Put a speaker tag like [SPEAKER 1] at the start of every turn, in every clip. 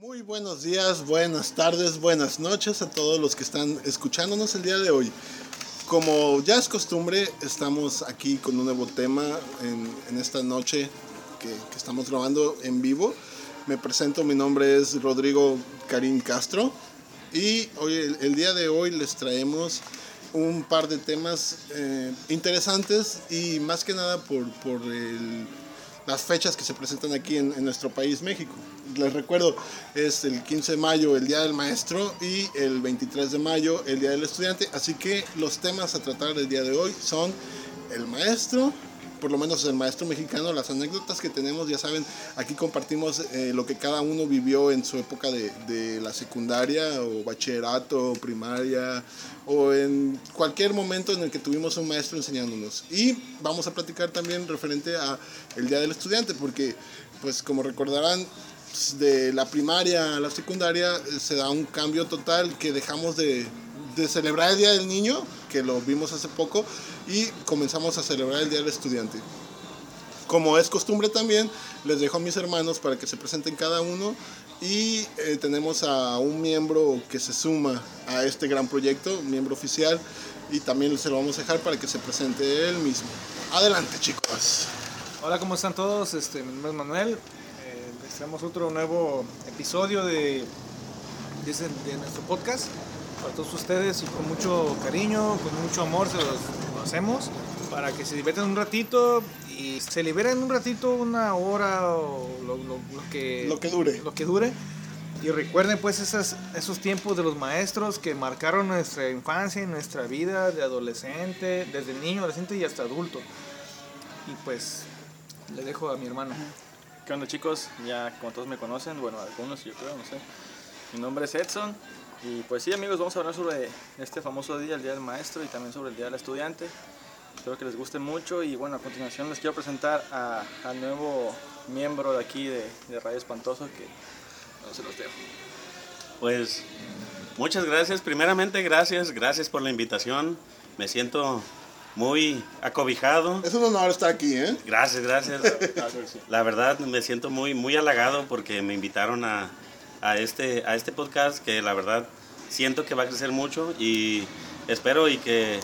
[SPEAKER 1] Muy buenos días, buenas tardes, buenas noches a todos los que están escuchándonos el día de hoy. Como ya es costumbre, estamos aquí con un nuevo tema en, en esta noche que, que estamos grabando en vivo. Me presento, mi nombre es Rodrigo Karim Castro y hoy, el, el día de hoy les traemos un par de temas eh, interesantes y más que nada por, por el- las fechas que se presentan aquí en, en nuestro país, México. Les recuerdo, es el 15 de mayo el Día del Maestro y el 23 de mayo el Día del Estudiante, así que los temas a tratar el día de hoy son el maestro, por lo menos el maestro mexicano, las anécdotas que tenemos, ya saben, aquí compartimos eh, lo que cada uno vivió en su época de, de la secundaria o bachillerato o primaria o en cualquier momento en el que tuvimos un maestro enseñándonos. Y vamos a platicar también referente a el Día del Estudiante, porque pues como recordarán, de la primaria a la secundaria eh, se da un cambio total que dejamos de, de celebrar el Día del Niño, que lo vimos hace poco, y comenzamos a celebrar el Día del Estudiante. Como es costumbre también, les dejo a mis hermanos para que se presenten cada uno y eh, tenemos a un miembro que se suma a este gran proyecto, un miembro oficial, y también se lo vamos a dejar para que se presente él mismo. Adelante chicos.
[SPEAKER 2] Hola, ¿cómo están todos? Este, mi nombre es Manuel. Eh, les traemos otro nuevo episodio de, de ese- de nuestro podcast. Para todos ustedes y con mucho cariño, con mucho amor se los, lo hacemos para que se diviertan un ratito y se liberen un ratito, una hora o lo, lo- lo que,
[SPEAKER 1] Lo que dure.
[SPEAKER 2] lo que dure. Y recuerden pues esas, esos tiempos de los maestros que marcaron nuestra infancia y nuestra vida de adolescente, desde niño, adolescente y hasta adulto. Y pues le dejo a mi hermano.
[SPEAKER 3] ¿Qué onda chicos? Ya como todos me conocen, bueno, algunos yo creo, no sé. Mi nombre es Edson y pues sí amigos, vamos a hablar sobre este famoso día, el Día del Maestro y también sobre el Día del Estudiante. Espero que les guste mucho y bueno, a continuación les quiero presentar a- al nuevo miembro de aquí de, de Radio Espantoso que no se los dejo.
[SPEAKER 4] Pues muchas gracias. Primeramente, gracias, gracias por la invitación. Me siento muy acobijado.
[SPEAKER 1] Es un honor estar aquí, ¿eh?
[SPEAKER 4] Gracias, gracias. pues, La verdad, me siento muy, muy halagado porque me invitaron a, a este, a este podcast que la verdad siento que va a crecer mucho y espero y que,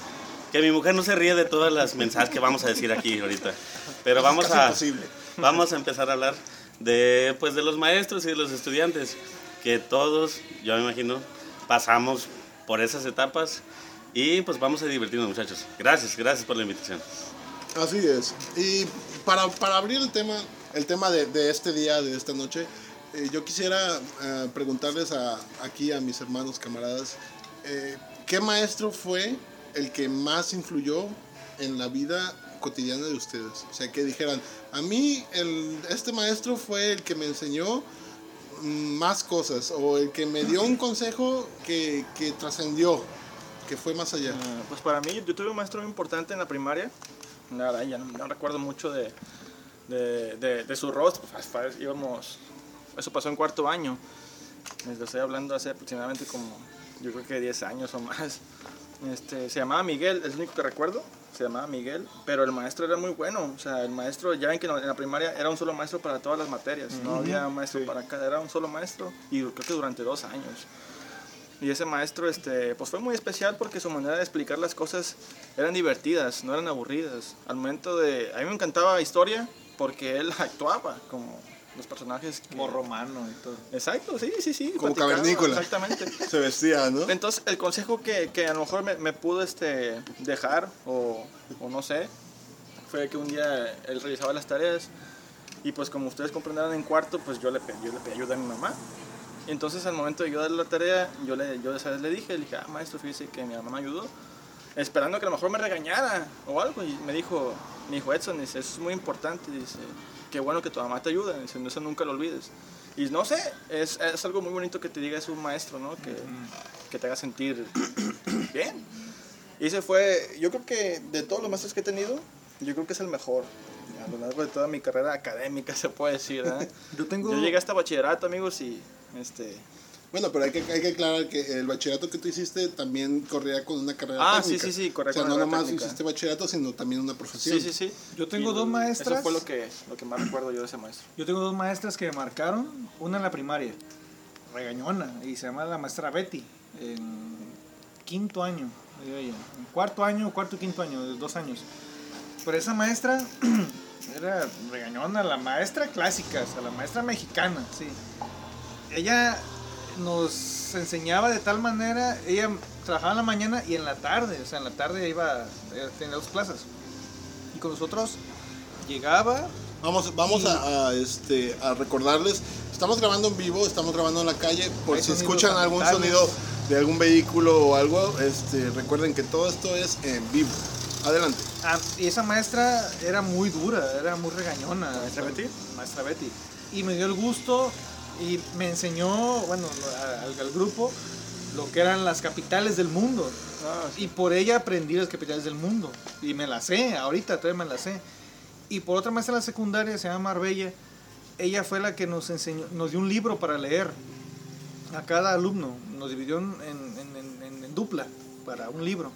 [SPEAKER 4] que mi mujer no se ríe de todas las mensajes que vamos a decir aquí ahorita. Pero vamos
[SPEAKER 1] es
[SPEAKER 4] a,
[SPEAKER 1] imposible.
[SPEAKER 4] vamos a empezar a hablar de, pues, de los maestros y de los estudiantes, que todos, yo me imagino, pasamos por esas etapas y pues vamos a divertirnos muchachos. Gracias, gracias por la invitación.
[SPEAKER 1] Así es. Y para, para abrir el tema, el tema de, de este día, de esta noche, eh, yo quisiera eh, preguntarles a, aquí a mis hermanos, camaradas, eh, ¿qué maestro fue el que más influyó en la vida cotidiana de ustedes? O sea, que dijeran, a mí el, este maestro fue el que me enseñó mm, más cosas o el que me dio un consejo que, que trascendió, que fue más allá.
[SPEAKER 3] Eh, Pues para mí, yo tuve un maestro muy importante en la primaria. La verdad, ya no, no recuerdo mucho de, de, de- de su rostro. Pues, pues, íbamos, eso pasó en cuarto año. Les estoy hablando hace aproximadamente como, yo creo que 10 años o más. Este, se llamaba Miguel, es lo único que recuerdo. Se llamaba Miguel, pero el maestro era muy bueno. O sea, el maestro, ya ven que en la- en la primaria era un solo maestro para todas las materias. No había maestro para cada, era un solo maestro. Y creo que durante dos años. Y ese maestro, este, pues fue muy especial porque su manera de explicar las cosas eran divertidas, no eran aburridas. Al momento de, a mí me encantaba historia porque él actuaba como los personajes. que-
[SPEAKER 2] Como romano y todo.
[SPEAKER 3] Exacto, sí, sí, sí.
[SPEAKER 1] Como
[SPEAKER 3] platicaba,
[SPEAKER 1] cavernícola.
[SPEAKER 3] Exactamente.
[SPEAKER 1] Se vestía, ¿no?
[SPEAKER 3] Entonces, el consejo que, que a lo mejor me, me pudo este, dejar, o, o no sé, fue que un día él realizaba las tareas y pues como ustedes comprenderán en cuarto, pues yo le, pe- yo le pedí ayuda a mi mamá. Y entonces al momento de yo darle la tarea, yo le, yo esa vez le dije, le dije, ah, maestro, fíjese que mi mamá me ayudó, esperando que a lo mejor me regañara o algo. Y me dijo, me dijo Edson, dice, eso es muy importante, dice, qué bueno que tu mamá te ayuda, dice, eso nunca lo olvides. Y no sé, es, es algo muy bonito que te diga es un maestro, ¿no? Que, que te haga sentir bien. Y ese fue, yo creo que de todos los maestros que he tenido, yo creo que es el mejor. A lo largo de toda mi carrera académica, se puede decir. ¿verdad?
[SPEAKER 2] Yo tengo.
[SPEAKER 3] Yo llegué hasta bachillerato, amigos, y este.
[SPEAKER 1] Bueno, pero hay que, hay que aclarar que el bachillerato que tú hiciste también corría con una carrera
[SPEAKER 3] Ah,
[SPEAKER 1] técnica.
[SPEAKER 3] sí, sí, sí, corría
[SPEAKER 1] O sea,
[SPEAKER 3] con
[SPEAKER 1] no
[SPEAKER 3] una
[SPEAKER 1] nomás
[SPEAKER 3] técnica.
[SPEAKER 1] hiciste bachillerato, sino también una
[SPEAKER 3] Sí,
[SPEAKER 1] profesión.
[SPEAKER 3] sí, sí.
[SPEAKER 2] Yo tengo
[SPEAKER 3] Y
[SPEAKER 2] dos maestras.
[SPEAKER 3] Eso fue lo que, lo que más recuerdo yo de ese maestro.
[SPEAKER 2] Yo tengo dos maestras que me marcaron, una en la primaria. regañona y se llama la maestra Betty. En quinto año, digo ella. En cuarto año, cuarto y quinto año, de dos años. Pero esa maestra era regañona, la maestra clásica, o sea, la maestra mexicana, sí. Ella nos enseñaba de tal manera, ella trabajaba en la mañana y en la tarde, o sea, en la tarde iba, tenía dos clases. Y con nosotros llegaba,
[SPEAKER 1] Vamos, vamos a, a, este, a recordarles, estamos grabando en vivo, estamos grabando en la calle, por
[SPEAKER 2] Hay
[SPEAKER 1] si
[SPEAKER 2] sonidos
[SPEAKER 1] escuchan algún
[SPEAKER 2] ambientales.
[SPEAKER 1] sonido de algún vehículo o algo, este, recuerden que todo esto es en vivo. Adelante.
[SPEAKER 2] Ah, y esa maestra era muy dura, era muy regañona.
[SPEAKER 3] maestra Betty?
[SPEAKER 2] Maestra Betty. Y me dio el gusto y me enseñó, bueno, a- al, al grupo, lo que eran las capitales del mundo.
[SPEAKER 3] Ah, sí.
[SPEAKER 2] Y por ella aprendí las capitales del mundo. Y me las sé, ahorita todavía me las sé. Y por otra maestra de la secundaria, se llama Marbella, ella fue la que nos enseñó, nos dio un libro para leer a cada alumno. Nos dividió en, en- en- en- en dupla para un libro.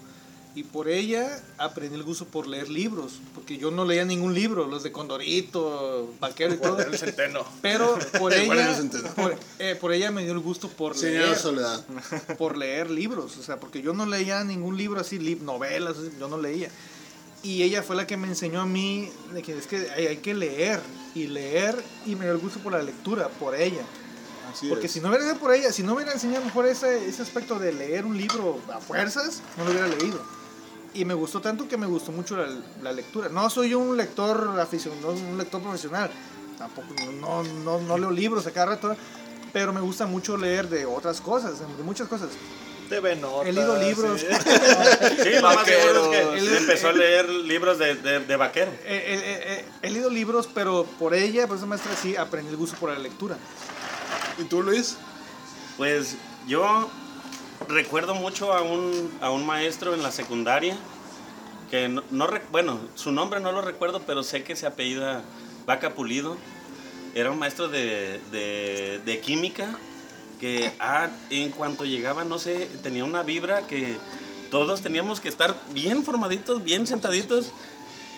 [SPEAKER 2] Y por ella aprendí el gusto por leer libros, porque yo no leía ningún libro, los de Condorito, Vaquero y todo.
[SPEAKER 3] El centeno.
[SPEAKER 2] Pero por
[SPEAKER 1] Bueno,
[SPEAKER 2] ella,
[SPEAKER 1] no se entendió.
[SPEAKER 2] por, eh, por ella me dio el gusto por
[SPEAKER 1] Señora
[SPEAKER 2] leer
[SPEAKER 1] Soledad.
[SPEAKER 2] por leer libros, o sea, porque yo no leía ningún libro así, li- novelas, así, yo no leía. Y ella fue la que me enseñó a mí de que es que hay, hay que leer y leer y me dio el gusto por la lectura, por ella.
[SPEAKER 1] Así
[SPEAKER 2] porque
[SPEAKER 1] es.
[SPEAKER 2] si no hubiera sido por ella, si no hubiera enseñado mejor ese, ese aspecto de leer un libro a fuerzas, no lo hubiera leído. Y me gustó tanto que me gustó mucho la, la lectura. No soy un lector aficionado, un lector profesional. Tampoco, no, no, no leo libros a cada rato. Pero me gusta mucho leer de otras cosas, de muchas cosas.
[SPEAKER 3] TV notas.
[SPEAKER 2] He leído libros.
[SPEAKER 3] sí.
[SPEAKER 4] Sí, lo más seguro es que
[SPEAKER 3] Vaqueros.
[SPEAKER 4] él empezó a leer libros de, de, de vaquero.
[SPEAKER 2] He, he- he- he leído libros, pero por ella, por esa maestra, sí aprendí el gusto por la lectura.
[SPEAKER 1] ¿Y tú, Luis?
[SPEAKER 4] Pues yo recuerdo mucho a un, a un maestro en la secundaria que no, no rec- bueno, su nombre no lo recuerdo, pero sé que se apellida Vaca Pulido. Era un maestro de, de- de química que ah, en cuanto llegaba, no sé, tenía una vibra que todos teníamos que estar bien formaditos, bien sentaditos,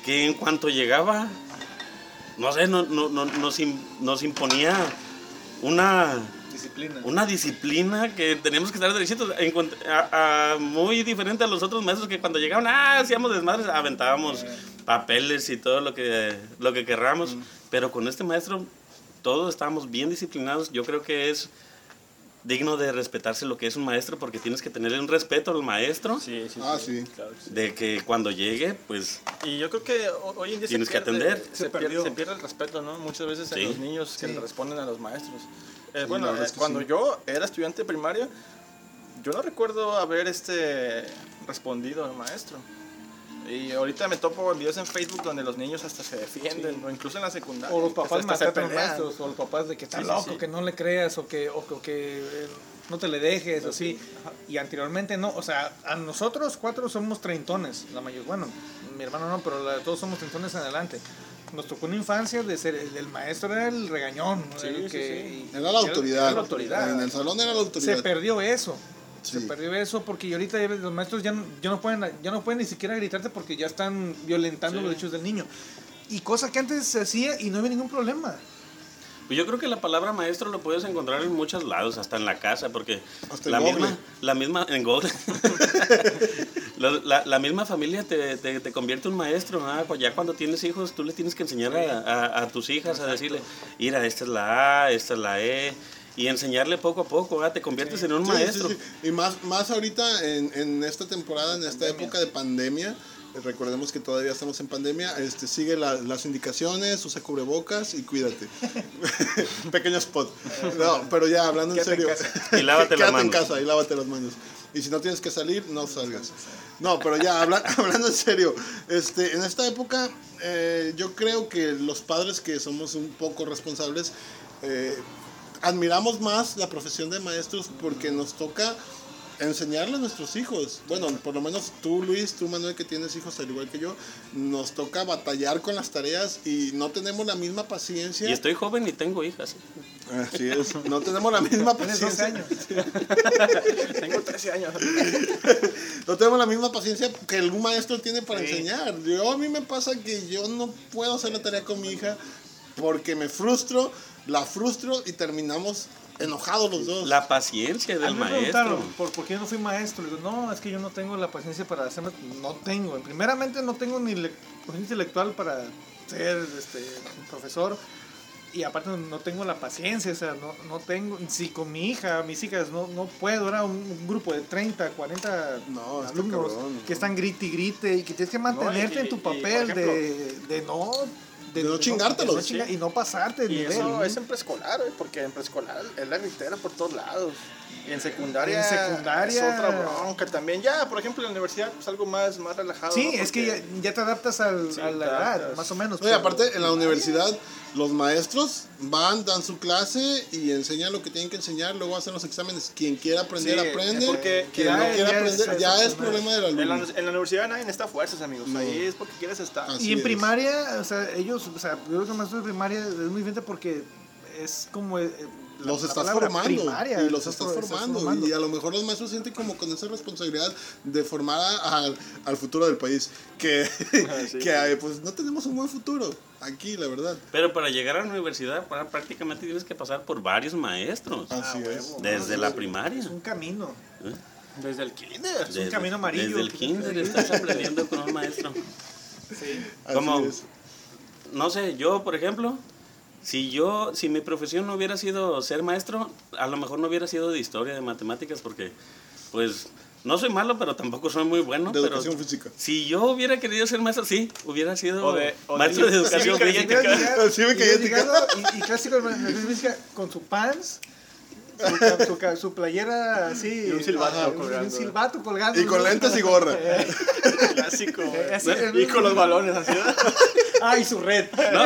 [SPEAKER 4] que en cuanto llegaba, no sé, no, no- no- nos, im- nos imponía una
[SPEAKER 2] Disciplina.
[SPEAKER 4] una disciplina que tenemos que estar derechitos. En cuanto- a- a- muy diferente a los otros maestros que cuando llegaban, ah, hacíamos desmadres, aventábamos papeles y todo lo que, lo que querramos. Pero con este maestro todos estábamos bien disciplinados. Yo creo que es digno de respetarse lo que es un maestro porque tienes que tenerle un respeto al maestro
[SPEAKER 3] Sí, sí,
[SPEAKER 1] Ah, sí.
[SPEAKER 3] Claro que sí.
[SPEAKER 4] de que cuando llegue, pues
[SPEAKER 3] Y yo creo que ho- hoy en día
[SPEAKER 4] Tienes que atender.
[SPEAKER 3] Se,
[SPEAKER 2] Se
[SPEAKER 3] pierde,
[SPEAKER 2] perdió.
[SPEAKER 3] se pierde el respeto, ¿no? Muchas veces
[SPEAKER 4] Sí.
[SPEAKER 3] en los niños que
[SPEAKER 2] Sí.
[SPEAKER 3] le responden a los maestros. Eh,
[SPEAKER 1] Sí, la
[SPEAKER 3] bueno,
[SPEAKER 1] verdad
[SPEAKER 3] eh,
[SPEAKER 1] es que
[SPEAKER 3] cuando
[SPEAKER 1] sí.
[SPEAKER 3] yo era estudiante primario, yo no recuerdo haber este respondido al maestro. Y ahorita me topo videos en Facebook donde los niños hasta se defienden, o incluso en la secundaria.
[SPEAKER 2] O los
[SPEAKER 3] que
[SPEAKER 2] papás
[SPEAKER 3] hasta se
[SPEAKER 2] matan a los
[SPEAKER 3] pelean.
[SPEAKER 2] maestros, o los papás de que está
[SPEAKER 3] Sí, sí,
[SPEAKER 2] loco,
[SPEAKER 3] sí.
[SPEAKER 2] que no le creas, o que, o que- o que, eh, no te le dejes, así. Y anteriormente no, o sea, a nosotros cuatro somos treintones, la mayoría, bueno, mi hermano no, pero la- todos somos treintones en adelante. Nos tocó una infancia de ser, el, el maestro era el regañón,
[SPEAKER 3] Sí,
[SPEAKER 2] el
[SPEAKER 3] sí,
[SPEAKER 2] que...
[SPEAKER 1] Era la autoridad.
[SPEAKER 2] Era la autoridad.
[SPEAKER 1] En el salón era la autoridad.
[SPEAKER 2] Se perdió eso.
[SPEAKER 1] Sí.
[SPEAKER 2] Se perdió eso porque ya ahorita ya ves, los maestros ya no, ya no pueden ya no pueden ni siquiera gritarte porque ya están violentando
[SPEAKER 3] Sí.
[SPEAKER 2] los derechos del niño. Y cosa que antes se hacía y no había ningún problema.
[SPEAKER 4] Pues yo creo que la palabra maestro lo puedes encontrar en muchos lados, hasta en la casa, porque
[SPEAKER 1] Hasta en
[SPEAKER 4] la
[SPEAKER 1] Google.
[SPEAKER 4] misma, la misma en Google, la, la- la misma familia te, te- te convierte en un maestro. ah, pues ya cuando tienes hijos, tú les tienes que enseñar a, a- a tus hijas a decirle, mira, esta es la A, esta es la E, y enseñarle poco a poco. ah, te conviertes en un
[SPEAKER 1] Sí,
[SPEAKER 4] maestro.
[SPEAKER 1] sí, sí. Y más, más ahorita en, en esta temporada, en esta época de pandemia, eh, recordemos que todavía estamos en pandemia, este, sigue la- las indicaciones, usa cubrebocas y cuídate. Pequeño spot. No, pero ya hablando en
[SPEAKER 2] Quédate
[SPEAKER 1] serio.
[SPEAKER 2] en
[SPEAKER 4] Y lávate las
[SPEAKER 1] Quédate en
[SPEAKER 4] manos.
[SPEAKER 1] casa y lávate las manos. Y si no tienes que salir, no salgas. No, pero ya habla- hablando en serio, este, en esta época eh, yo creo que los padres que somos un poco responsables eh, admiramos más la profesión de maestros porque nos toca enseñarle a nuestros hijos. Bueno, por lo menos tú, Luis, tú, Manuel, que tienes hijos al igual que yo, nos toca batallar con las tareas y no tenemos la misma paciencia.
[SPEAKER 4] Y estoy joven y tengo hijas.
[SPEAKER 1] Así es, no tenemos la misma
[SPEAKER 2] Tienes 12
[SPEAKER 1] paciencia.
[SPEAKER 2] años.
[SPEAKER 3] Tengo 13 años.
[SPEAKER 1] No tenemos la misma paciencia que algún maestro tiene para enseñar. Yo, a mí me pasa que yo no puedo hacer la tarea con mi hija porque me frustro, la frustro y terminamos enojados los dos.
[SPEAKER 4] La paciencia
[SPEAKER 2] A
[SPEAKER 4] del
[SPEAKER 2] mí me
[SPEAKER 4] maestro.
[SPEAKER 2] preguntaron por, por qué yo no fui maestro. Le digo, no, es que yo no tengo la paciencia para hacerme. No tengo. Primeramente, no tengo ni le- paciencia intelectual para ser este, un profesor. Y aparte, no tengo la paciencia. O sea, no, no tengo. Si con mi hija, mis hijas, no, no puedo. Era un, un grupo de 30, 40
[SPEAKER 1] No, está
[SPEAKER 2] alumnos
[SPEAKER 1] cabrón,
[SPEAKER 2] que
[SPEAKER 1] ¿no?
[SPEAKER 2] están grite y grite. Y que tienes que mantenerte
[SPEAKER 3] y-
[SPEAKER 2] en
[SPEAKER 3] y,
[SPEAKER 2] tu
[SPEAKER 3] por
[SPEAKER 2] papel
[SPEAKER 3] ejemplo,
[SPEAKER 2] de, de no.
[SPEAKER 1] de no chingártelos,
[SPEAKER 2] de no chingar- y no pasarte el
[SPEAKER 3] Y
[SPEAKER 2] nivel.
[SPEAKER 3] eso es en preescolar, güey, porque en preescolar es la gritera por todos lados. Y en secundaria,
[SPEAKER 2] En secundaria-
[SPEAKER 3] es otra bronca también. Ya, por ejemplo, en la universidad es algo más, más relajado.
[SPEAKER 2] Sí,
[SPEAKER 3] ¿no?
[SPEAKER 2] es que ya,
[SPEAKER 3] Porque
[SPEAKER 2] ya te adaptas al,
[SPEAKER 3] Sí,
[SPEAKER 2] a la
[SPEAKER 3] te
[SPEAKER 2] edad,
[SPEAKER 3] adaptas.
[SPEAKER 2] más o menos.
[SPEAKER 1] Oye,
[SPEAKER 2] pero-
[SPEAKER 1] aparte, en la universidad, los maestros van, dan su clase y enseñan lo que tienen que enseñar, luego hacen los exámenes. Quien quiera aprender,
[SPEAKER 3] Sí,
[SPEAKER 1] aprende.
[SPEAKER 3] porque
[SPEAKER 1] Quien
[SPEAKER 2] ya
[SPEAKER 1] no
[SPEAKER 2] es-
[SPEAKER 1] quiera
[SPEAKER 2] ya es-
[SPEAKER 1] aprender, ya
[SPEAKER 2] es-
[SPEAKER 1] es problema del
[SPEAKER 3] En la,
[SPEAKER 1] alumno.
[SPEAKER 3] en la universidad nadie necesita fuerzas, amigos.
[SPEAKER 1] No.
[SPEAKER 3] Ahí es porque quieres estar.
[SPEAKER 1] Ah, sí.
[SPEAKER 2] Y en
[SPEAKER 1] es.
[SPEAKER 2] primaria, o sea, ellos, o sea, yo creo que los maestros de primaria es muy diferente porque es como. eh, la-
[SPEAKER 1] Los
[SPEAKER 2] la
[SPEAKER 1] estás
[SPEAKER 2] palabra
[SPEAKER 1] formando
[SPEAKER 2] primaria,
[SPEAKER 1] y los
[SPEAKER 2] estás
[SPEAKER 1] estás
[SPEAKER 2] for-
[SPEAKER 1] formando, y a lo mejor los maestros sienten como con esa responsabilidad de formar a- al- al futuro del país que,
[SPEAKER 3] sí.
[SPEAKER 1] que eh, pues no tenemos un buen futuro aquí la verdad
[SPEAKER 4] Pero para llegar a la universidad para- prácticamente tienes que pasar por varios maestros.
[SPEAKER 1] así es
[SPEAKER 2] huevo.
[SPEAKER 4] Desde la primaria.
[SPEAKER 2] Es un camino.
[SPEAKER 3] Desde el kinder.
[SPEAKER 4] Desde-
[SPEAKER 2] camino amarillo.
[SPEAKER 4] Desde
[SPEAKER 1] pues,
[SPEAKER 4] el kinder estás aprendiendo con un maestro.
[SPEAKER 1] así
[SPEAKER 4] Como-
[SPEAKER 1] es.
[SPEAKER 4] No sé, yo, por ejemplo, si yo, si mi profesión no hubiera sido ser maestro, a lo mejor no hubiera sido de historia, de matemáticas, porque, pues, no soy malo, pero tampoco soy muy bueno.
[SPEAKER 1] de
[SPEAKER 4] pero
[SPEAKER 1] educación física
[SPEAKER 4] si yo hubiera querido ser maestro, sí, hubiera sido
[SPEAKER 3] O de- o de-
[SPEAKER 4] maestro de,
[SPEAKER 3] sí,
[SPEAKER 4] educación
[SPEAKER 3] sí,
[SPEAKER 4] física.
[SPEAKER 2] Hubiera llegado-
[SPEAKER 1] Sí, me
[SPEAKER 2] hubiera
[SPEAKER 1] caí,
[SPEAKER 2] llegado y, y clásico de la física con su pants. Su, ca- su ca- su playera así.
[SPEAKER 3] Y un silbato
[SPEAKER 2] ajá,
[SPEAKER 3] colgando.
[SPEAKER 2] Un silbato colgando.
[SPEAKER 1] y con
[SPEAKER 2] ¿no?
[SPEAKER 1] lentes y gorra
[SPEAKER 3] Clásico. güey.
[SPEAKER 2] Eh, así es.
[SPEAKER 3] y con los balones así.
[SPEAKER 2] Ah, y su red.
[SPEAKER 4] No,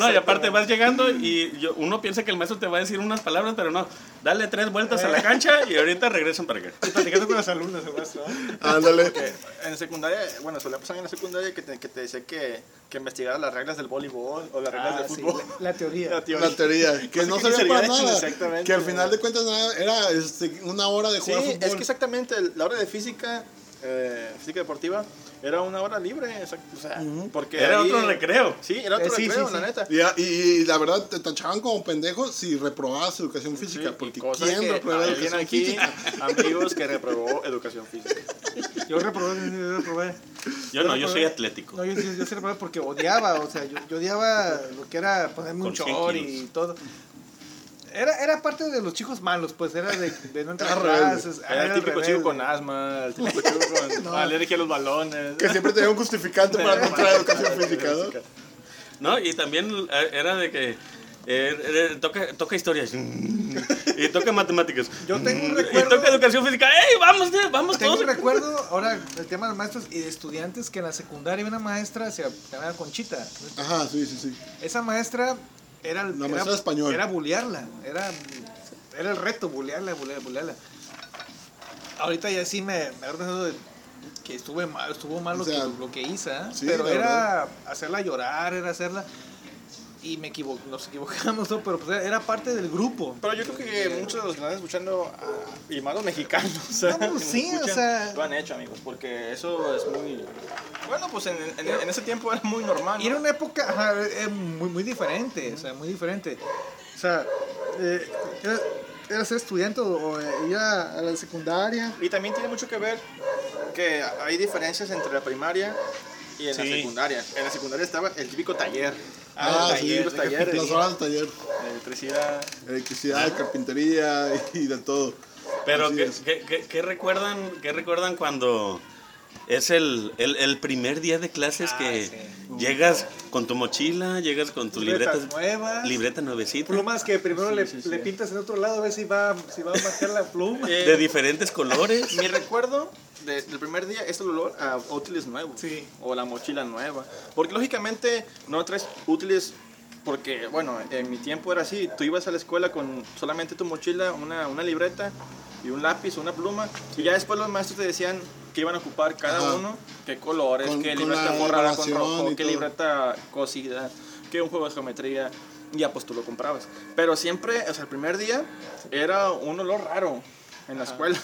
[SPEAKER 4] No, y aparte vas llegando y yo- uno piensa que el maestro te va a decir unas palabras, pero no. Dale tres vueltas a
[SPEAKER 3] Eh.
[SPEAKER 4] la cancha y ahorita regresan para acá.
[SPEAKER 2] Y platicando con las alumnas, el maestro. ¿eh?
[SPEAKER 1] ándale
[SPEAKER 3] Porque en secundaria, bueno, solía pasar en la secundaria que te, que te decía que, que investigara las reglas del voleibol o las reglas
[SPEAKER 2] Ah,
[SPEAKER 3] del
[SPEAKER 2] sí,
[SPEAKER 3] fútbol.
[SPEAKER 2] la, la teoría.
[SPEAKER 3] La teoría.
[SPEAKER 1] la teoría que
[SPEAKER 3] Pues
[SPEAKER 1] no
[SPEAKER 3] es que
[SPEAKER 1] servía
[SPEAKER 3] ni
[SPEAKER 1] para
[SPEAKER 3] servía de-
[SPEAKER 1] nada
[SPEAKER 3] exactamente.
[SPEAKER 1] que al final de cuentas nada, era este, una hora de
[SPEAKER 3] Sí,
[SPEAKER 1] jugar fútbol
[SPEAKER 3] es que exactamente el- la hora de física, eh, física deportiva, era una hora libre. exact- O sea, porque
[SPEAKER 4] Era
[SPEAKER 3] ahí-
[SPEAKER 4] otro recreo.
[SPEAKER 3] Sí, era
[SPEAKER 2] Eh,
[SPEAKER 3] otro
[SPEAKER 2] sí,
[SPEAKER 3] recreo,
[SPEAKER 2] sí,
[SPEAKER 3] la
[SPEAKER 2] sí.
[SPEAKER 3] neta.
[SPEAKER 1] Y, a- y- y la verdad te tachaban como pendejo si reprobabas educación física
[SPEAKER 3] Sí,
[SPEAKER 1] porque
[SPEAKER 3] y cosa
[SPEAKER 1] quién
[SPEAKER 3] que
[SPEAKER 1] reprobaba
[SPEAKER 3] alguien
[SPEAKER 1] educación
[SPEAKER 3] aquí,
[SPEAKER 1] física
[SPEAKER 3] amigos que reprobó educación física.
[SPEAKER 2] Yo reprobé, yo reprobé.
[SPEAKER 4] Yo no, yo soy
[SPEAKER 2] reprobé.
[SPEAKER 4] atlético.
[SPEAKER 2] No, yo, yo, yo sí reprobé porque odiaba, o sea, yo, yo odiaba lo que era ponerme un
[SPEAKER 4] Con 100
[SPEAKER 2] short
[SPEAKER 4] kilos.
[SPEAKER 2] y todo. Era, era parte de los chicos malos, pues era de, de no entrar a
[SPEAKER 1] Era rebelde.
[SPEAKER 2] clases. ah,
[SPEAKER 3] Era el típico
[SPEAKER 2] rebelde.
[SPEAKER 3] chico con asma, el típico chico con alergia a los balones.
[SPEAKER 1] que siempre tenía un justificante para no entrar a educación física ¿no?
[SPEAKER 4] No, y también eh, era de que eh, eh, toca, toca historias y toca matemáticas.
[SPEAKER 2] Yo tengo un
[SPEAKER 4] Y toca
[SPEAKER 2] recuerdo.
[SPEAKER 4] educación física. ¡Ey, vamos, eh, vamos
[SPEAKER 2] Tengo
[SPEAKER 4] todos!
[SPEAKER 2] un recuerdo, ahora el tema de los maestros y de estudiantes, que en la secundaria había una maestra, se llamaba Conchita.
[SPEAKER 1] ajá sí sí sí
[SPEAKER 2] Esa maestra era
[SPEAKER 1] La
[SPEAKER 2] era-
[SPEAKER 1] maestra de español.
[SPEAKER 2] Era bulearla, era, era el reto, bulearla, bulearla, bulearla. Ahorita ya sí me, me acuerdo de que estuve mal, estuvo mal
[SPEAKER 1] O
[SPEAKER 2] lo,
[SPEAKER 1] sea,
[SPEAKER 2] que, lo que hice, ¿eh?
[SPEAKER 1] sí,
[SPEAKER 2] pero
[SPEAKER 1] la
[SPEAKER 2] era
[SPEAKER 1] verdad.
[SPEAKER 2] hacerla llorar, era hacerla y me equivo- nos equivocamos, ¿no? pero pues era parte del grupo.
[SPEAKER 3] Pero yo creo que muchos de los que están escuchando, ah, y más los mexicanos, o sea,
[SPEAKER 2] No,
[SPEAKER 3] que
[SPEAKER 2] sí,
[SPEAKER 3] nos
[SPEAKER 2] o sea.
[SPEAKER 3] Lo han hecho, amigos, porque eso es muy... Bueno, pues en, en- en ese tiempo era muy normal,
[SPEAKER 2] Y era
[SPEAKER 3] ¿no?
[SPEAKER 2] una época ajá, eh, muy, muy diferente, o sea, muy diferente. O sea, eh, era, era ser estudiante o, o, eh, ir a- a la secundaria.
[SPEAKER 3] Y también tiene mucho que ver que hay diferencias entre la primaria y en la
[SPEAKER 4] Sí.
[SPEAKER 3] secundaria. En la secundaria estaba el típico taller.
[SPEAKER 1] Ah,
[SPEAKER 3] los
[SPEAKER 1] sí,
[SPEAKER 3] talleres, los talleres,
[SPEAKER 1] las horas de taller,
[SPEAKER 3] electricidad.
[SPEAKER 1] electricidad, carpintería y de todo.
[SPEAKER 4] Pero,
[SPEAKER 1] Así
[SPEAKER 4] ¿qué,
[SPEAKER 1] es.
[SPEAKER 4] qué- qué- qué recuerdan, qué recuerdan cuando es el, el- el primer día de clases que llegas con tu mochila, llegas con tu libreta,
[SPEAKER 2] Libretas nuevas.
[SPEAKER 4] libreta nuevecita?
[SPEAKER 2] plumas que primero le, le pintas en otro lado a ver si va, si va a marcar la pluma.
[SPEAKER 3] Eh,
[SPEAKER 4] de diferentes colores.
[SPEAKER 3] Mi recuerdo de- del primer día es el olor a útiles nuevos.
[SPEAKER 2] Sí.
[SPEAKER 3] O la mochila nueva. Porque lógicamente no traes útiles. Porque, bueno, en mi tiempo era así. Tú ibas a la escuela con solamente tu mochila, una, una libreta y un lápiz, una pluma. Y ya después los maestros te decían que iban a ocupar cada
[SPEAKER 1] Ajá.
[SPEAKER 3] uno. Qué colores,
[SPEAKER 1] Con-
[SPEAKER 3] qué
[SPEAKER 1] con
[SPEAKER 3] libreta
[SPEAKER 1] la
[SPEAKER 3] borrada con
[SPEAKER 1] grabación
[SPEAKER 3] rojo,
[SPEAKER 1] y
[SPEAKER 3] qué
[SPEAKER 1] todo.
[SPEAKER 3] libreta cosida, qué un juego de geometría. Y ya pues tú lo comprabas. Pero siempre, o sea, el primer día era un olor raro. en la escuela.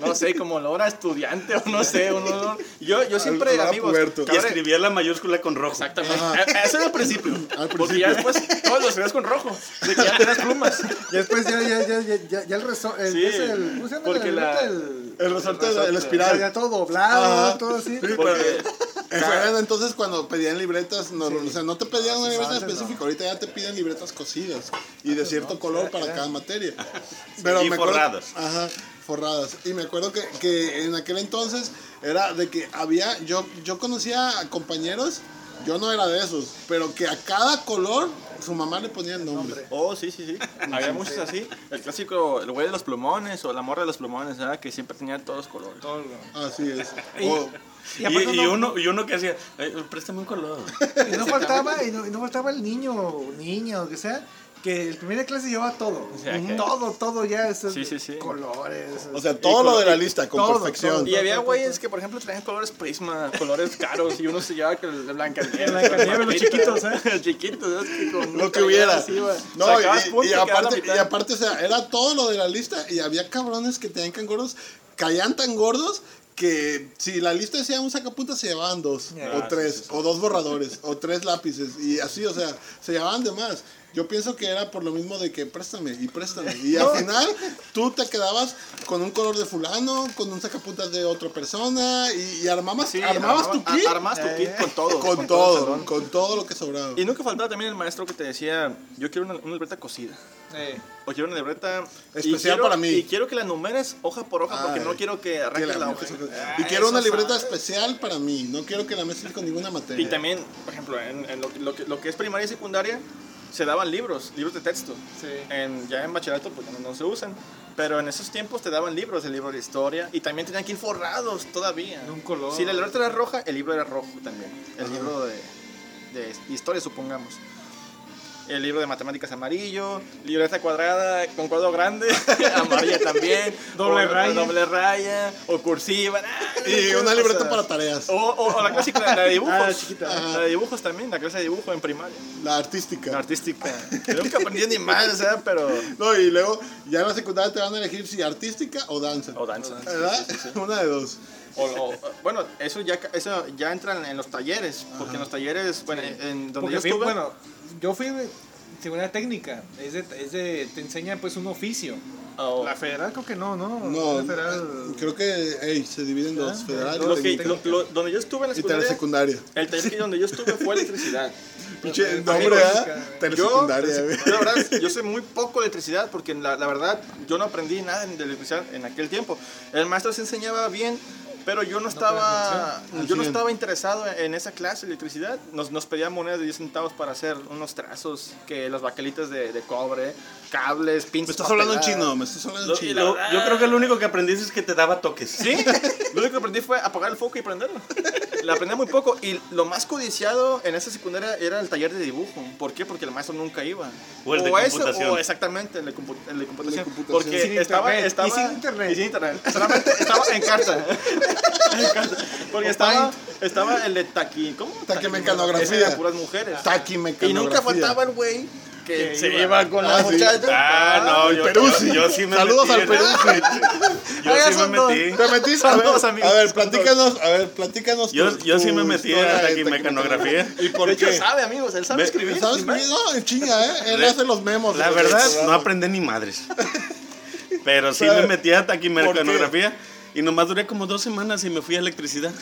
[SPEAKER 3] No sé, como lo era estudiante o no sé. un olor. Yo, yo siempre,
[SPEAKER 1] olor a
[SPEAKER 3] amigos.
[SPEAKER 1] puerto.
[SPEAKER 3] que
[SPEAKER 4] Y
[SPEAKER 3] ahora-
[SPEAKER 4] escribía la mayúscula con rojo.
[SPEAKER 3] Exactamente. E, Eso era al principio.
[SPEAKER 1] Al
[SPEAKER 3] Porque ya
[SPEAKER 1] principio.
[SPEAKER 3] después todos los escribías con rojo. De que ya tenías plumas.
[SPEAKER 2] Y después ya, ya, ya, ya, ya, ya el resto. El,
[SPEAKER 3] Sí,
[SPEAKER 2] es el, ¿Cómo se llama?
[SPEAKER 3] porque
[SPEAKER 2] el,
[SPEAKER 3] la-
[SPEAKER 2] el-
[SPEAKER 1] El resorte de la
[SPEAKER 2] ya,
[SPEAKER 1] espiral.
[SPEAKER 2] ya todo doblado,
[SPEAKER 1] Ajá.
[SPEAKER 2] todo así.
[SPEAKER 3] Porque
[SPEAKER 1] Bueno, entonces cuando pedían libretas, no,
[SPEAKER 2] Sí.
[SPEAKER 1] o sea, no te pedían una
[SPEAKER 2] sí,
[SPEAKER 1] libreta
[SPEAKER 2] antes
[SPEAKER 1] específica, ahorita ya te piden libretas cosidas y de cierto color para cada materia.
[SPEAKER 4] Y
[SPEAKER 1] acuerdo-
[SPEAKER 4] forradas.
[SPEAKER 1] Ajá, forradas. Y me acuerdo que, que en aquel entonces era de que había, yo, yo conocía a compañeros, yo no era de esos, pero que a cada color su mamá le ponía el nombre.
[SPEAKER 3] Oh, sí, sí, sí. Había muchos así. El clásico, el güey de los plumones o la morra de los plumones, ¿verdad? Que siempre tenía todos los colores.
[SPEAKER 2] Todo lo-
[SPEAKER 1] Así es.
[SPEAKER 3] Oh.
[SPEAKER 1] O-
[SPEAKER 4] Y,
[SPEAKER 2] aparte
[SPEAKER 4] y
[SPEAKER 2] no-
[SPEAKER 4] uno, y uno que hacía, "Ay, préstame un color.
[SPEAKER 2] Y no faltaba, y no, y no faltaba el niño o niña o que sea, que el primer de clase llevaba todo.
[SPEAKER 3] sea, que-
[SPEAKER 2] Todo, todo ya. esos
[SPEAKER 3] Sí, sí, sí.
[SPEAKER 2] colores.
[SPEAKER 1] o sea, todo lo de la lista con
[SPEAKER 2] todo,
[SPEAKER 1] perfección.
[SPEAKER 2] todo.
[SPEAKER 3] Y había güeyes que, por ejemplo, traían colores prisma, colores caros, y uno se llevaba que el de Blancanieves.
[SPEAKER 2] Blancanieves, los chiquitos,
[SPEAKER 3] ¿eh? Los chiquitos, ¿eh? Que con
[SPEAKER 1] lo que
[SPEAKER 3] mucha
[SPEAKER 1] hubiera.
[SPEAKER 3] ganas iba.
[SPEAKER 1] No,
[SPEAKER 3] Sacabas
[SPEAKER 1] y-
[SPEAKER 3] punta
[SPEAKER 1] y,
[SPEAKER 3] y quedaba la
[SPEAKER 1] aparte,
[SPEAKER 3] mitad.
[SPEAKER 1] y aparte, o sea, era todo lo de la lista y había cabrones que tenían canguros, caían tan gordos que si la lista decía un sacapuntas se llevaban dos,
[SPEAKER 2] Ah,
[SPEAKER 1] o tres, o dos borradores, o tres lápices, y así, o sea, se llevaban de más. Yo pienso que era por lo mismo de que préstame y préstame. Y al final tú te quedabas con un color de fulano, con un sacapuntas de otra persona y, y armabas,
[SPEAKER 3] Sí,
[SPEAKER 1] armabas tu
[SPEAKER 3] armaba-
[SPEAKER 1] kit
[SPEAKER 3] a- Armabas tu kit Eh, con todo.
[SPEAKER 1] con
[SPEAKER 3] todo el
[SPEAKER 1] todo,
[SPEAKER 3] salón.
[SPEAKER 1] con todo lo que sobraba.
[SPEAKER 3] Y nunca faltaba también el maestro que te decía, yo quiero una, una libreta cocida.
[SPEAKER 2] Eh,
[SPEAKER 3] O quiero una libreta... y
[SPEAKER 1] Especial
[SPEAKER 3] quiero-
[SPEAKER 1] para mí.
[SPEAKER 3] Y quiero que la numeres hoja por hoja, porque
[SPEAKER 1] Ay,
[SPEAKER 3] no quiero que
[SPEAKER 1] Que
[SPEAKER 3] arranques
[SPEAKER 1] la
[SPEAKER 3] la
[SPEAKER 1] mesa
[SPEAKER 3] hoja.
[SPEAKER 1] se-
[SPEAKER 3] Ah,
[SPEAKER 1] y quiero una
[SPEAKER 3] eso
[SPEAKER 1] libreta
[SPEAKER 3] sabe.
[SPEAKER 1] especial para mí. No quiero que la mezcles con ninguna materia.
[SPEAKER 3] Y también, por ejemplo, en, en lo, que- lo que, lo que es primaria y secundaria, se daban libros, libros de texto.
[SPEAKER 2] Sí.
[SPEAKER 3] En, ya en bachillerato, pues ya no, no se usan. Pero en esos tiempos te daban libros, el libro de historia, y también tenían que ir forrados todavía.
[SPEAKER 2] De un color.
[SPEAKER 3] Si la libreta era roja, el libro era rojo también. El libro de, de historia, supongamos. El libro de matemáticas amarillo, libreta cuadrada con cuadro grande, amarilla también,
[SPEAKER 2] Doble
[SPEAKER 3] o- o
[SPEAKER 2] raya.
[SPEAKER 3] doble raya, o cursiva.
[SPEAKER 1] Y una libreta para tareas.
[SPEAKER 3] O, o- o la clásica, la de dibujos.
[SPEAKER 2] Ah, la chiquita.
[SPEAKER 3] Ajá. La de dibujos también, la clase de dibujo en primaria.
[SPEAKER 1] La
[SPEAKER 3] La
[SPEAKER 1] artística.
[SPEAKER 3] artística. Yo nunca aprendí ni más, o sea, pero.
[SPEAKER 1] No, y luego ya en la secundaria te van a elegir si artística o danza.
[SPEAKER 3] O danza.
[SPEAKER 1] ¿Verdad? Una de dos.
[SPEAKER 3] O, o- bueno, eso ya, ca- eso ya entran en los talleres, porque en los talleres, bueno, en- en donde
[SPEAKER 2] porque
[SPEAKER 3] yo
[SPEAKER 2] fui-
[SPEAKER 3] estuve.
[SPEAKER 2] bueno, yo fui de seguridad técnica. Es de, es de- te enseñan pues un oficio.
[SPEAKER 3] o-
[SPEAKER 2] La federal creo que no, ¿no?
[SPEAKER 1] No,
[SPEAKER 2] La federal.
[SPEAKER 1] creo que ey, se dividen dos, federal
[SPEAKER 3] lo
[SPEAKER 1] y
[SPEAKER 3] que-
[SPEAKER 1] técnica.
[SPEAKER 3] lo- lo- donde yo estuve en la
[SPEAKER 1] y telesecundaria.
[SPEAKER 3] secundaria, el taller que donde yo estuve fue electricidad.
[SPEAKER 1] Pinche
[SPEAKER 2] Pero-
[SPEAKER 1] nombre, ¿ah?
[SPEAKER 2] Yo-
[SPEAKER 1] Telesecundaria, güey.
[SPEAKER 3] Yo, la verdad, yo sé muy poco de electricidad porque la, la verdad yo no aprendí nada de electricidad en aquel tiempo. El maestro se enseñaba bien, pero yo no estaba,
[SPEAKER 1] atención.
[SPEAKER 3] yo no
[SPEAKER 1] Así es.
[SPEAKER 3] estaba interesado en esa clase de electricidad. Nos, nos pedían monedas de 10 centavos para hacer unos trazos, que las baquelitas de, de cobre, cables, pinzas.
[SPEAKER 1] Me estás hablando en
[SPEAKER 3] papeladas.
[SPEAKER 1] chino, me estás hablando en
[SPEAKER 4] Lo-
[SPEAKER 1] chino.
[SPEAKER 4] lo- yo creo que lo único que aprendí es que te daba toques.
[SPEAKER 3] Sí, lo único que aprendí fue apagar el foco y prenderlo. La aprendí muy poco y lo más codiciado en esa secundaria era el taller de dibujo. ¿Por qué? Porque el maestro nunca iba.
[SPEAKER 4] O el de
[SPEAKER 3] eso,
[SPEAKER 4] computación.
[SPEAKER 3] o exactamente, el de, compu- el de computación.
[SPEAKER 1] computación.
[SPEAKER 3] Porque
[SPEAKER 2] Sin
[SPEAKER 3] estaba,
[SPEAKER 2] internet,
[SPEAKER 3] estaba...
[SPEAKER 2] y sin internet.
[SPEAKER 3] y sin internet. Solamente estaba en casa. En casa. Porque estaba, estaba el de taqui... ¿Cómo?
[SPEAKER 1] Taquimecanografía.
[SPEAKER 3] Ese era puras mujeres. Y
[SPEAKER 1] Taquimecanografía.
[SPEAKER 3] nunca faltaba el güey que
[SPEAKER 2] Que
[SPEAKER 3] se
[SPEAKER 2] iba.
[SPEAKER 3] iba con la
[SPEAKER 1] Ah, sí.
[SPEAKER 3] muchacha.
[SPEAKER 4] Ah, no, yo,
[SPEAKER 1] Peruzzi.
[SPEAKER 4] yo- yo sí me
[SPEAKER 1] Saludos
[SPEAKER 4] metí.
[SPEAKER 1] al Peruzzi.
[SPEAKER 4] Yo
[SPEAKER 2] Oiga,
[SPEAKER 4] sí me
[SPEAKER 2] son dos.
[SPEAKER 4] metí.
[SPEAKER 1] ¿Te metiste? A ver,
[SPEAKER 3] Saludos, amigos.
[SPEAKER 1] a ver, platícanos, a ver, platícanos.
[SPEAKER 4] Yo,
[SPEAKER 1] tu-
[SPEAKER 4] yo sí
[SPEAKER 1] tu
[SPEAKER 4] me metí en
[SPEAKER 1] historia
[SPEAKER 4] la
[SPEAKER 1] de
[SPEAKER 4] taquimecanografía.
[SPEAKER 1] ¿Y
[SPEAKER 3] De
[SPEAKER 1] por
[SPEAKER 3] hecho,
[SPEAKER 1] qué?
[SPEAKER 3] sabe, amigos, él sabe
[SPEAKER 4] Ve-
[SPEAKER 3] escribir.
[SPEAKER 1] ¿Sabes
[SPEAKER 3] sin más.
[SPEAKER 1] qué? No, en chinga, ¿eh? Él
[SPEAKER 4] La-
[SPEAKER 1] hace los memos.
[SPEAKER 4] La
[SPEAKER 1] de-
[SPEAKER 4] verdad,
[SPEAKER 1] del
[SPEAKER 4] no
[SPEAKER 1] programa.
[SPEAKER 4] aprendí ni madres. Pero sí
[SPEAKER 1] Pero,
[SPEAKER 4] me metí a taquimecanografía y nomás duré como dos semanas y me fui a electricidad.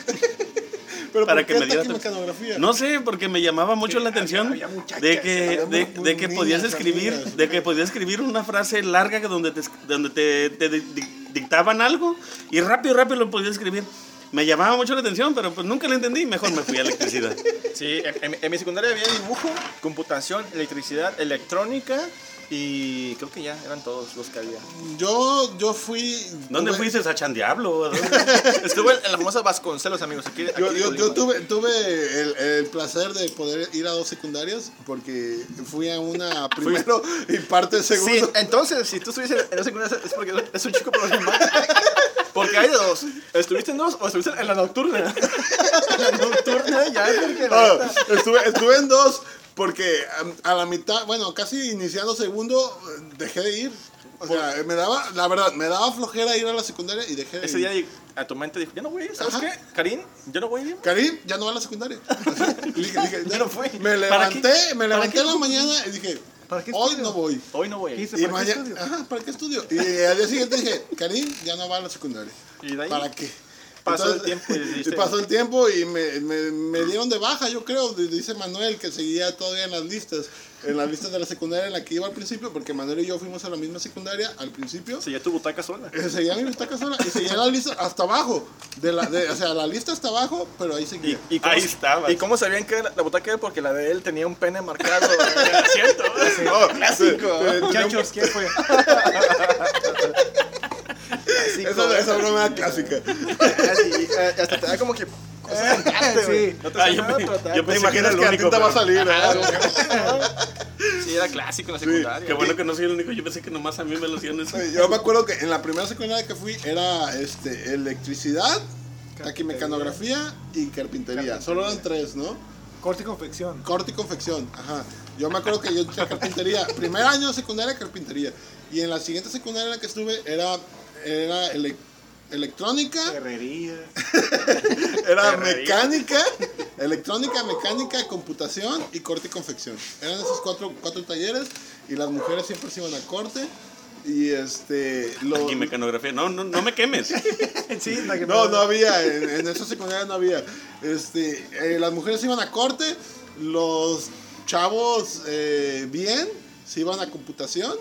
[SPEAKER 1] Pero
[SPEAKER 4] para
[SPEAKER 1] ¿por
[SPEAKER 4] que
[SPEAKER 1] qué
[SPEAKER 4] me diga-
[SPEAKER 1] taquimecanografía?
[SPEAKER 4] No sé, porque me llamaba mucho la atención
[SPEAKER 3] había muchachas,
[SPEAKER 4] de que,
[SPEAKER 1] había
[SPEAKER 4] de,
[SPEAKER 1] muy-
[SPEAKER 4] de que
[SPEAKER 1] muy
[SPEAKER 4] podías
[SPEAKER 1] niñas,
[SPEAKER 4] escribir,
[SPEAKER 1] amigas.
[SPEAKER 4] de que podías escribir una frase larga que donde te, donde te, te di- di- dictaban algo y rápido, rápido lo podías escribir. Me llamaba mucho la atención, pero pues nunca lo entendí. Mejor me fui a electricidad.
[SPEAKER 3] Sí, en, en mi secundaria había dibujo, computación, electricidad, electrónica y creo que ya eran todos los que había.
[SPEAKER 1] Yo, yo fui.
[SPEAKER 4] ¿Dónde
[SPEAKER 1] tuve-
[SPEAKER 4] fuiste a Chan Diablo? ¿A dónde?
[SPEAKER 3] Estuve en la famosa Vasconcelos, amigos. Aquí, aquí
[SPEAKER 1] Yo,
[SPEAKER 3] en
[SPEAKER 1] yo,
[SPEAKER 3] Colima.
[SPEAKER 1] yo tuve, tuve el, el placer de poder ir a dos secundarias porque fui a una primero y parte
[SPEAKER 3] Sí,
[SPEAKER 1] segundo.
[SPEAKER 3] entonces, si tú estuviste en la secundaria es porque es un chico problemático. Porque hay de dos. ¿Estuviste en dos o estuviste en la nocturna? En la nocturna ya es porque... la
[SPEAKER 1] Ah,
[SPEAKER 3] neta-
[SPEAKER 1] estuve, estuve en dos Porque a, a la mitad, bueno, casi iniciando segundo, dejé de ir. O sea, me daba, la verdad, me daba flojera ir a la secundaria y dejé de
[SPEAKER 3] Ese
[SPEAKER 1] ir.
[SPEAKER 3] día a tu mente dijo, yo no voy a ir, ¿sabes
[SPEAKER 1] Ajá.
[SPEAKER 3] qué? Karim, yo no voy a ir.
[SPEAKER 1] Karim, ya no va a la secundaria. Y dije- dije,
[SPEAKER 3] Ya no fue.
[SPEAKER 1] Me
[SPEAKER 4] ¿Para qué?
[SPEAKER 1] levanté, me
[SPEAKER 4] ¿Para
[SPEAKER 1] levanté
[SPEAKER 4] qué?
[SPEAKER 1] en la mañana y dije,
[SPEAKER 2] ¿Para qué
[SPEAKER 1] hoy
[SPEAKER 2] estudio?
[SPEAKER 1] no voy.
[SPEAKER 3] Hoy no voy a
[SPEAKER 2] ¿Qué
[SPEAKER 3] ir.
[SPEAKER 2] hice?
[SPEAKER 1] Y
[SPEAKER 2] ¿Para qué
[SPEAKER 1] mañana,
[SPEAKER 2] estudio?
[SPEAKER 1] ajá, ¿para qué estudio? Y al día siguiente dije, Karim, ya no va a la secundaria.
[SPEAKER 3] Y de ahí
[SPEAKER 1] ¿Para qué?
[SPEAKER 3] pasó el
[SPEAKER 1] Entonces,
[SPEAKER 3] tiempo y dijiste,
[SPEAKER 1] y pasó el tiempo y me, me- me dieron de baja, yo creo, d- dice Manuel, que seguía todavía en las listas, en las listas de la secundaria en la que iba al principio, porque Manuel y yo fuimos a la misma secundaria al principio.
[SPEAKER 3] seguía tu butaca sola.
[SPEAKER 1] Eh, Seguía mi butaca sola y seguía la lista hasta abajo, de la, de- o sea, la lista hasta abajo, pero ahí seguía.
[SPEAKER 3] Y, y cómo-
[SPEAKER 4] Ahí estabas.
[SPEAKER 3] ¿Y cómo sabían que la, la butaca era? Porque la de él tenía un pene marcado en el asiento. No, clásico. ¿eh?
[SPEAKER 2] Muchachos, ¿qué fue?
[SPEAKER 1] Esa,
[SPEAKER 3] ¿eh?
[SPEAKER 1] esa broma
[SPEAKER 3] "Pues
[SPEAKER 1] era clásica.
[SPEAKER 3] Así, eh, hasta te da como que cosas en parte, güey.
[SPEAKER 2] Sí.
[SPEAKER 3] No te
[SPEAKER 4] Ah,
[SPEAKER 3] hace
[SPEAKER 4] yo
[SPEAKER 3] nada,
[SPEAKER 4] pe-
[SPEAKER 3] pero te da
[SPEAKER 4] yo
[SPEAKER 1] ¿Te
[SPEAKER 4] pensé
[SPEAKER 3] cosas.
[SPEAKER 4] que era
[SPEAKER 1] imaginas
[SPEAKER 4] el
[SPEAKER 1] que la
[SPEAKER 4] único,
[SPEAKER 1] tinta va a
[SPEAKER 4] pero-
[SPEAKER 1] salir? ¿eh?
[SPEAKER 3] Sí, era clásico en la
[SPEAKER 4] Qué
[SPEAKER 3] secundaria.
[SPEAKER 4] bueno que no soy el único. Yo pensé que nomás a mí me lo hacían eso.
[SPEAKER 1] Yo me acuerdo que en la primera secundaria que fui era este, electricidad, taquimecanografía y carpintería. Solo eran tres, ¿no?
[SPEAKER 2] Corte y confección.
[SPEAKER 1] Corte y confección, ajá. Yo me acuerdo que yo entré a carpintería. Primer año de secundaria, carpintería. Y en la siguiente secundaria en la que estuve era, era ele- electrónica,
[SPEAKER 2] Herrería.
[SPEAKER 1] era mecánica, electrónica, mecánica, computación y corte y confección. Eran esos cuatro, cuatro talleres y las mujeres siempre se iban a corte. Y este... lo-
[SPEAKER 4] Y mecanografía. No, no, no me quemes.
[SPEAKER 2] Sí, la que
[SPEAKER 1] No, no había, en, en esa secundaria no había. Este, eh, las mujeres iban a corte, los chavos eh, bien, se iban a computación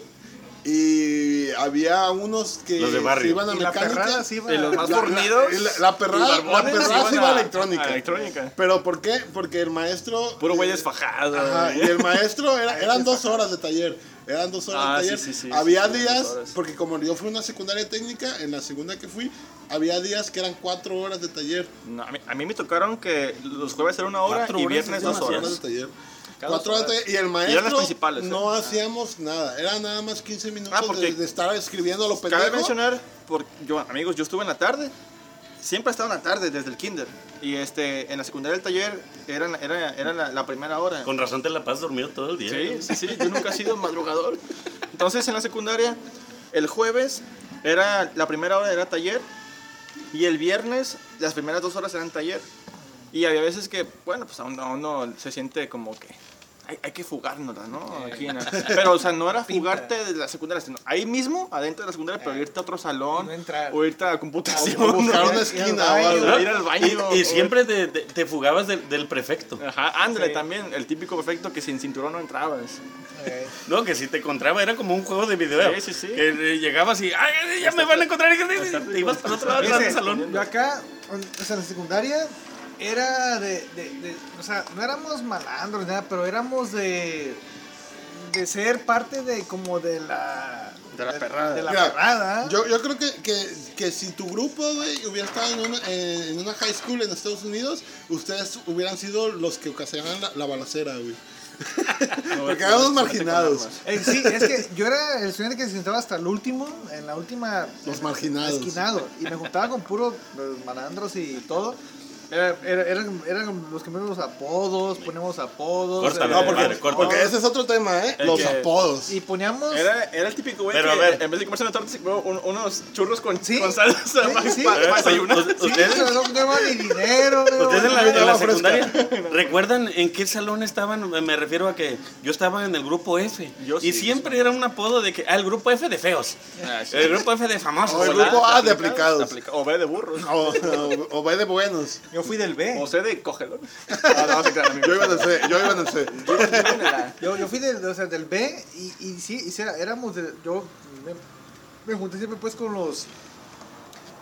[SPEAKER 1] y había unos que
[SPEAKER 4] Los de barrio.
[SPEAKER 1] se iban a
[SPEAKER 2] Y la
[SPEAKER 1] mecánica.
[SPEAKER 2] perrada sí iba.
[SPEAKER 3] Y los más
[SPEAKER 1] La- la-
[SPEAKER 3] fornidos.
[SPEAKER 1] la- la perrada-
[SPEAKER 3] y barbones
[SPEAKER 1] la perrada
[SPEAKER 3] iban
[SPEAKER 1] se iba a electrónica.
[SPEAKER 3] a electrónica.
[SPEAKER 1] ¿Pero por qué? Porque el maestro...
[SPEAKER 3] Puro güey
[SPEAKER 1] eh,
[SPEAKER 3] desfajado.
[SPEAKER 1] Ajá, y
[SPEAKER 3] güey.
[SPEAKER 1] el maestro era- eran dos horas de taller. Eran dos horas
[SPEAKER 3] Ah,
[SPEAKER 1] de
[SPEAKER 3] sí,
[SPEAKER 1] taller.
[SPEAKER 3] sí, sí,
[SPEAKER 1] había
[SPEAKER 3] sí, sí,
[SPEAKER 1] días,
[SPEAKER 3] dos horas.
[SPEAKER 1] porque como yo fui a una secundaria técnica, en la segunda que fui, había días que eran cuatro horas de taller.
[SPEAKER 3] No, a, mí, a mí me tocaron que los jueves era una hora
[SPEAKER 4] Cuatro
[SPEAKER 3] y
[SPEAKER 4] horas,
[SPEAKER 3] viernes
[SPEAKER 4] es
[SPEAKER 3] dos
[SPEAKER 1] Cuatro
[SPEAKER 4] demasiado.
[SPEAKER 1] horas
[SPEAKER 3] horas.
[SPEAKER 1] de taller.
[SPEAKER 3] Cada
[SPEAKER 1] Cuatro
[SPEAKER 3] dos
[SPEAKER 1] horas de
[SPEAKER 3] horas.
[SPEAKER 1] taller. Y el
[SPEAKER 3] eran
[SPEAKER 1] maestro
[SPEAKER 3] las principales, ¿eh?
[SPEAKER 1] no
[SPEAKER 3] Ah.
[SPEAKER 1] hacíamos nada. Era nada más 15 minutos
[SPEAKER 3] Ah, porque-
[SPEAKER 1] de, de estar escribiendo a lo
[SPEAKER 3] Pues, Cabe
[SPEAKER 1] pendejo.
[SPEAKER 3] mencionar, porque yo, amigos, yo estuve en la tarde. Siempre he estado en la tarde desde el kinder. Y este, en la secundaria del taller eran, era, era la, la primera hora.
[SPEAKER 4] Con razón te la pasas dormido todo el día.
[SPEAKER 3] Sí, sí, sí, yo nunca he sido madrugador. Entonces en la secundaria, el jueves era la primera hora era taller y el viernes las primeras dos horas eran taller. Y había veces que, bueno, pues a uno, a uno se siente como que hay, hay que fugárnosla, ¿no? Aquí en la- Pero, o sea, no era fugarte de la secundaria, sino ahí mismo, adentro de la secundaria, pero irte a otro salón
[SPEAKER 2] No entrar.
[SPEAKER 3] o irte a la
[SPEAKER 1] O
[SPEAKER 3] computación.
[SPEAKER 1] buscar una
[SPEAKER 2] ir al
[SPEAKER 1] esquina
[SPEAKER 2] baño.
[SPEAKER 1] o algo.
[SPEAKER 4] ¿No?
[SPEAKER 3] ir al baño. Ah.
[SPEAKER 4] Y, y siempre te, te- te fugabas del- del prefecto.
[SPEAKER 3] Ajá, ándale
[SPEAKER 2] Sí.
[SPEAKER 3] también, el típico perfecto que sin cinturón no entrabas.
[SPEAKER 2] Eh,
[SPEAKER 4] No, que si te encontraba era como un juego de video.
[SPEAKER 3] Sí, sí, sí.
[SPEAKER 4] Que eh, llegabas y, ¡ay, ya me van a encontrar! Y te ibas para otro lado
[SPEAKER 2] Fíjese,
[SPEAKER 4] del salón.
[SPEAKER 2] Yo acá, o sea, en la secundaria era de, de- de- O sea, no éramos malandros, ni nada, pero éramos de. de ser parte de como de la.
[SPEAKER 3] De la perrada.
[SPEAKER 2] De la
[SPEAKER 1] Mira,
[SPEAKER 2] perrada.
[SPEAKER 1] Yo, yo creo que, que, que si tu grupo, güey, hubiera estado en una, en, en una high school en Estados Unidos, ustedes hubieran sido los que ocasionaban la, la balacera, güey. Porque eran los marginados.
[SPEAKER 2] Eh, sí, es que yo era el estudiante que se sentaba hasta el último, en la última.
[SPEAKER 1] Los marginados.
[SPEAKER 2] Esquinado. Y me juntaba con puros eh, malandros y todo. Era- era- eran, eran los que ponían los apodos, poníamos apodos.
[SPEAKER 4] Córtale,
[SPEAKER 2] eh,
[SPEAKER 1] No, porque,
[SPEAKER 4] Madre, corta.
[SPEAKER 1] porque ese es otro tema, ¿eh?
[SPEAKER 3] El
[SPEAKER 1] Los
[SPEAKER 3] que-
[SPEAKER 1] apodos.
[SPEAKER 2] Y poníamos.
[SPEAKER 3] Era, era el típico güey que
[SPEAKER 4] Pero, a ver.
[SPEAKER 3] en vez de comerse una torta se comió un- unos churros con,
[SPEAKER 2] Sí.
[SPEAKER 3] con salsa
[SPEAKER 2] Sí,
[SPEAKER 3] para
[SPEAKER 2] sí.
[SPEAKER 4] Pero,
[SPEAKER 3] desayunar.
[SPEAKER 4] ¿us-
[SPEAKER 2] Sí,
[SPEAKER 4] ¿Ustedes?
[SPEAKER 2] pero no tenemos ni dinero. pero-
[SPEAKER 4] Ustedes en la, en la
[SPEAKER 1] Agua fresca.
[SPEAKER 4] secundaria, ¿recuerdan en qué salón estaban? Me refiero a que yo estaba en el grupo F.
[SPEAKER 3] Yo
[SPEAKER 4] y
[SPEAKER 3] sí,
[SPEAKER 4] siempre era un apodo de que, ah, el grupo F de feos.
[SPEAKER 3] Ah, sí.
[SPEAKER 4] El grupo F de famosos.
[SPEAKER 1] O el
[SPEAKER 4] ¿verdad?
[SPEAKER 1] grupo A de
[SPEAKER 3] Aplicados,
[SPEAKER 1] aplicados.
[SPEAKER 3] aplica- O B de burros.
[SPEAKER 1] O, o, o va de buenos.
[SPEAKER 2] Yo fui del B.
[SPEAKER 3] O C de cógelo. No, no, se crean, amigos.
[SPEAKER 1] Yo iba en el C, yo iba en el C.
[SPEAKER 2] Yo, yo fui del, o sea, del B y, y sí, y sí, era- éramos de- yo me, me junté siempre pues con los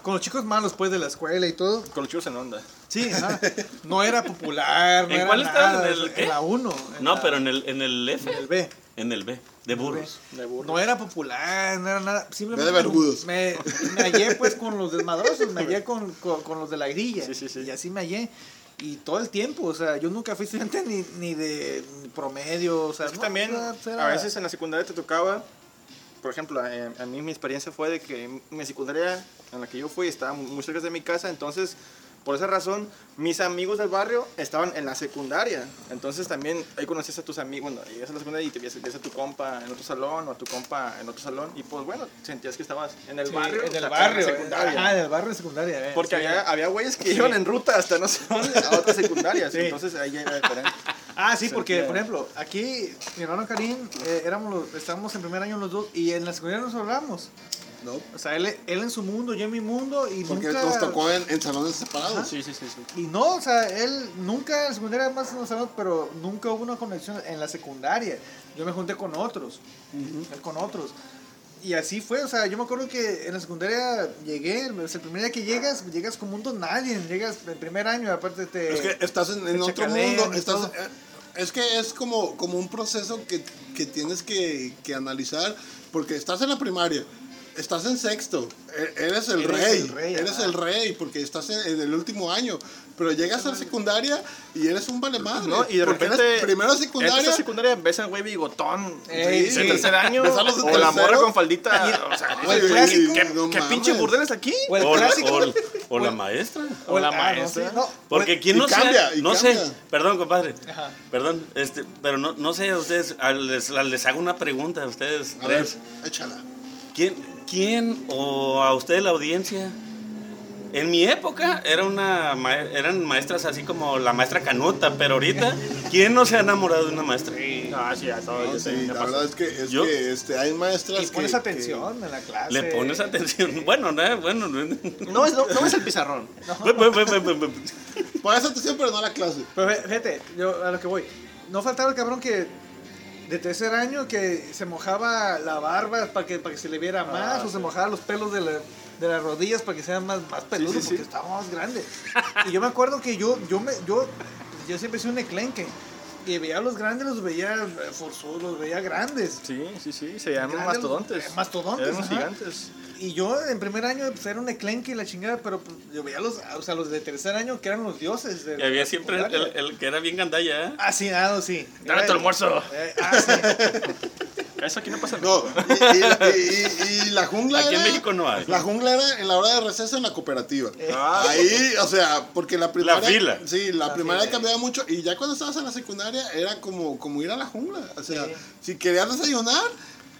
[SPEAKER 2] con los chicos malos pues de la escuela y todo.
[SPEAKER 3] Con los churros en onda.
[SPEAKER 2] Sí, ajá. no era popular, no
[SPEAKER 4] ¿En
[SPEAKER 2] era
[SPEAKER 4] cuál estabas?
[SPEAKER 2] nada,
[SPEAKER 4] ¿En el qué?
[SPEAKER 2] en la 1.
[SPEAKER 4] No, pero en el, en el F.
[SPEAKER 2] en el B.
[SPEAKER 4] En el B, de burros.
[SPEAKER 3] De burro.
[SPEAKER 2] No era popular, no era nada. Simplemente
[SPEAKER 1] Era de vergudos.
[SPEAKER 2] Me, me hallé pues con los desmadrosos, me hallé con, con, con los de la grilla.
[SPEAKER 3] Sí, sí, sí.
[SPEAKER 2] Y así me hallé. Y todo el tiempo, o sea, yo nunca fui estudiante ni, ni de promedio, o sea,
[SPEAKER 3] Es que
[SPEAKER 2] no,
[SPEAKER 3] también
[SPEAKER 2] o sea, pues era-
[SPEAKER 3] a veces en la secundaria te tocaba, por ejemplo, eh, a mí mi experiencia fue de que mi secundaria en la que yo fui estaba muy cerca de mi casa, entonces Por esa razón, mis amigos del barrio estaban en la secundaria. Entonces también ahí conocías a tus amigos, bueno, llegas a la secundaria y te ves, ves a tu compa en otro salón o a tu compa en otro salón. Y pues bueno, sentías que estabas en el
[SPEAKER 2] Sí,
[SPEAKER 3] barrio.
[SPEAKER 2] En
[SPEAKER 3] o sea,
[SPEAKER 2] el barrio.
[SPEAKER 3] En la secundaria.
[SPEAKER 2] Ah, en el barrio de secundaria. eh, sí.
[SPEAKER 3] Porque había, había güeyes que iban en ruta hasta no sé dónde, a otras secundarias.
[SPEAKER 2] Sí.
[SPEAKER 3] Entonces ahí ya era diferente.
[SPEAKER 2] Ah, sí, porque,
[SPEAKER 3] Sentía-
[SPEAKER 2] por ejemplo, aquí, mi hermano Karim, eh, éramos los- estábamos en primer año los dos y en la secundaria nos hablamos.
[SPEAKER 1] ¿no?
[SPEAKER 2] O sea, él, él en su mundo, yo en mi mundo y
[SPEAKER 1] Porque
[SPEAKER 2] nunca...
[SPEAKER 1] nos tocó en, en salones separados.
[SPEAKER 3] Sí, sí, sí. sí.
[SPEAKER 2] Y no, o sea, él nunca en la secundaria más nos hablamos, pero nunca hubo una conexión en la secundaria. Yo me junté con otros, él con otros. Y así fue, o sea, yo me acuerdo que en la secundaria llegué, o sea, el primer día que llegas, llegas como un don nadie, llegas el primer año, aparte te...
[SPEAKER 1] Es que estás en, en
[SPEAKER 2] te
[SPEAKER 1] otro
[SPEAKER 2] chacalean y
[SPEAKER 1] mundo. Estás,
[SPEAKER 2] todo.
[SPEAKER 1] eh, es que es como, como un proceso que, que tienes que, que analizar porque estás en la primaria. Estás en sexto, e- eres el
[SPEAKER 2] Eres
[SPEAKER 1] rey,
[SPEAKER 2] el rey,
[SPEAKER 1] eres
[SPEAKER 2] ajá.
[SPEAKER 1] el rey porque estás en, en el último año, pero llegas a secundaria y eres un vale madre,
[SPEAKER 3] No, y de
[SPEAKER 1] porque eres
[SPEAKER 3] repente.
[SPEAKER 1] primero
[SPEAKER 3] entras
[SPEAKER 1] secundaria,
[SPEAKER 3] a secundaria ves al güey bigotón.
[SPEAKER 2] Ey,
[SPEAKER 3] de
[SPEAKER 2] sí.
[SPEAKER 3] tercer año.
[SPEAKER 1] Ves a los de
[SPEAKER 3] o la
[SPEAKER 1] tercero.
[SPEAKER 3] morra con faldita. O sea,
[SPEAKER 1] Güey,
[SPEAKER 3] dices,
[SPEAKER 1] clásico.
[SPEAKER 3] ¿qué,
[SPEAKER 1] No
[SPEAKER 3] qué
[SPEAKER 1] mames.
[SPEAKER 3] pinche burdel es aquí?
[SPEAKER 2] O el
[SPEAKER 4] O la-
[SPEAKER 2] clásico.
[SPEAKER 4] o el- o la maestra.
[SPEAKER 3] o la
[SPEAKER 2] Ah, no,
[SPEAKER 3] maestra.
[SPEAKER 2] sí, no,
[SPEAKER 4] Porque quién
[SPEAKER 1] y
[SPEAKER 4] no
[SPEAKER 1] cambia,
[SPEAKER 4] sé,
[SPEAKER 1] y
[SPEAKER 4] no sé,
[SPEAKER 1] cambia.
[SPEAKER 4] perdón compadre,
[SPEAKER 2] Ajá.
[SPEAKER 4] perdón, este, pero no, no sé, ustedes, a- les, a- les hago una pregunta a ustedes
[SPEAKER 1] a ver,
[SPEAKER 4] tres.
[SPEAKER 1] échala.
[SPEAKER 4] ¿Quién, quién o a usted la audiencia? En mi época era una ma- eran maestras así como la maestra Canuta, pero ahorita, ¿quién no se ha enamorado de una maestra?
[SPEAKER 3] Ah, sí, ya todo.
[SPEAKER 1] No,
[SPEAKER 3] ya
[SPEAKER 1] sí,
[SPEAKER 3] sé, ya
[SPEAKER 1] la
[SPEAKER 3] pasó.
[SPEAKER 1] verdad es que, es
[SPEAKER 4] Yo-
[SPEAKER 1] que, este, hay maestras
[SPEAKER 2] Y pones
[SPEAKER 1] que-
[SPEAKER 2] atención en la clase.
[SPEAKER 4] Le pones atención. Bueno, no, bueno. no.
[SPEAKER 3] No, es, no, no es el pizarrón.
[SPEAKER 1] que- pones atención pero no a la clase.
[SPEAKER 2] Pero fí- fíjate, yo a lo que voy. No faltaba el cabrón que de tercer año que se mojaba la barba para que, para que se le viera más, o se mojaba los pelos de, la- de las rodillas para que sean más, más peludos
[SPEAKER 3] sí, sí.
[SPEAKER 2] porque estaba más grande. y yo me acuerdo que yo, yo, me, yo, yo siempre he sido un eclenque. Y veía a los grandes, los veía eh, forzudos, los veía grandes.
[SPEAKER 3] Sí, sí, sí. Se llaman
[SPEAKER 2] Grandes-
[SPEAKER 3] mastodontes.
[SPEAKER 2] mastodontes,
[SPEAKER 3] Eran unos
[SPEAKER 2] ajá.
[SPEAKER 3] gigantes.
[SPEAKER 2] Y yo en primer año pues, era un eclenque y la chingada, pero pues, yo veía los, o sea, los de tercer año que eran los dioses. de
[SPEAKER 4] Y había
[SPEAKER 2] la
[SPEAKER 4] siempre el,
[SPEAKER 2] secundaria.
[SPEAKER 4] el que era bien gandalla. ¿eh?
[SPEAKER 2] Ah, sí, ah, no, sí.
[SPEAKER 3] Dame tu almuerzo.
[SPEAKER 2] Eh, ah, sí.
[SPEAKER 3] Eso aquí no pasa
[SPEAKER 1] No, y, y- y- y la jungla
[SPEAKER 4] Aquí en
[SPEAKER 1] era-
[SPEAKER 4] México no hay.
[SPEAKER 1] La jungla era en la hora de receso en la cooperativa.
[SPEAKER 3] Ah.
[SPEAKER 1] Ahí, o sea, porque la primaria.
[SPEAKER 4] fila.
[SPEAKER 1] Sí, la,
[SPEAKER 2] Eh. La
[SPEAKER 1] primaria
[SPEAKER 2] fila.
[SPEAKER 1] cambiaba mucho. Y ya cuando estabas en la secundaria era como, como ir a la jungla. O sea,
[SPEAKER 2] Sí.
[SPEAKER 1] si querías desayunar,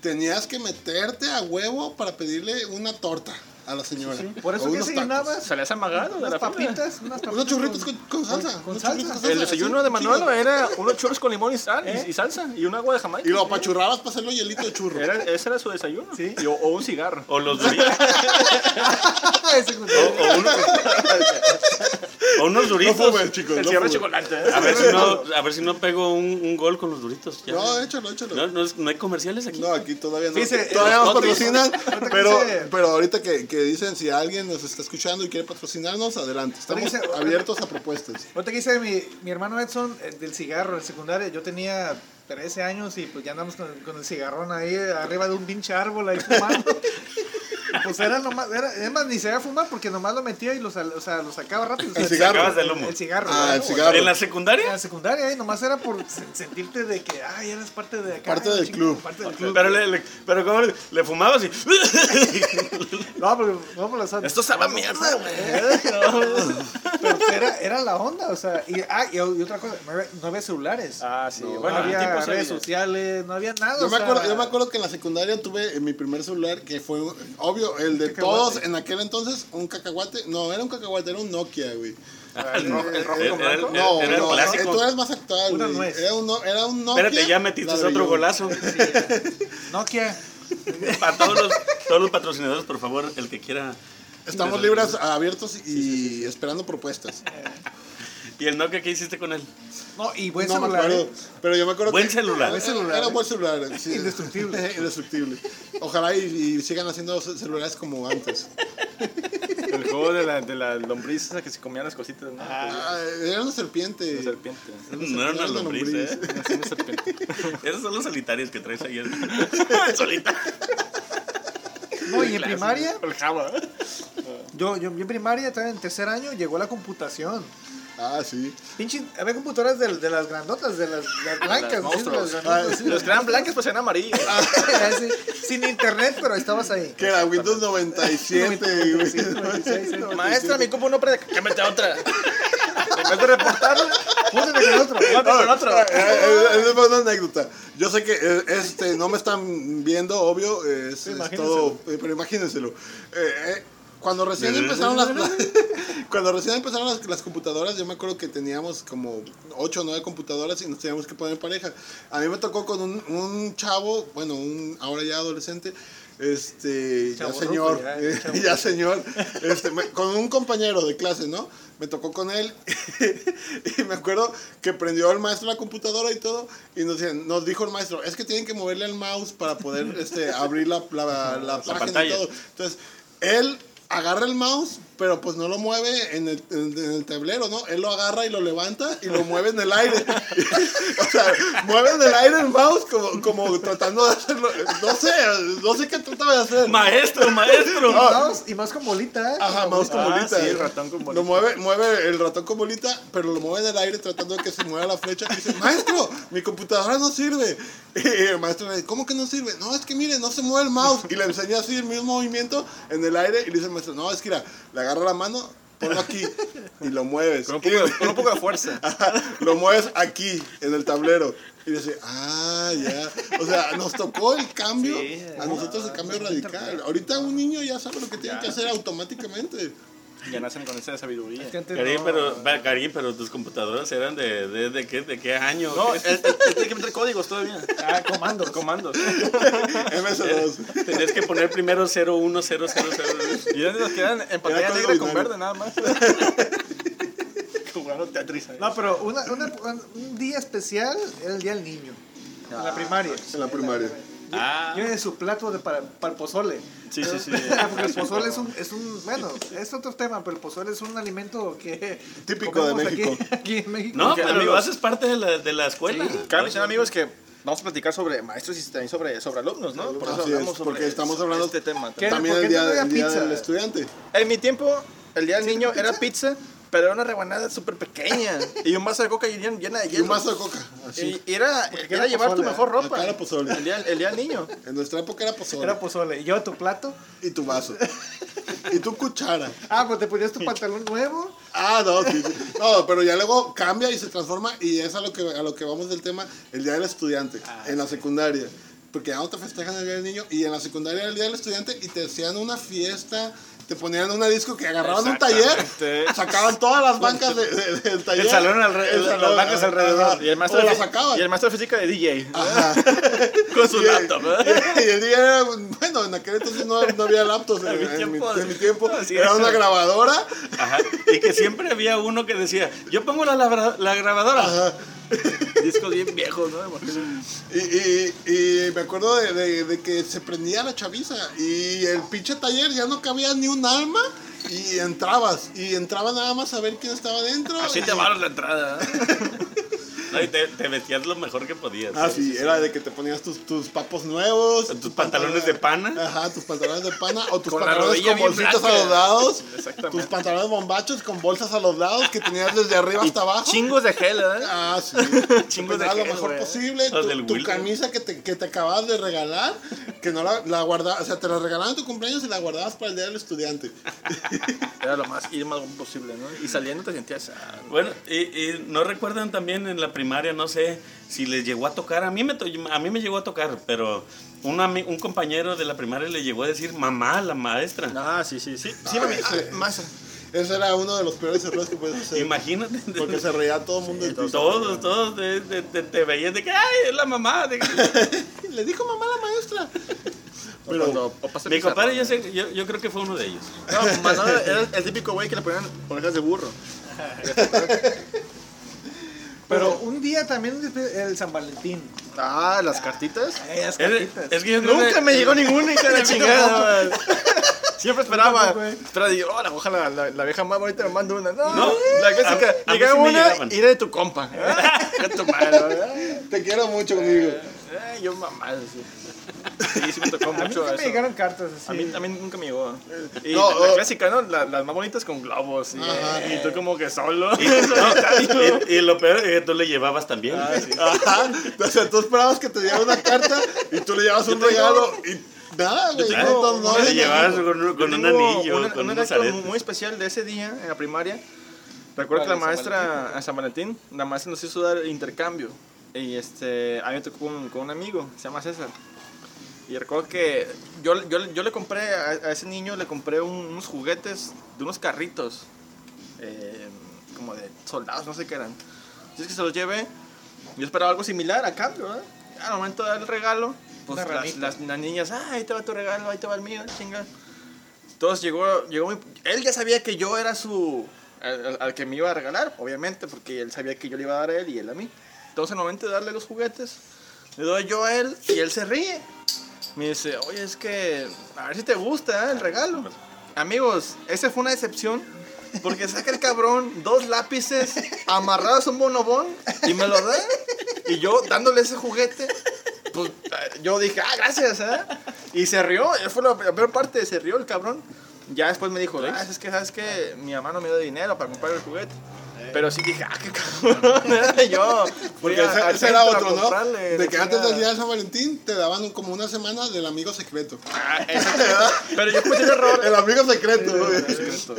[SPEAKER 1] tenías que meterte a huevo para pedirle una torta a la señora.
[SPEAKER 2] Por
[SPEAKER 1] O
[SPEAKER 2] eso que
[SPEAKER 1] unos
[SPEAKER 2] desayunabas
[SPEAKER 3] Salías amagado de
[SPEAKER 2] unas
[SPEAKER 3] la fila.
[SPEAKER 2] papitas, unas papitas.
[SPEAKER 1] Unos churritos con, con salsa.
[SPEAKER 2] con
[SPEAKER 1] unos
[SPEAKER 2] salsa.
[SPEAKER 1] churritos con
[SPEAKER 3] El
[SPEAKER 1] salsa,
[SPEAKER 3] desayuno
[SPEAKER 1] así,
[SPEAKER 3] de eh. Manuel
[SPEAKER 1] chingo.
[SPEAKER 3] era unos churros con limón y sal y- y salsa y un agua de Jamaica.
[SPEAKER 1] Y lo apachurrabas para hacerlo hielito de churro.
[SPEAKER 3] Era- ese era su desayuno.
[SPEAKER 2] Sí.
[SPEAKER 3] Y- o, o un cigarro.
[SPEAKER 4] O los Doritos.
[SPEAKER 2] Ah, Ese con-
[SPEAKER 4] O, uno- o unos
[SPEAKER 1] No
[SPEAKER 4] Doritos.
[SPEAKER 1] fumen, chicos.
[SPEAKER 3] El
[SPEAKER 1] no
[SPEAKER 3] cigarro de
[SPEAKER 1] fumen.
[SPEAKER 3] chocolate. ¿eh?
[SPEAKER 4] A ver si no, a ver si no pego un, un gol con los duritos. ya.
[SPEAKER 1] No, échalo, échalo.
[SPEAKER 4] No, no es- no hay comerciales aquí.
[SPEAKER 1] No, aquí todavía no.
[SPEAKER 2] Dice,
[SPEAKER 1] todavía
[SPEAKER 2] eh,
[SPEAKER 1] nos
[SPEAKER 2] otro-
[SPEAKER 1] patrocinan,
[SPEAKER 2] otro
[SPEAKER 1] pero,
[SPEAKER 2] dice-
[SPEAKER 1] pero ahorita que, que dicen si alguien nos está escuchando y quiere patrocinarnos, adelante. Estamos
[SPEAKER 2] Otro dice-
[SPEAKER 1] abiertos a propuestas.
[SPEAKER 2] Ahorita que dice mi, mi hermano Edson eh, del cigarro en secundaria, yo tenía 13 años y pues ya andamos con, con el cigarrón ahí arriba de un pinche árbol ahí fumando. pues era nomás, era, es más, ni se iba a fumar porque nomás lo metía y lo, sal- o sea, lo sacaba rápido.
[SPEAKER 1] El cigarro.
[SPEAKER 4] Sacabas del humo.
[SPEAKER 2] El cigarro.
[SPEAKER 1] Ah,
[SPEAKER 2] ¿no?
[SPEAKER 1] el cigarro.
[SPEAKER 4] ¿En la
[SPEAKER 2] En la
[SPEAKER 4] secundaria?
[SPEAKER 2] secundaria, ¿eh? nomás era por sen- sentirte de que, ay, eres parte de acá.
[SPEAKER 1] Parte del
[SPEAKER 2] chinga,
[SPEAKER 1] club. Ah,
[SPEAKER 2] Parte del club.
[SPEAKER 4] Pero, le, le- pero ¿cómo le, le fumabas y...
[SPEAKER 2] No, pero vamos a la
[SPEAKER 4] Esto sabe a mierda,
[SPEAKER 3] ¿eh?
[SPEAKER 2] güey. Pero era, era la onda, o sea, y, ah, y, y otra cosa, no había, no había celulares.
[SPEAKER 3] Ah, sí.
[SPEAKER 2] no
[SPEAKER 3] bueno, había
[SPEAKER 2] había redes
[SPEAKER 3] tiempos sociales.
[SPEAKER 2] sociales, no había nada.
[SPEAKER 1] Yo
[SPEAKER 2] o
[SPEAKER 1] me,
[SPEAKER 2] sea,
[SPEAKER 1] acuerdo, yo me acuerdo que en la secundaria tuve mi primer celular, que fue, obvio, el de
[SPEAKER 2] Cacahuate.
[SPEAKER 1] todos en aquel entonces, un cacahuate. No, era un cacahuate, era un Nokia, güey.
[SPEAKER 4] El rojo, el rojo con
[SPEAKER 3] Era-
[SPEAKER 4] blanco.
[SPEAKER 1] No,
[SPEAKER 4] Era el
[SPEAKER 1] no,
[SPEAKER 4] clásico.
[SPEAKER 1] tú eres más actual,
[SPEAKER 2] Una
[SPEAKER 1] güey.
[SPEAKER 2] nuez.
[SPEAKER 1] Era un, no- era un Nokia.
[SPEAKER 4] Espérate, ya metiste otro
[SPEAKER 1] ladrillón.
[SPEAKER 4] golazo.
[SPEAKER 2] Nokia.
[SPEAKER 4] Para todos los, todos los patrocinadores, por favor, el que quiera.
[SPEAKER 1] Estamos libres, abiertos y esperando propuestas.
[SPEAKER 4] ¿Y el Nokia qué hiciste con él?
[SPEAKER 2] No, y buen
[SPEAKER 1] no me
[SPEAKER 2] celular. ¿eh?
[SPEAKER 1] acuerdo, pero yo me acuerdo
[SPEAKER 4] Buen
[SPEAKER 1] que-
[SPEAKER 4] celular.
[SPEAKER 1] ¿eh? Buen celular. Era un buen celular. sí.
[SPEAKER 2] Indestructible.
[SPEAKER 1] Indestructible. Ojalá y, y sigan haciendo ce- celulares como antes.
[SPEAKER 3] El juego de la, de la lombriz esa que se comían las cositas, ¿no?
[SPEAKER 1] Ah, era una serpiente.
[SPEAKER 3] Pues, la serpiente.
[SPEAKER 4] No era una
[SPEAKER 1] Era una
[SPEAKER 4] lombriz,
[SPEAKER 1] lombriz.
[SPEAKER 4] ¿eh?
[SPEAKER 3] Así una serpiente.
[SPEAKER 4] Esos son los solitarios que traes ahí. Solitario.
[SPEAKER 2] No, y en primaria,
[SPEAKER 3] El ¿eh? java.
[SPEAKER 2] yo, yo, yo en primaria, estaba en tercer año, llegó la computación.
[SPEAKER 1] Ah, sí.
[SPEAKER 2] Pinche, había computadoras de, de las grandotas, de las, de las blancas. ¿sí?
[SPEAKER 3] Las monstruos.
[SPEAKER 2] De las
[SPEAKER 1] Ah,
[SPEAKER 2] grandotas.
[SPEAKER 3] Los que eran blancos pues eran amarillos.
[SPEAKER 2] Así, sin internet, pero estabas ahí.
[SPEAKER 1] Que era Windows 97, güey.
[SPEAKER 2] Sí, güey, sí, sí, güey.
[SPEAKER 3] Maestra, mi compu no prende. Cámbiate a otra. En vez de reportarla,
[SPEAKER 2] Púntete con otro.
[SPEAKER 3] ponte con otro.
[SPEAKER 1] Ah, eh, eh, Esa fue una anécdota. Yo sé que eh, este no me están viendo, obvio, eh, es, es
[SPEAKER 2] Imagínenselo.
[SPEAKER 1] todo, eh, pero imagínenselo. Eh, eh, cuando recién empezaron las cuando recién empezaron las, las computadoras, yo me acuerdo que teníamos como 8 o 9 computadoras y nos teníamos que poner en pareja. A mí me tocó con un, un chavo, bueno, un ahora ya adolescente, este, ya
[SPEAKER 2] Chavorruco,
[SPEAKER 1] señor,
[SPEAKER 2] ya,
[SPEAKER 1] eh,
[SPEAKER 2] chavo.
[SPEAKER 1] ya señor, este, me- con un compañero de clase, ¿no? Me tocó con él y me acuerdo que prendió el maestro la computadora y todo y nos, decían- nos dijo el maestro, es que tienen que moverle al mouse para poder este, abrir la, la, la página
[SPEAKER 4] pantalla.
[SPEAKER 1] y todo. Entonces, él agarra el mouse, pero pues no lo mueve en el, en- en el tablero, ¿no? Él lo agarra y lo levanta y lo mueve en el aire. o sea, mueve en el aire el mouse como, como tratando de hacerlo. No sé, no sé qué trataba de hacer.
[SPEAKER 4] Maestro, maestro.
[SPEAKER 1] No,
[SPEAKER 2] Mouse y más con bolita. ¿eh?
[SPEAKER 1] Ajá, mouse con
[SPEAKER 3] Ah,
[SPEAKER 1] bolita.
[SPEAKER 3] sí, el ratón con bolita.
[SPEAKER 1] Lo mueve, mueve el ratón con bolita, pero lo mueve en el aire tratando de que se mueva la flecha. Y dice, maestro, mi computadora no sirve. Y el maestro le dice, ¿cómo que no sirve? No, es que mire, no se mueve el mouse. Y le enseña así el mismo movimiento en el aire. Y le dice el maestro, no, es que mira, le agarra la mano, ponlo aquí y lo mueves.
[SPEAKER 3] Con un poco de- con un poco de fuerza.
[SPEAKER 1] lo mueves aquí, en el tablero. Y dice, ah, ya. O sea, nos tocó el cambio,
[SPEAKER 4] Sí,
[SPEAKER 1] a nosotros el cambio radical. Ahorita un niño ya sabe lo que tiene que hacer automáticamente.
[SPEAKER 3] Ya nacen con esa sabiduría.
[SPEAKER 2] Es que antes
[SPEAKER 4] Karim,
[SPEAKER 2] no-
[SPEAKER 4] pero, va, Karim, pero tus computadoras eran de, de, de qué, de qué año.
[SPEAKER 3] No, él, él- él tiene que meter códigos todavía.
[SPEAKER 2] Ah, comandos.
[SPEAKER 3] Comandos.
[SPEAKER 1] MS2.
[SPEAKER 4] Tenías que poner primero 01000.
[SPEAKER 3] Y eran de los que eran en pantalla
[SPEAKER 1] Era código
[SPEAKER 3] negra con
[SPEAKER 1] binario.
[SPEAKER 3] verde, nada más. Jugando Tetris. ahí.
[SPEAKER 2] No, pero una, una- un día especial era el día del niño.
[SPEAKER 3] Ah.
[SPEAKER 2] en la primaria.
[SPEAKER 1] En la primaria.
[SPEAKER 4] Ah,
[SPEAKER 2] Yo en su plato de para, para el pozole.
[SPEAKER 3] Sí, sí, sí.
[SPEAKER 2] Ah, Porque el pozole es un, es un. Bueno, es otro tema, pero el pozole es un alimento que.
[SPEAKER 1] Típico
[SPEAKER 2] comemos
[SPEAKER 1] de México.
[SPEAKER 2] Aquí, aquí en México.
[SPEAKER 4] no,
[SPEAKER 3] Porque,
[SPEAKER 4] pero
[SPEAKER 3] amigos-
[SPEAKER 4] lo haces parte de la, de la escuela.
[SPEAKER 3] Cabe mencionar, amigos, que vamos a platicar sobre maestros y también sobre, sobre alumnos, ¿no? Por eso
[SPEAKER 1] Así es,
[SPEAKER 3] hablamos sobre
[SPEAKER 1] porque estamos hablando-
[SPEAKER 3] este tema.
[SPEAKER 2] ¿Qué?
[SPEAKER 1] También
[SPEAKER 2] ¿Por
[SPEAKER 1] el
[SPEAKER 2] qué
[SPEAKER 1] día,
[SPEAKER 2] no había
[SPEAKER 1] el día
[SPEAKER 2] pizza?
[SPEAKER 1] del estudiante.
[SPEAKER 3] En mi tiempo, el día del niño era pizza, pero era una rebanada súper pequeña. Y un vaso de coca llena llena de
[SPEAKER 1] Y
[SPEAKER 3] hielo.
[SPEAKER 1] un vaso de coca. Así.
[SPEAKER 3] Y era,
[SPEAKER 2] era
[SPEAKER 3] era llevar tu
[SPEAKER 2] pozole,
[SPEAKER 3] mejor ropa.
[SPEAKER 1] Acá era pozole.
[SPEAKER 3] El día, el día del niño.
[SPEAKER 1] En nuestra época era pozole.
[SPEAKER 2] Era pozole. Y yo tu plato.
[SPEAKER 1] Y tu vaso. y tu cuchara.
[SPEAKER 2] Ah, pues te ponías tu pantalón nuevo.
[SPEAKER 1] Ah, no, sí, sí. No, pero ya luego cambia y se transforma. Y es a lo que, a lo que vamos del tema, el día del estudiante.
[SPEAKER 3] Ah,
[SPEAKER 1] en la secundaria. Porque ya no te festejan el día del niño. Y en la secundaria era el día del estudiante. Y te hacían una fiesta. Te ponían una disco que agarraban un taller.
[SPEAKER 3] Exactamente.
[SPEAKER 1] Sacaban todas las bancas de- de- del taller.
[SPEAKER 3] El salón, alre-
[SPEAKER 1] El
[SPEAKER 3] el- las
[SPEAKER 1] salón,
[SPEAKER 3] bancas
[SPEAKER 1] ajá,
[SPEAKER 3] alrededor.
[SPEAKER 1] ajá.
[SPEAKER 3] Y el,
[SPEAKER 1] O
[SPEAKER 3] maestro
[SPEAKER 1] Ah.
[SPEAKER 3] de,
[SPEAKER 1] las
[SPEAKER 3] fi-
[SPEAKER 1] sacaban.
[SPEAKER 3] y el maestro de física de DJ.
[SPEAKER 1] Ajá.
[SPEAKER 3] Con su
[SPEAKER 1] Y el-
[SPEAKER 3] laptop. ¿eh? ¿verdad?
[SPEAKER 1] Y el día era, bueno, en aquel entonces no, no había laptops en, en mi, en mi tiempo. Era una grabadora.
[SPEAKER 4] Ajá. Y que siempre había uno que decía, yo pongo la, labra- la grabadora.
[SPEAKER 3] Discos bien viejos, ¿no? Imagínate.
[SPEAKER 1] Y, y- y me acuerdo de, de- de que se prendía la chaviza. Y el pinche taller ya no cabía ni un alma. Y entrabas. Y entraba nada más a ver quién estaba dentro.
[SPEAKER 3] Así
[SPEAKER 1] y-
[SPEAKER 3] te amaron la entrada. ¿eh?
[SPEAKER 4] No, y te, te vestías lo mejor que podías.
[SPEAKER 1] Ah, sí, era de que te ponías tus, tus papos nuevos.
[SPEAKER 4] Tus pantalones de pana.
[SPEAKER 1] Ajá, tus pantalones de pana o tus
[SPEAKER 3] Con la
[SPEAKER 1] pantalones con
[SPEAKER 3] rodilla bien
[SPEAKER 1] bolsitas a
[SPEAKER 3] blanca.
[SPEAKER 1] los lados.
[SPEAKER 3] Exactamente.
[SPEAKER 1] Tus pantalones bombachos con bolsas a los lados que tenías desde arriba hasta abajo.
[SPEAKER 3] Chingos de gel, ¿eh?
[SPEAKER 1] Ah, sí.
[SPEAKER 3] Chingos
[SPEAKER 1] Pues
[SPEAKER 3] de
[SPEAKER 1] nada, lo
[SPEAKER 3] gel,
[SPEAKER 1] mejor
[SPEAKER 3] güey.
[SPEAKER 1] posible.
[SPEAKER 4] Los
[SPEAKER 1] Tu,
[SPEAKER 4] del
[SPEAKER 1] tu
[SPEAKER 4] Wilder.
[SPEAKER 1] camisa que te, que te acabas de regalar, que no la, la guardabas, o sea, te la regalaban en tu cumpleaños y la guardabas para el día del estudiante.
[SPEAKER 3] Era lo más ir más posible, ¿no? Y saliendo te sentías. ah,
[SPEAKER 4] Bueno, y, y no recuerdan también en la primaria, no sé si les llegó a tocar. A mí me, to- a mí me llegó a tocar, pero un, ami- un compañero de la primaria le llegó a decir mamá a la maestra.
[SPEAKER 3] Ah, sí, sí, sí. Sí,
[SPEAKER 1] Ah,
[SPEAKER 3] mami.
[SPEAKER 1] sí.
[SPEAKER 3] ah, Masa.
[SPEAKER 1] Ese era uno de los peores errores que puedes hacer.
[SPEAKER 4] Imagínate.
[SPEAKER 1] Porque se reía todo el mundo de ti.
[SPEAKER 4] Todos, todos te, te- te- te veían de que, ay, es la mamá. de que-
[SPEAKER 1] Le dijo mamá a la maestra.
[SPEAKER 3] O
[SPEAKER 1] Pero-
[SPEAKER 3] cuando- o pasa el
[SPEAKER 4] Mi compadre,
[SPEAKER 3] pizarrón,
[SPEAKER 4] yo, sé- yo, yo creo que fue uno de ellos.
[SPEAKER 3] No, más nada, era el típico güey que le ponían orejas de burro.
[SPEAKER 2] Pero un día también era el San Valentín.
[SPEAKER 3] Ah, las cartitas.
[SPEAKER 2] Eh, las
[SPEAKER 4] Es,
[SPEAKER 2] cartitas.
[SPEAKER 4] es que yo creo
[SPEAKER 3] Nunca
[SPEAKER 4] que-
[SPEAKER 3] me llegó ninguna, hija de la chingada. man. pues. Siempre esperaba.
[SPEAKER 2] Tampoco, güey.
[SPEAKER 3] Esperaba, digo, "Hola, ojalá la, la vieja más bonita me mande una. No,
[SPEAKER 4] No,
[SPEAKER 3] la clásica.
[SPEAKER 4] a- a mí
[SPEAKER 3] llegaba
[SPEAKER 4] sí me
[SPEAKER 3] una
[SPEAKER 4] llegaban.
[SPEAKER 3] y era de tu compa. Ah, chinga tu madre, ¿verdad?
[SPEAKER 1] Te quiero mucho conmigo.
[SPEAKER 3] Eh, yo mamá. Sí, sí me tocó
[SPEAKER 2] A mí
[SPEAKER 3] mucho
[SPEAKER 2] nunca me
[SPEAKER 3] eso.
[SPEAKER 2] llegaron cartas así.
[SPEAKER 3] A mí también nunca me llegó. Y
[SPEAKER 1] No,
[SPEAKER 3] la, la
[SPEAKER 1] oh.
[SPEAKER 3] clásica, ¿no? La- las más bonitas con globos. Y,
[SPEAKER 1] Ajá.
[SPEAKER 3] y tú como que solo.
[SPEAKER 4] Y, y lo peor es que tú le llevabas también. ¿Eh?
[SPEAKER 1] Ajá. O sea, tú esperabas que te diera una carta y tú le llevabas un regalo y nada, güey.
[SPEAKER 4] Ah,
[SPEAKER 1] no, no, no,
[SPEAKER 4] le llevabas
[SPEAKER 1] no.
[SPEAKER 4] con, un- con un
[SPEAKER 3] Tengo
[SPEAKER 4] anillo,
[SPEAKER 3] una-
[SPEAKER 4] con
[SPEAKER 3] una
[SPEAKER 4] unos
[SPEAKER 3] anécdota
[SPEAKER 4] aretes.
[SPEAKER 3] muy especial de ese día en la primaria. Recuerdo que la
[SPEAKER 2] ¿Cuál, en San
[SPEAKER 3] maestra, a San Valentín, la maestra nos hizo dar intercambio. Y este, a mí me tocó con, con un amigo, se llama César. Y recuerdo que yo, yo, yo le compré a, a ese niño, le compré un- unos juguetes de unos carritos, eh, como de soldados, no sé qué eran. Entonces que se los llevé, yo esperaba algo similar a cambio, ¿verdad? Al momento de dar el regalo, pues
[SPEAKER 2] Una
[SPEAKER 3] las,
[SPEAKER 2] ranita.
[SPEAKER 3] las- las niñas, ah, ahí te va tu regalo, ahí te va el mío, chinga. Entonces llegó, llegó mi- él ya sabía que yo era su, al, al- al que me iba a regalar, obviamente, porque él sabía que yo le iba a dar a él y él a mí. Entonces al momento de darle los juguetes, le doy yo a él y él se ríe. Me dice, oye, es que a ver si te gusta ¿eh? el regalo. Amigos, esa fue una decepción. Porque saca el cabrón dos lápices amarrados a un bonobón y me lo da. Y yo dándole ese juguete, pues eh, yo dije, ah, gracias, ¿eh?". Y se rió, eh, fue la la peor parte, se rió el cabrón. Ya después me dijo, ah, es que sabes que mi mamá no me dio dinero para comprar el juguete. Pero sí dije, ah, qué cabrón. ¿eh? Yo, fui
[SPEAKER 1] Porque
[SPEAKER 3] a-
[SPEAKER 1] ese,
[SPEAKER 3] al
[SPEAKER 1] ese era
[SPEAKER 3] centro a
[SPEAKER 1] otro, ¿no?
[SPEAKER 3] comprarle la
[SPEAKER 1] De que antes
[SPEAKER 3] chingada.
[SPEAKER 1] del día de San Valentín te daban un- como una semana del amigo secreto.
[SPEAKER 3] Ah, exacto. Pero yo cometí un error.
[SPEAKER 1] El amigo secreto, güey.
[SPEAKER 3] Secreto.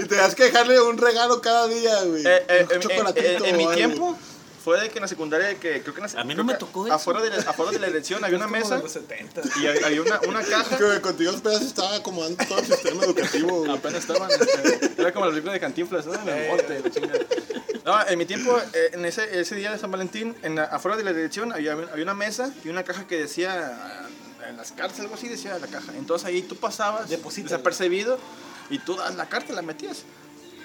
[SPEAKER 1] Y tenías que dejarle un regalo cada día, güey.
[SPEAKER 3] Eh, eh,
[SPEAKER 1] Un
[SPEAKER 3] en-
[SPEAKER 1] chocolatito
[SPEAKER 3] en- en- en
[SPEAKER 1] o
[SPEAKER 3] mi
[SPEAKER 1] algo.
[SPEAKER 3] tiempo fue de que en la secundaria, que creo que en la,
[SPEAKER 4] A mí
[SPEAKER 3] creo
[SPEAKER 4] no me
[SPEAKER 3] que
[SPEAKER 4] tocó eso.
[SPEAKER 3] afuera de, la, afuera de la elección había una
[SPEAKER 2] Como de
[SPEAKER 3] mesa
[SPEAKER 2] los 70.
[SPEAKER 3] y hay- había una, una caja.
[SPEAKER 1] Que contigo esperas estaba acomodando todo el sistema educativo, güey.
[SPEAKER 3] Apenas estaban. este, era como la película de Cantinflas, ¿no? En el monte, la chingada. No, en mi tiempo, eh, en ese, ese día de San Valentín, en la- afuera de la dirección había, había una mesa y una caja que decía. eh, En las cartas, algo así decía la caja. Entonces ahí tú pasabas
[SPEAKER 2] Deposítala.
[SPEAKER 3] desapercibido y tú das la carta, la metías.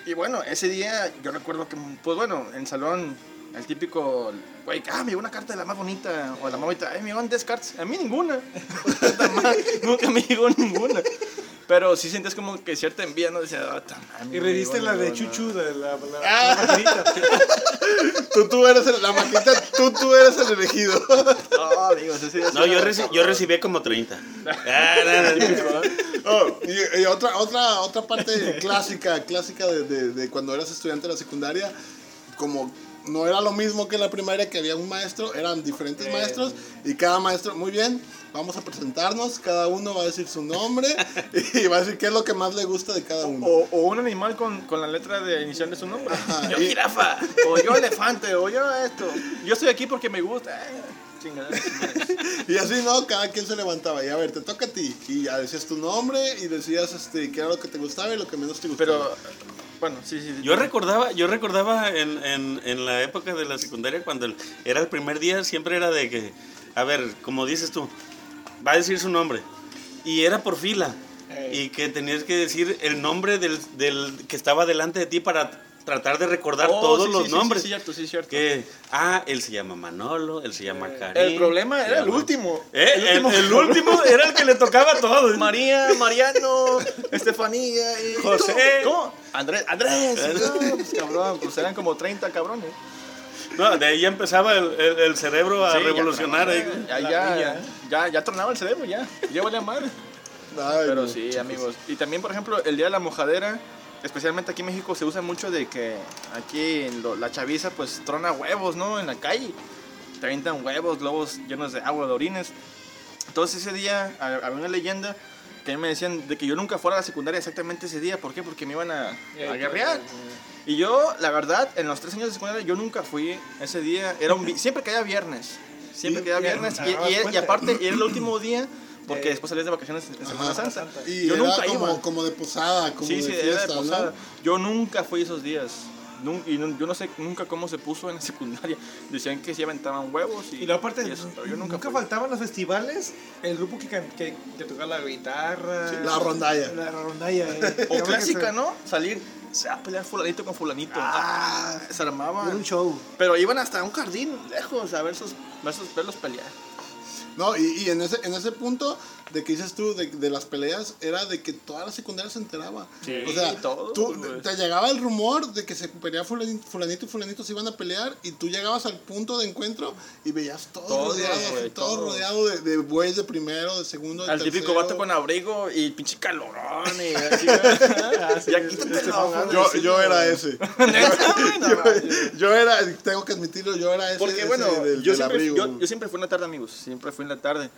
[SPEAKER 3] Y bueno, ese día yo recuerdo que, pues bueno, en el salón, el típico, güey, ah, me llegó una carta de la más bonita, o de la más bonita, ay, me llegaron 10 cartas, a mí ninguna. Puta madre, Nunca me llegó ninguna. Pero sí sientes como que cierta envidia, ¿no? Decía, ah, ta madre,
[SPEAKER 2] Y
[SPEAKER 3] me
[SPEAKER 2] reviste
[SPEAKER 3] llegó
[SPEAKER 2] la de
[SPEAKER 3] ninguna.
[SPEAKER 2] Chuchu, de la, la,
[SPEAKER 1] Ah.
[SPEAKER 2] la maquinita.
[SPEAKER 1] Tú, tú eres el- la maquita, tú, tú eres el elegido.
[SPEAKER 3] No, amigos, ese día
[SPEAKER 4] No,
[SPEAKER 3] sí
[SPEAKER 4] yo,
[SPEAKER 3] era-
[SPEAKER 4] reci- yo recibí como 30. Ah, no, no, no.
[SPEAKER 1] Oh, y, y otra, otra, otra parte clásica, clásica de, de- de cuando eras estudiante de la secundaria, como no era lo mismo que en la primaria, que había un maestro, eran diferentes maestros, y cada maestro, muy bien, vamos a presentarnos, cada uno va a decir su nombre y va a decir qué es lo que más le gusta de cada uno.
[SPEAKER 3] O, o un animal con, con la letra de inicial de su nombre.
[SPEAKER 1] Ajá,
[SPEAKER 3] Yo
[SPEAKER 1] y-
[SPEAKER 3] jirafa, o yo elefante, o yo esto. Yo estoy aquí porque me gusta. eh, chingada.
[SPEAKER 1] Y así no, cada quien se levantaba y a ver, te toca a ti. Y ya decías tu nombre y decías este, qué era lo que te gustaba y lo que menos te gustaba.
[SPEAKER 3] Pero, bueno, sí, sí. sí.
[SPEAKER 4] Yo recordaba, yo recordaba en, en- en la época de la secundaria, cuando el- era el primer día, siempre era de que, a ver, como dices tú, va a decir su nombre. Y era por fila. Y que tenías que decir el nombre del, del que estaba delante de ti para tratar de recordar
[SPEAKER 3] Oh,
[SPEAKER 4] todos
[SPEAKER 3] sí,
[SPEAKER 4] los
[SPEAKER 3] sí, sí,
[SPEAKER 4] nombres.
[SPEAKER 3] Sí, cierto, sí, cierto.
[SPEAKER 4] que, ah, él se llama Manolo, él se llama Karim.
[SPEAKER 3] El problema
[SPEAKER 4] se
[SPEAKER 3] era el
[SPEAKER 4] llama-
[SPEAKER 3] último.
[SPEAKER 4] Eh, el, el último. era el que le tocaba a todos.
[SPEAKER 3] María, Mariano, Estefanía y.
[SPEAKER 4] José.
[SPEAKER 3] ¿Cómo? Andrés, Andrés. No, pues cabrón, pues eran como 30 cabrones.
[SPEAKER 4] No, de ahí ya empezaba el, el- el cerebro a
[SPEAKER 3] Sí, ya,
[SPEAKER 4] revolucionar. ahí.
[SPEAKER 3] Ya,
[SPEAKER 2] La
[SPEAKER 3] ya,
[SPEAKER 2] villa.
[SPEAKER 3] ya, ya tronaba el cerebro, ya. Ya valía madre.
[SPEAKER 1] Ay,
[SPEAKER 3] Pero
[SPEAKER 1] no.
[SPEAKER 3] sí, amigos. Y también, por ejemplo, el día de la mojadera, especialmente aquí en México, se usa mucho de que aquí en lo- la chaviza, pues trona huevos, ¿no? En la calle. Te avientan huevos, globos llenos de agua, de orines. Entonces ese día ha- había una leyenda que a mí me decían de que yo nunca fuera a la secundaria exactamente ese día. ¿Por qué? Porque me iban a, a guerrear. Y yo, la verdad, en los tres años de secundaria yo nunca fui ese día. Era un vi- siempre caía viernes. Siempre
[SPEAKER 1] Y-
[SPEAKER 3] caía
[SPEAKER 2] y-
[SPEAKER 3] viernes. Y,
[SPEAKER 2] agarrabas
[SPEAKER 3] y- y
[SPEAKER 2] cuenta.
[SPEAKER 3] aparte, era el último día porque
[SPEAKER 2] Eh,
[SPEAKER 3] después salías de vacaciones en Semana
[SPEAKER 1] Ajá.
[SPEAKER 3] Santa.
[SPEAKER 1] Y
[SPEAKER 3] yo
[SPEAKER 1] era
[SPEAKER 3] nunca
[SPEAKER 1] como,
[SPEAKER 3] iba.
[SPEAKER 1] como de posada, como
[SPEAKER 3] sí,
[SPEAKER 1] de
[SPEAKER 3] sí,
[SPEAKER 1] fiesta,
[SPEAKER 3] era de
[SPEAKER 1] ¿no?
[SPEAKER 3] posada. Yo nunca fui esos días. Nun- y nun- yo no sé nunca cómo se puso en la secundaria. Decían que se aventaban huevos y,
[SPEAKER 2] Y luego aparte,
[SPEAKER 3] y eso, pero yo nunca,
[SPEAKER 2] nunca,
[SPEAKER 3] fui.
[SPEAKER 2] faltaban los festivales, el grupo que, can- que, que tocaba la guitarra.
[SPEAKER 1] La rondalla.
[SPEAKER 2] La rondalla. eh.
[SPEAKER 3] O
[SPEAKER 2] Creo que
[SPEAKER 3] clásica,
[SPEAKER 2] se-
[SPEAKER 3] ¿no? Salir, se va a pelear fulanito con fulanito.
[SPEAKER 2] Ah,
[SPEAKER 3] se armaban.
[SPEAKER 2] Era un show.
[SPEAKER 3] Pero iban hasta un jardín lejos a ver sus, ver sus pelos pelear.
[SPEAKER 1] No, y, y en, ese, en ese punto de que dices tú de, de las peleas, era de que toda la secundaria se enteraba.
[SPEAKER 3] Sí,
[SPEAKER 1] o sea,
[SPEAKER 3] todo,
[SPEAKER 1] tú-
[SPEAKER 3] güey.
[SPEAKER 1] te llegaba el rumor de que se peleaba fulanito, fulanito y fulanito se iban a pelear y tú llegabas al punto de encuentro y veías todo,
[SPEAKER 3] Todo,
[SPEAKER 1] rodeado,
[SPEAKER 3] güey,
[SPEAKER 1] así, todo
[SPEAKER 3] todo.
[SPEAKER 1] rodeado de, de güeyes de primero, de segundo, de
[SPEAKER 3] Al típico
[SPEAKER 1] tercero.
[SPEAKER 3] vato con abrigo y pinche calorón y así,
[SPEAKER 1] Ah,
[SPEAKER 3] güey. Ya quítatelo, güey.
[SPEAKER 1] Yo, yo era ese.
[SPEAKER 3] Neta, güey, no manches.
[SPEAKER 1] Yo era, tengo que admitirlo, yo era ese.
[SPEAKER 3] Porque
[SPEAKER 1] ese
[SPEAKER 3] bueno,
[SPEAKER 1] del-
[SPEAKER 3] yo,
[SPEAKER 1] del
[SPEAKER 3] siempre,
[SPEAKER 1] abrigo.
[SPEAKER 3] yo, yo siempre fui en la tarde, amigos. Siempre fui en la tarde.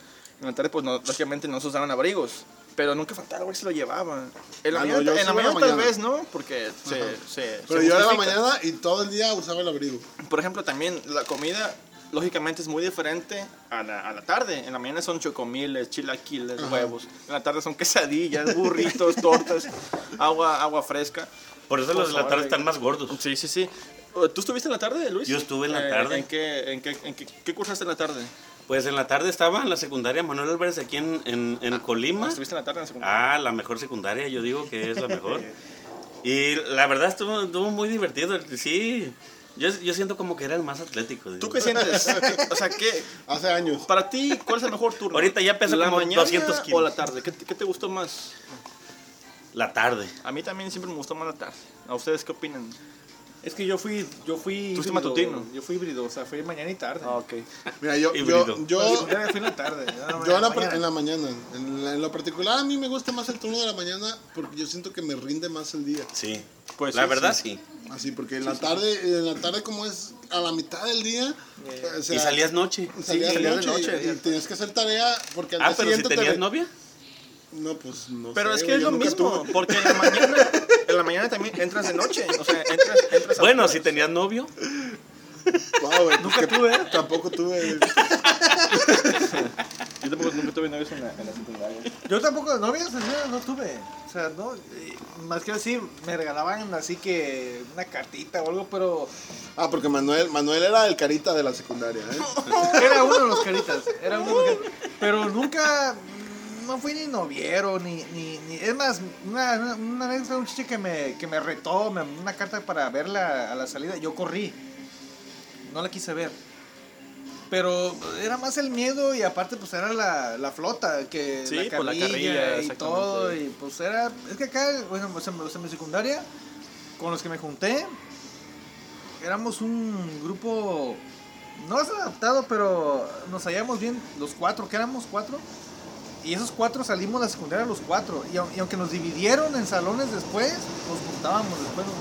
[SPEAKER 3] En la tarde, pues no, lógicamente no se usaban abrigos. Pero nunca faltaba, güey, se lo llevaban. En la
[SPEAKER 1] Ah, no,
[SPEAKER 3] mañana,
[SPEAKER 1] yo
[SPEAKER 3] en
[SPEAKER 1] sí
[SPEAKER 3] la
[SPEAKER 1] en la
[SPEAKER 3] mañana tal
[SPEAKER 1] mañana.
[SPEAKER 3] vez, ¿no? Porque se. se
[SPEAKER 1] Pero
[SPEAKER 3] se
[SPEAKER 1] yo era la
[SPEAKER 3] justifica.
[SPEAKER 1] mañana y todo el día usaba el abrigo.
[SPEAKER 3] Por ejemplo, también la comida, lógicamente, es muy diferente a la, a la tarde. En la mañana son chocomiles, chilaquiles, huevos. En la tarde son quesadillas, burritos, tortas, agua, agua fresca.
[SPEAKER 4] Por eso
[SPEAKER 3] Por
[SPEAKER 4] los de la
[SPEAKER 3] favor,
[SPEAKER 4] tarde
[SPEAKER 3] güey.
[SPEAKER 4] están más gordos.
[SPEAKER 3] Sí, sí, sí. Oh, ¿Tú estuviste en la tarde, Luis? Eh,
[SPEAKER 4] Yo estuve en la tarde.
[SPEAKER 3] ¿En, qué, en, qué, en qué, qué cursaste en la tarde?
[SPEAKER 4] Pues en la tarde estaba en la secundaria Manuel Álvarez aquí en, en, en Colima.
[SPEAKER 3] Ah, ¿Estuviste en la tarde en la secundaria?
[SPEAKER 4] Ah, la mejor secundaria, yo digo que es la mejor. y la verdad estuvo, estuvo muy divertido. Sí, yo, yo siento como que era el más atlético. digo.
[SPEAKER 3] ¿Tú qué sientes? o sea, ¿qué?
[SPEAKER 1] Hace años.
[SPEAKER 3] Para ti, ¿cuál es el mejor turno?
[SPEAKER 4] Ahorita ya peso
[SPEAKER 3] ¿La
[SPEAKER 4] como
[SPEAKER 3] mañana
[SPEAKER 4] 200 kilos.
[SPEAKER 3] o la tarde? ¿Qué, te- ¿Qué te gustó más?
[SPEAKER 4] La tarde.
[SPEAKER 3] A mí también siempre me gustó más la tarde. ¿A ustedes qué opinan?
[SPEAKER 2] Es que yo fui, yo fui
[SPEAKER 3] Tú fuiste
[SPEAKER 2] híbrido,
[SPEAKER 3] matutino.
[SPEAKER 2] Yo fui híbrido, o sea, fui mañana y tarde.
[SPEAKER 3] Ah, ok.
[SPEAKER 1] Mira, yo,
[SPEAKER 4] Híbrido.
[SPEAKER 1] yo,
[SPEAKER 2] Yo
[SPEAKER 1] yo,
[SPEAKER 2] fui en la tarde. no,
[SPEAKER 1] yo en, la,
[SPEAKER 2] mañana.
[SPEAKER 1] par- en la mañana. En, la- en lo particular, a mí me gusta más el turno de la mañana porque yo siento que me rinde más el día.
[SPEAKER 4] Sí.
[SPEAKER 3] Pues
[SPEAKER 4] la
[SPEAKER 3] sí,
[SPEAKER 4] verdad
[SPEAKER 3] sí.
[SPEAKER 4] sí.
[SPEAKER 1] Así, porque en la tarde, en la tarde como es a la mitad del día, eh, o sea,
[SPEAKER 4] y salías noche.
[SPEAKER 1] salías
[SPEAKER 3] sí,
[SPEAKER 1] de
[SPEAKER 3] salías
[SPEAKER 1] noche,
[SPEAKER 3] de noche,
[SPEAKER 1] y, y tenías que hacer tarea porque al
[SPEAKER 4] Ah,
[SPEAKER 1] día
[SPEAKER 4] pero si
[SPEAKER 1] siguiente te
[SPEAKER 4] tenías
[SPEAKER 1] ve-
[SPEAKER 4] novia.
[SPEAKER 1] No, pues no
[SPEAKER 3] Pero
[SPEAKER 1] sé,
[SPEAKER 3] es que
[SPEAKER 1] güey,
[SPEAKER 3] es
[SPEAKER 1] yo
[SPEAKER 3] lo
[SPEAKER 1] nunca
[SPEAKER 3] mismo,
[SPEAKER 1] tuve.
[SPEAKER 3] porque en la mañana, en la mañana también entras de noche, o sea, entras, entras a-
[SPEAKER 4] Bueno, si tenías novio.
[SPEAKER 1] No, güey,
[SPEAKER 2] Nunca
[SPEAKER 1] que-
[SPEAKER 2] tuve.
[SPEAKER 1] Tampoco tuve.
[SPEAKER 3] Yo tampoco nunca tuve novios en la, en la secundaria.
[SPEAKER 2] Yo tampoco de novias, en serio, no tuve. O sea, no, eh, más que así, me regalaban así que una cartita o algo, pero
[SPEAKER 1] Ah, porque Manuel, Manuel era el carita de la secundaria, ¿eh?
[SPEAKER 2] era uno de los caritas. Era uno de los caritas. Pero nunca, no fui ni noviero, ni, ni, ni- es más, una, una- una vez fue un chiche que me, que me retó, me mandó una carta para verla a la salida, yo corrí, no la quise ver. Pero era más el miedo y aparte pues era la, la flota, que
[SPEAKER 3] Sí,
[SPEAKER 2] la,
[SPEAKER 3] pues, la
[SPEAKER 2] carrilla
[SPEAKER 3] carrilla,
[SPEAKER 2] y
[SPEAKER 3] exactamente.
[SPEAKER 2] todo, y pues era, es que acá, bueno, pues, o sea, o sea, mi secundaria, con los que me junté, éramos un grupo no es adaptado, pero nos hallamos bien los cuatro, que éramos cuatro. Y esos cuatro salimos de la secundaria los cuatro. Y, au- y aunque nos dividieron en salones después, nos juntábamos después. Nos,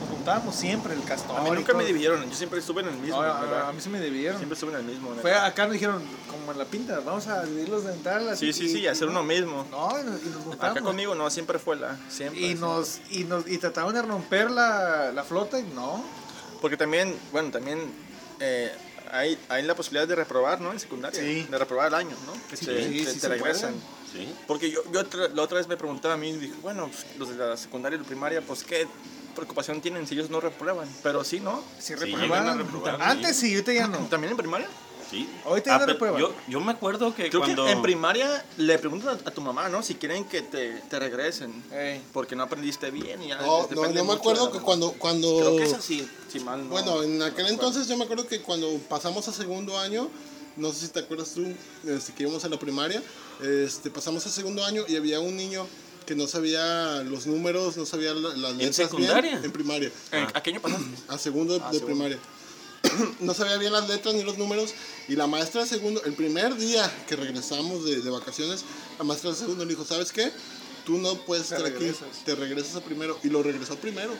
[SPEAKER 2] nos juntábamos siempre, el castor.
[SPEAKER 3] A mí
[SPEAKER 2] y
[SPEAKER 3] nunca me
[SPEAKER 2] todo.
[SPEAKER 3] dividieron, yo siempre estuve en el mismo,
[SPEAKER 2] No, a-
[SPEAKER 3] ¿verdad?
[SPEAKER 2] a, a mí sí me dividieron.
[SPEAKER 3] Siempre estuve en el mismo. neta.
[SPEAKER 2] Fue acá nos dijeron, como en la pinta, vamos a dividirlos de entrada.
[SPEAKER 3] Sí, sí, sí, y hacer uno mismo.
[SPEAKER 2] No, y nos, y nos juntamos.
[SPEAKER 3] Acá conmigo no, siempre fue la, siempre.
[SPEAKER 2] Y
[SPEAKER 3] siempre.
[SPEAKER 2] nos, y nos y trataron de romper la, la flota y no.
[SPEAKER 3] Porque también, bueno, también eh, hay, hay la posibilidad de reprobar, ¿no? En secundaria.
[SPEAKER 2] Sí.
[SPEAKER 3] De reprobar el año, ¿no? Que
[SPEAKER 2] Sí,
[SPEAKER 3] te,
[SPEAKER 2] sí,
[SPEAKER 3] te-
[SPEAKER 2] sí
[SPEAKER 3] te
[SPEAKER 2] se
[SPEAKER 3] regresan.
[SPEAKER 2] puede.
[SPEAKER 4] Sí.
[SPEAKER 3] Porque yo, yo otra- la otra vez me preguntaba a mí, dije, bueno, pues, los de la secundaria y la primaria, pues qué preocupación tienen si ellos no reprueban. Pero sí, ¿no?
[SPEAKER 2] Sí,
[SPEAKER 4] llegan a
[SPEAKER 2] reprobaban.
[SPEAKER 4] reprobar, sí.
[SPEAKER 2] Antes sí, ahorita ya no.
[SPEAKER 3] ¿También en primaria?
[SPEAKER 4] Sí.
[SPEAKER 2] Ahorita ya no
[SPEAKER 4] Ah, pero
[SPEAKER 2] reprueban.
[SPEAKER 4] Yo, yo me acuerdo que
[SPEAKER 3] Creo
[SPEAKER 4] cuando.
[SPEAKER 3] que en primaria le preguntan a, a tu mamá, ¿no? Si quieren que te, te regresen.
[SPEAKER 2] Ey.
[SPEAKER 3] Porque no aprendiste bien y ya.
[SPEAKER 1] No,
[SPEAKER 3] depende
[SPEAKER 1] no, no me
[SPEAKER 3] mucho de
[SPEAKER 1] acuerdo
[SPEAKER 3] la-
[SPEAKER 1] que cuando, cuando...
[SPEAKER 3] Creo que es así, si mal no.
[SPEAKER 1] Bueno, en aquel
[SPEAKER 3] no recuerdo.
[SPEAKER 1] entonces yo me acuerdo que cuando pasamos a segundo año, no sé si te acuerdas tú, este, que íbamos a la primaria, este, pasamos a segundo año y había un niño que no sabía los números, no sabía la- las letras
[SPEAKER 4] secundaria?
[SPEAKER 1] bien en primaria,
[SPEAKER 3] ¿En- ¿A qué año pasaste?
[SPEAKER 1] a segundo de, de
[SPEAKER 3] segundo.
[SPEAKER 1] primaria. No sabía bien las letras ni los números y la maestra de segundo, el primer día que regresamos de, de vacaciones, la maestra de segundo le dijo, ¿sabes qué? Tú no puedes
[SPEAKER 2] Te
[SPEAKER 1] estar aquí,
[SPEAKER 2] regresas.
[SPEAKER 1] te regresas a primero y lo regresó primero.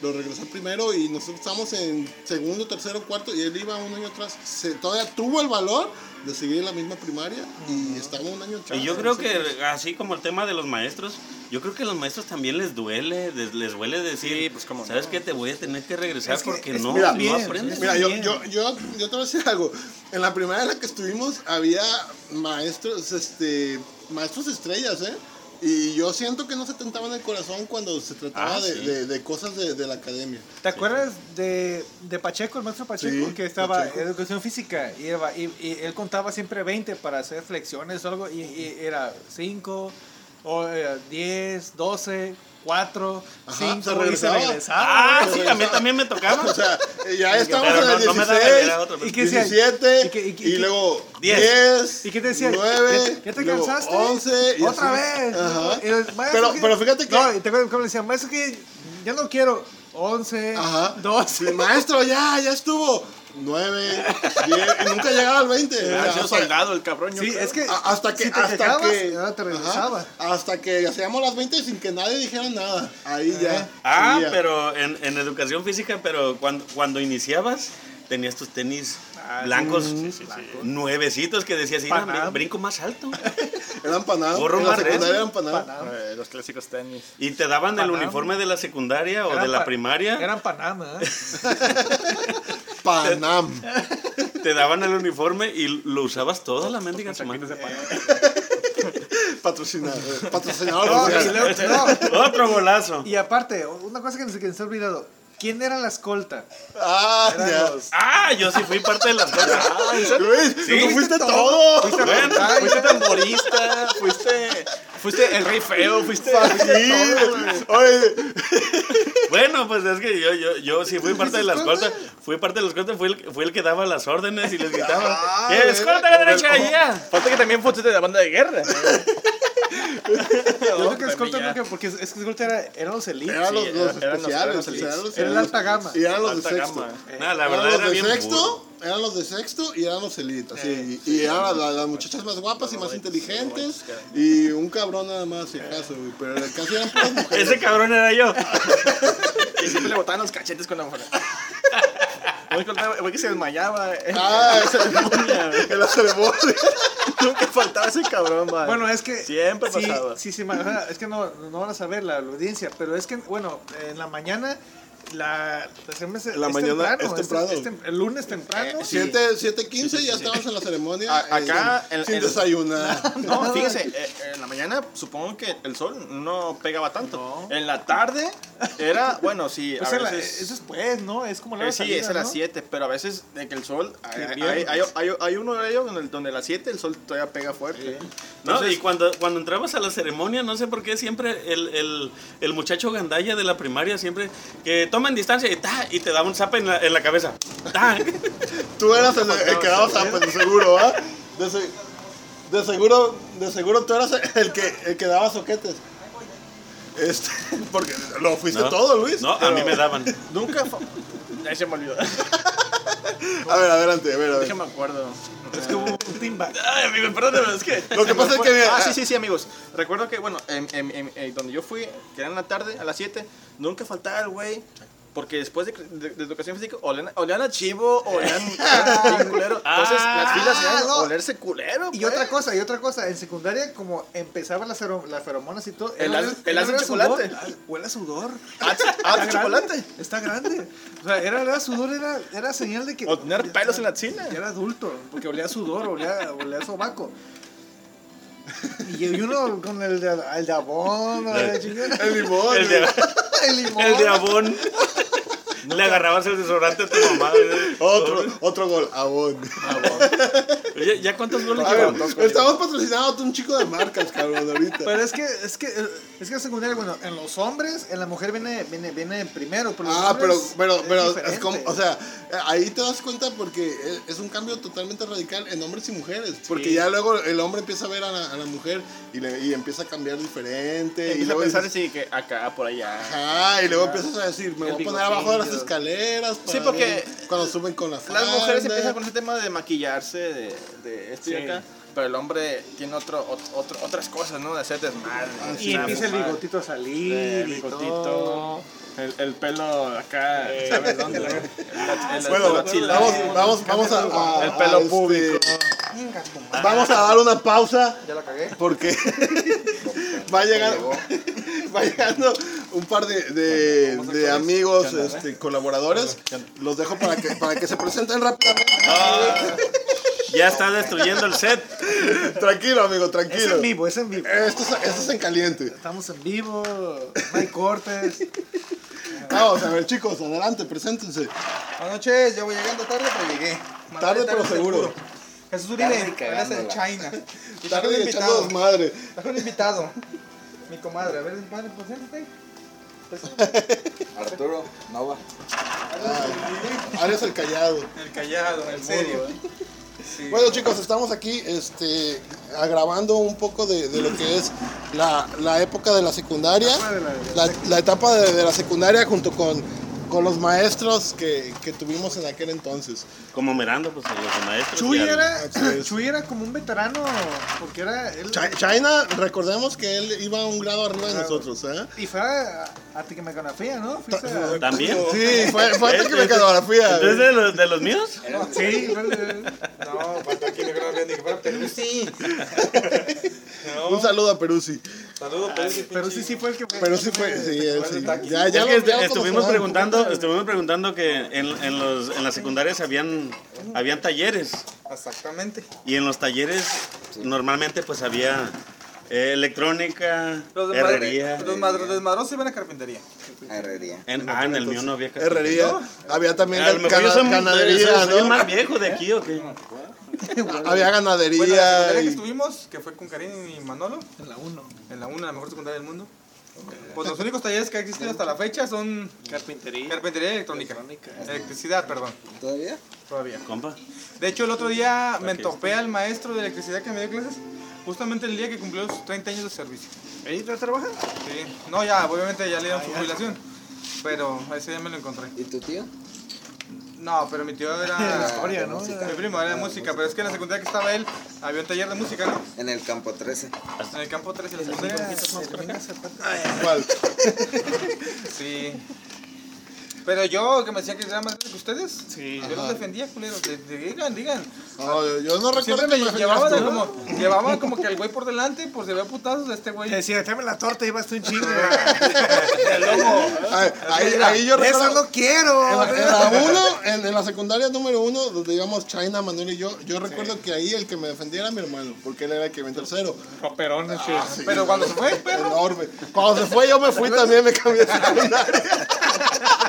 [SPEAKER 1] Lo regresó primero y nosotros estábamos en segundo, tercero, cuarto y él iba un año atrás. Se, todavía tuvo el valor de seguir en la misma primaria y estaba un año atrás.
[SPEAKER 4] Y yo creo
[SPEAKER 1] Sí.
[SPEAKER 4] que, así como el tema de los maestros, yo creo que a los maestros también les duele, les, les duele decir,
[SPEAKER 3] Sí, pues, cómo no.
[SPEAKER 4] ¿sabes qué? Te voy a tener que regresar
[SPEAKER 2] Es que-
[SPEAKER 4] porque
[SPEAKER 2] es-
[SPEAKER 4] no,
[SPEAKER 1] mira,
[SPEAKER 4] no
[SPEAKER 2] bien,
[SPEAKER 4] aprendes.
[SPEAKER 1] Mira, yo,
[SPEAKER 2] Bien.
[SPEAKER 1] yo, yo, yo te voy a decir algo. En la primera en la que estuvimos había maestros, este, maestros estrellas, ¿eh? Y yo siento que no se tentaban el corazón cuando se trataba
[SPEAKER 4] Ah,
[SPEAKER 1] de,
[SPEAKER 4] sí.
[SPEAKER 1] de- de cosas de, de la academia.
[SPEAKER 2] ¿Te acuerdas de, de Pacheco, el maestro Pacheco,
[SPEAKER 1] Sí,
[SPEAKER 2] que estaba
[SPEAKER 1] Pacheco.
[SPEAKER 2] en educación física? Y, iba- y- y él contaba siempre 20 para hacer flexiones o algo, y, y era 5, o, eh, 10, 12, 4,
[SPEAKER 1] Ajá,
[SPEAKER 2] 5
[SPEAKER 1] se
[SPEAKER 2] y se
[SPEAKER 1] regresaba.
[SPEAKER 2] regresaba.
[SPEAKER 4] Ah,
[SPEAKER 1] pero
[SPEAKER 4] sí,
[SPEAKER 1] regresaba.
[SPEAKER 4] también, también me tocaba.
[SPEAKER 1] O sea, eh, ya estamos
[SPEAKER 4] Pero
[SPEAKER 1] en el
[SPEAKER 4] no, no me daba
[SPEAKER 1] 16,
[SPEAKER 4] era otro, pero-
[SPEAKER 2] ¿Y qué decía?
[SPEAKER 1] 17,
[SPEAKER 2] ¿Y
[SPEAKER 1] y,
[SPEAKER 2] qué- y qué- y qué-
[SPEAKER 1] luego
[SPEAKER 4] 10.
[SPEAKER 1] 10,
[SPEAKER 2] ¿Y qué te decía?
[SPEAKER 1] 9,
[SPEAKER 2] ¿Ya- ¿Ya te
[SPEAKER 1] luego
[SPEAKER 2] cansaste?
[SPEAKER 1] 11, y
[SPEAKER 2] Otra
[SPEAKER 1] así.
[SPEAKER 2] vez.
[SPEAKER 1] Ajá.
[SPEAKER 2] Y los- maestro,
[SPEAKER 1] Pero,
[SPEAKER 2] ¿qué-
[SPEAKER 1] pero fíjate que.
[SPEAKER 2] No, y te acuerdas cómo le decían, maestro, que ya no quiero. 11,
[SPEAKER 1] Ajá.
[SPEAKER 2] 12.
[SPEAKER 1] Sí, maestro, ya, ya estuvo. 9, 10, y nunca llegaba al 20.
[SPEAKER 3] Ha
[SPEAKER 1] o sea,
[SPEAKER 3] sido
[SPEAKER 1] o sea,
[SPEAKER 3] Ah, soldado el cabrón. yo
[SPEAKER 2] Sí,
[SPEAKER 3] creo.
[SPEAKER 2] es que.
[SPEAKER 1] a- hasta que.
[SPEAKER 2] si te
[SPEAKER 1] hasta
[SPEAKER 2] quejabas,
[SPEAKER 1] que
[SPEAKER 2] ahora te
[SPEAKER 1] ajá,
[SPEAKER 2] regresaba.
[SPEAKER 1] hasta que hacíamos las 20 sin que nadie dijera nada. Ahí ya.
[SPEAKER 4] Ah,
[SPEAKER 1] seguía.
[SPEAKER 4] pero en, en educación física, pero cuando, cuando iniciabas, tenías tus tenis blancos, nuevecitos, que decías, "Mira,
[SPEAKER 2] Panam.
[SPEAKER 4] brin- brinco más alto.
[SPEAKER 1] Eran panadas.
[SPEAKER 4] Gorro
[SPEAKER 1] En la
[SPEAKER 4] más
[SPEAKER 1] secundaria
[SPEAKER 4] grueso.
[SPEAKER 1] eran panadas.
[SPEAKER 2] Panam.
[SPEAKER 3] Eh, los clásicos tenis.
[SPEAKER 4] Y te daban el
[SPEAKER 2] Panam.
[SPEAKER 4] uniforme de la secundaria o
[SPEAKER 2] Eran
[SPEAKER 4] de la
[SPEAKER 2] pa-
[SPEAKER 4] primaria.
[SPEAKER 2] Eran Panamá.
[SPEAKER 1] Panam.
[SPEAKER 4] Te daban el uniforme y lo usabas toda la mendiga semana.
[SPEAKER 1] Patrocinador. eh, Patrocinador.
[SPEAKER 2] No,
[SPEAKER 1] oficial.
[SPEAKER 2] y luego- no.
[SPEAKER 4] Otro golazo.
[SPEAKER 2] Y aparte, una cosa que nos- que nos ha olvidado. ¿Quién era la escolta?
[SPEAKER 1] Ah,
[SPEAKER 2] Eran
[SPEAKER 1] ya.
[SPEAKER 2] los- Ah,
[SPEAKER 4] Ah, yo sí fui parte de las cosas.
[SPEAKER 1] Luis, tú fuiste todo.
[SPEAKER 2] Fuiste
[SPEAKER 4] Bueno,
[SPEAKER 2] a-
[SPEAKER 3] Fuiste tamborista, fuiste, fuiste el rey feo, fuiste.
[SPEAKER 1] Sí, Oye,
[SPEAKER 4] Bueno, pues es que yo, yo, yo sí fui parte de las
[SPEAKER 2] escolta?
[SPEAKER 4] cortas. Fui parte de los cortas, fui el, fui el que daba las órdenes y les gritaba.
[SPEAKER 1] Ah,
[SPEAKER 4] "¡Eh, ¡Escolta a la derecha allá!
[SPEAKER 3] Falta que también fuiste de la banda de guerra.
[SPEAKER 2] Yo creo que la escolta nunca, porque es es que la escolta era, eran los elites.
[SPEAKER 1] eran los,
[SPEAKER 3] Sí,
[SPEAKER 1] los
[SPEAKER 3] eran los- eran
[SPEAKER 1] especiales.
[SPEAKER 3] los elites.
[SPEAKER 1] eran los-
[SPEAKER 2] Era la alta gama.
[SPEAKER 1] Y eran los de
[SPEAKER 3] Alta
[SPEAKER 1] sexto.
[SPEAKER 3] gama.
[SPEAKER 4] No, la
[SPEAKER 1] Eran
[SPEAKER 4] verdad
[SPEAKER 1] los
[SPEAKER 4] era
[SPEAKER 1] de
[SPEAKER 4] bien.
[SPEAKER 1] sexto, eran los de sexto y eran los elites. así,
[SPEAKER 3] Eh,
[SPEAKER 1] y, y eran la- las muchachas más guapas y más inteligentes. Y un cabrón nada más, si acaso, güey. Pero casi eran puras mujeres.
[SPEAKER 4] Ese cabrón era yo.
[SPEAKER 3] Y siempre le botaban los cachetes con la mujer. Voy contaba, güey que se desmayaba. eh.
[SPEAKER 1] Ah, esa ceremonia, güey, en la ceremonia.
[SPEAKER 3] Nunca faltaba ese cabrón, va.
[SPEAKER 2] Bueno, es que.
[SPEAKER 3] Siempre
[SPEAKER 2] sí,
[SPEAKER 3] pasaba.
[SPEAKER 2] Sí, sí, ma- ajá, es que no, no van a saber la, la audiencia, pero es que, bueno, en la mañana. La, siempre se-
[SPEAKER 1] La
[SPEAKER 2] es
[SPEAKER 1] mañana es
[SPEAKER 2] es-
[SPEAKER 1] temprano.
[SPEAKER 2] es tem- el lunes temprano.
[SPEAKER 3] Eh, sí.
[SPEAKER 1] 7, 7.15 ya estábamos en la ceremonia.
[SPEAKER 3] A- acá,
[SPEAKER 1] eh,
[SPEAKER 3] el-
[SPEAKER 1] sin
[SPEAKER 3] el-
[SPEAKER 1] desayunar.
[SPEAKER 3] No, fíjese, eh, en la mañana supongo que el sol no pegaba tanto.
[SPEAKER 2] No.
[SPEAKER 3] En la tarde era, bueno, sí,
[SPEAKER 2] Pues
[SPEAKER 3] a
[SPEAKER 2] en la-
[SPEAKER 3] veces-
[SPEAKER 2] es después, ¿no? Es como la
[SPEAKER 3] Eh,
[SPEAKER 2] hora
[SPEAKER 3] sí,
[SPEAKER 2] salida,
[SPEAKER 3] es a las
[SPEAKER 2] ¿no?
[SPEAKER 3] 7, pero a veces de que el sol. Hay, hay,
[SPEAKER 2] viernes.
[SPEAKER 3] hay, hay- hay un horario donde, donde a las 7 el sol todavía pega fuerte.
[SPEAKER 4] No, y cuando, cuando entrabas a la ceremonia, no sé por qué, siempre el, el, el muchacho gandalla de la primaria, siempre que toman distancia y, ta, y te daba un zap en la, en la cabeza. Ta.
[SPEAKER 1] Tú eras el, el que daba zape, de seguro, ¿ah? De, se- de seguro, de seguro tú eras el que, el que daba soquetes. Este, porque lo fuiste
[SPEAKER 4] No.
[SPEAKER 1] todo, Luis.
[SPEAKER 4] No, a
[SPEAKER 1] pero-
[SPEAKER 4] mí me daban.
[SPEAKER 3] Nunca. fa- Ahí se me olvidó.
[SPEAKER 1] A ver, adelante, a ver, a ver.
[SPEAKER 3] Déjame acuerdo.
[SPEAKER 2] Es como un timba.
[SPEAKER 3] Ay, amigo, perdóname, es que.
[SPEAKER 1] Lo que pasa es que, mira, eh,
[SPEAKER 3] Ah, sí, sí, sí, amigos. Recuerdo que, bueno, em, em, em, eh, donde yo fui, que era en la tarde, a las 7, nunca faltaba el güey. Porque después de, de- de educación física, olían, olían a chivo, olían a bien culero. Entonces,
[SPEAKER 1] Ah,
[SPEAKER 3] las filas eran
[SPEAKER 2] no.
[SPEAKER 3] olerse culero.
[SPEAKER 2] Y
[SPEAKER 3] pues.
[SPEAKER 2] otra cosa, y otra cosa, en secundaria como empezaba las fero- las feromonas y todo,
[SPEAKER 3] El
[SPEAKER 2] era-
[SPEAKER 3] haz- el
[SPEAKER 2] era
[SPEAKER 3] haz de
[SPEAKER 2] sudor,
[SPEAKER 3] chocolate.
[SPEAKER 2] ah, Huele a sudor.
[SPEAKER 3] Ah, sí, ah,
[SPEAKER 2] Está
[SPEAKER 3] chocolate.
[SPEAKER 2] grande, Está grande. O sea, era, era sudor, era, era señal de que...
[SPEAKER 3] O tener pelos en la axila.
[SPEAKER 2] Ya era adulto, porque olía a sudor, olía, olía a sobaco. Y, y uno con el de, el de abón, o la chingada.
[SPEAKER 1] El limón.
[SPEAKER 4] El de,
[SPEAKER 2] el limón.
[SPEAKER 4] el de abón. Le agarrabas el desodorante a tu mamá. ¿eh?
[SPEAKER 1] Otro, otro gol, abón.
[SPEAKER 3] Ah,
[SPEAKER 4] Oye, ¿Ya cuántos goles
[SPEAKER 1] A ver,
[SPEAKER 4] llevamos?
[SPEAKER 1] estamos patrocinados a un chico de marcas, cabrón, ahorita.
[SPEAKER 2] Pero es que, es que, eh, es que la secundaria, bueno, en los hombres, en la mujer viene, viene, viene primero. Pero los
[SPEAKER 1] Ah, pero,
[SPEAKER 2] hombres
[SPEAKER 1] pero,
[SPEAKER 2] es
[SPEAKER 1] pero, es
[SPEAKER 2] diferente.
[SPEAKER 1] como, o sea, ahí te das cuenta porque es- es un cambio totalmente radical en hombres y mujeres. Porque ya luego el hombre empieza a ver a la, a la mujer y, le- y empieza a cambiar diferente. y
[SPEAKER 3] Empieza a
[SPEAKER 1] luego
[SPEAKER 3] pensar Ah.
[SPEAKER 1] dices,
[SPEAKER 3] así que acá, por allá.
[SPEAKER 1] Ajá, y luego empiezas a decir, me
[SPEAKER 2] El
[SPEAKER 1] voy a poner abajo de las
[SPEAKER 2] bigotillo.
[SPEAKER 1] escaleras. para
[SPEAKER 3] Sí, porque
[SPEAKER 1] ver Cuando suben con las
[SPEAKER 3] Las mujeres empiezan con ese tema de maquillarse, de, de esto y acá. Pero el hombre tiene otro, ot- otro, otras cosas, ¿no? De hacer desmadre.
[SPEAKER 1] Ah,
[SPEAKER 2] Y
[SPEAKER 1] Sí,
[SPEAKER 2] empieza el bigotito a salir.
[SPEAKER 3] El
[SPEAKER 2] y
[SPEAKER 3] bigotito.
[SPEAKER 2] todo.
[SPEAKER 3] El, el pelo acá, ¿sabes dónde? El, el- el
[SPEAKER 1] Bueno,
[SPEAKER 3] pelo axila.
[SPEAKER 1] vamos, vamos, vamos a, a-
[SPEAKER 3] El pelo
[SPEAKER 1] a este-
[SPEAKER 3] público.
[SPEAKER 2] Venga, tu madre.
[SPEAKER 1] Vamos a dar una pausa
[SPEAKER 2] Ya la cagué.
[SPEAKER 1] porque va, llegando, va llegando un par de, de- de amigos, este, colaboradores. Los dejo para que, para que se presenten rápidamente.
[SPEAKER 4] Ya está destruyendo el set.
[SPEAKER 1] Tranquilo, amigo,
[SPEAKER 2] Es
[SPEAKER 1] tranquilo.
[SPEAKER 2] en vivo, es en vivo.
[SPEAKER 1] Esto es, esto es en caliente.
[SPEAKER 2] Estamos en vivo, no hay cortes.
[SPEAKER 1] Vamos, a ver, chicos, adelante, preséntense.
[SPEAKER 5] Buenas noches, yo voy llegando tarde, pero llegué. Más
[SPEAKER 1] Tarde, pero seguro.
[SPEAKER 5] Jesús Uribe,
[SPEAKER 6] Tarde y
[SPEAKER 5] eres de
[SPEAKER 6] cagándola.
[SPEAKER 5] China. Y traje un
[SPEAKER 1] Tarde y echando
[SPEAKER 5] invitado.
[SPEAKER 1] desmadre.
[SPEAKER 5] Traje un invitado.
[SPEAKER 2] Mi comadre, a ver, compadre, preséntate.
[SPEAKER 6] Arturo Nova.
[SPEAKER 1] Ahora es el callado.
[SPEAKER 2] El callado, el serio.
[SPEAKER 1] Bueno chicos, estamos aquí este, agravando un poco de, de lo que es la, la época de la secundaria, la, la etapa de, de la secundaria junto con, con los maestros que, que tuvimos en aquel entonces.
[SPEAKER 4] Como Merando, pues los maestros.
[SPEAKER 3] Chuy
[SPEAKER 4] y al-
[SPEAKER 3] era,
[SPEAKER 1] Así es.
[SPEAKER 3] Chuy era como un veterano, porque era él.
[SPEAKER 1] Chi- China, recordemos que él iba un grado arriba de nosotros, ¿eh?
[SPEAKER 3] Y fue a, a Tiquimacalafía, ¿no? Fuiste a-
[SPEAKER 4] También.
[SPEAKER 1] Sí, fue, fue antes que me
[SPEAKER 4] Entonces,
[SPEAKER 1] fotografía.
[SPEAKER 4] ¿de los, de los míos?
[SPEAKER 3] Sí, fue-
[SPEAKER 6] No, falta aquí me creo que dije, pero Perú sí.
[SPEAKER 1] Un saludo a Peruzzi.
[SPEAKER 6] Saludos, Perú Ah, sí.
[SPEAKER 3] pero sí, sí fue el que fue.
[SPEAKER 1] Peruzzi fue, sí, él sí. Ya,
[SPEAKER 4] Es
[SPEAKER 1] ya
[SPEAKER 4] que
[SPEAKER 1] lo-
[SPEAKER 4] este-
[SPEAKER 1] ya lo
[SPEAKER 4] estuvimos
[SPEAKER 1] conocemos.
[SPEAKER 4] preguntando, estuvimos preguntando que en, en los, en las secundarias habían, habían talleres.
[SPEAKER 2] Exactamente.
[SPEAKER 4] Y en los talleres normalmente pues había eh, electrónica,
[SPEAKER 2] Los, de
[SPEAKER 4] herrería.
[SPEAKER 2] madre, los madro- desmadrosos iban a carpintería.
[SPEAKER 6] Herrería.
[SPEAKER 4] En, ah, en el mío no había casi.
[SPEAKER 1] Herrería. Había también
[SPEAKER 4] A lo mejor yo
[SPEAKER 1] gana-
[SPEAKER 4] soy, muy-
[SPEAKER 1] ganadería,
[SPEAKER 4] soy- soy el
[SPEAKER 1] ¿no?
[SPEAKER 4] más viejo de aquí o qué.
[SPEAKER 1] Había
[SPEAKER 2] Bueno, la secundaria
[SPEAKER 1] ganadería.
[SPEAKER 2] que
[SPEAKER 1] y-
[SPEAKER 2] estuvimos, que fue con Karin y Manolo,
[SPEAKER 3] En la 1.
[SPEAKER 2] en la una, la mejor secundaria del mundo. Pues los únicos talleres que han existido hasta la fecha son
[SPEAKER 3] Carpintería.
[SPEAKER 2] carpintería y electrónica. Electricidad, perdón,
[SPEAKER 6] ¿Todavía?
[SPEAKER 2] todavía.
[SPEAKER 4] Compa.
[SPEAKER 2] De hecho, el otro día me topé al maestro de electricidad que me dio clases, justamente el día que cumplió sus 30 años de servicio.
[SPEAKER 3] ¿Ahí te trabajas?
[SPEAKER 2] Sí, no, ya, obviamente ya le dieron su jubilación, pero ese día me lo encontré.
[SPEAKER 6] ¿Y tu tío?
[SPEAKER 2] No, pero mi tío
[SPEAKER 3] La
[SPEAKER 2] era...
[SPEAKER 3] historia, ¿no?
[SPEAKER 2] Mi primo era de música, pero es que en la secundaria que estaba él había un taller de música, ¿no?
[SPEAKER 6] En el campo 13.
[SPEAKER 2] En el campo 13 de la secundaria.
[SPEAKER 1] ¿Cuál?
[SPEAKER 2] Sí. Pero yo, que me decía que era más grande que ustedes,
[SPEAKER 3] Sí.
[SPEAKER 2] yo los defendía, culeros. de- de- Digan, digan.
[SPEAKER 1] No, yo- yo no recuerdo
[SPEAKER 2] Siempre
[SPEAKER 1] que
[SPEAKER 2] me
[SPEAKER 1] me
[SPEAKER 2] llevaban a
[SPEAKER 1] ¿no?
[SPEAKER 2] como, llevaban como que al güey por delante, pues se ve putazos de este güey.
[SPEAKER 3] Te decía, tráeme la torta y vas tú en chingo.
[SPEAKER 1] Ay, Ahí, ahí yo
[SPEAKER 3] Eso
[SPEAKER 1] recuerdo.
[SPEAKER 3] no quiero.
[SPEAKER 1] En la, uno, en, en la secundaria número uno, donde íbamos China, Manuel y yo, yo recuerdo que ahí el que me defendía era mi hermano, porque él era el que iba en tercero.
[SPEAKER 3] Roperón,
[SPEAKER 6] Ah,
[SPEAKER 1] Sí,
[SPEAKER 2] Ah, Pero cuando se fue, perro.
[SPEAKER 1] Enorme. Cuando se fue yo me fui también, me cambié de secundaria.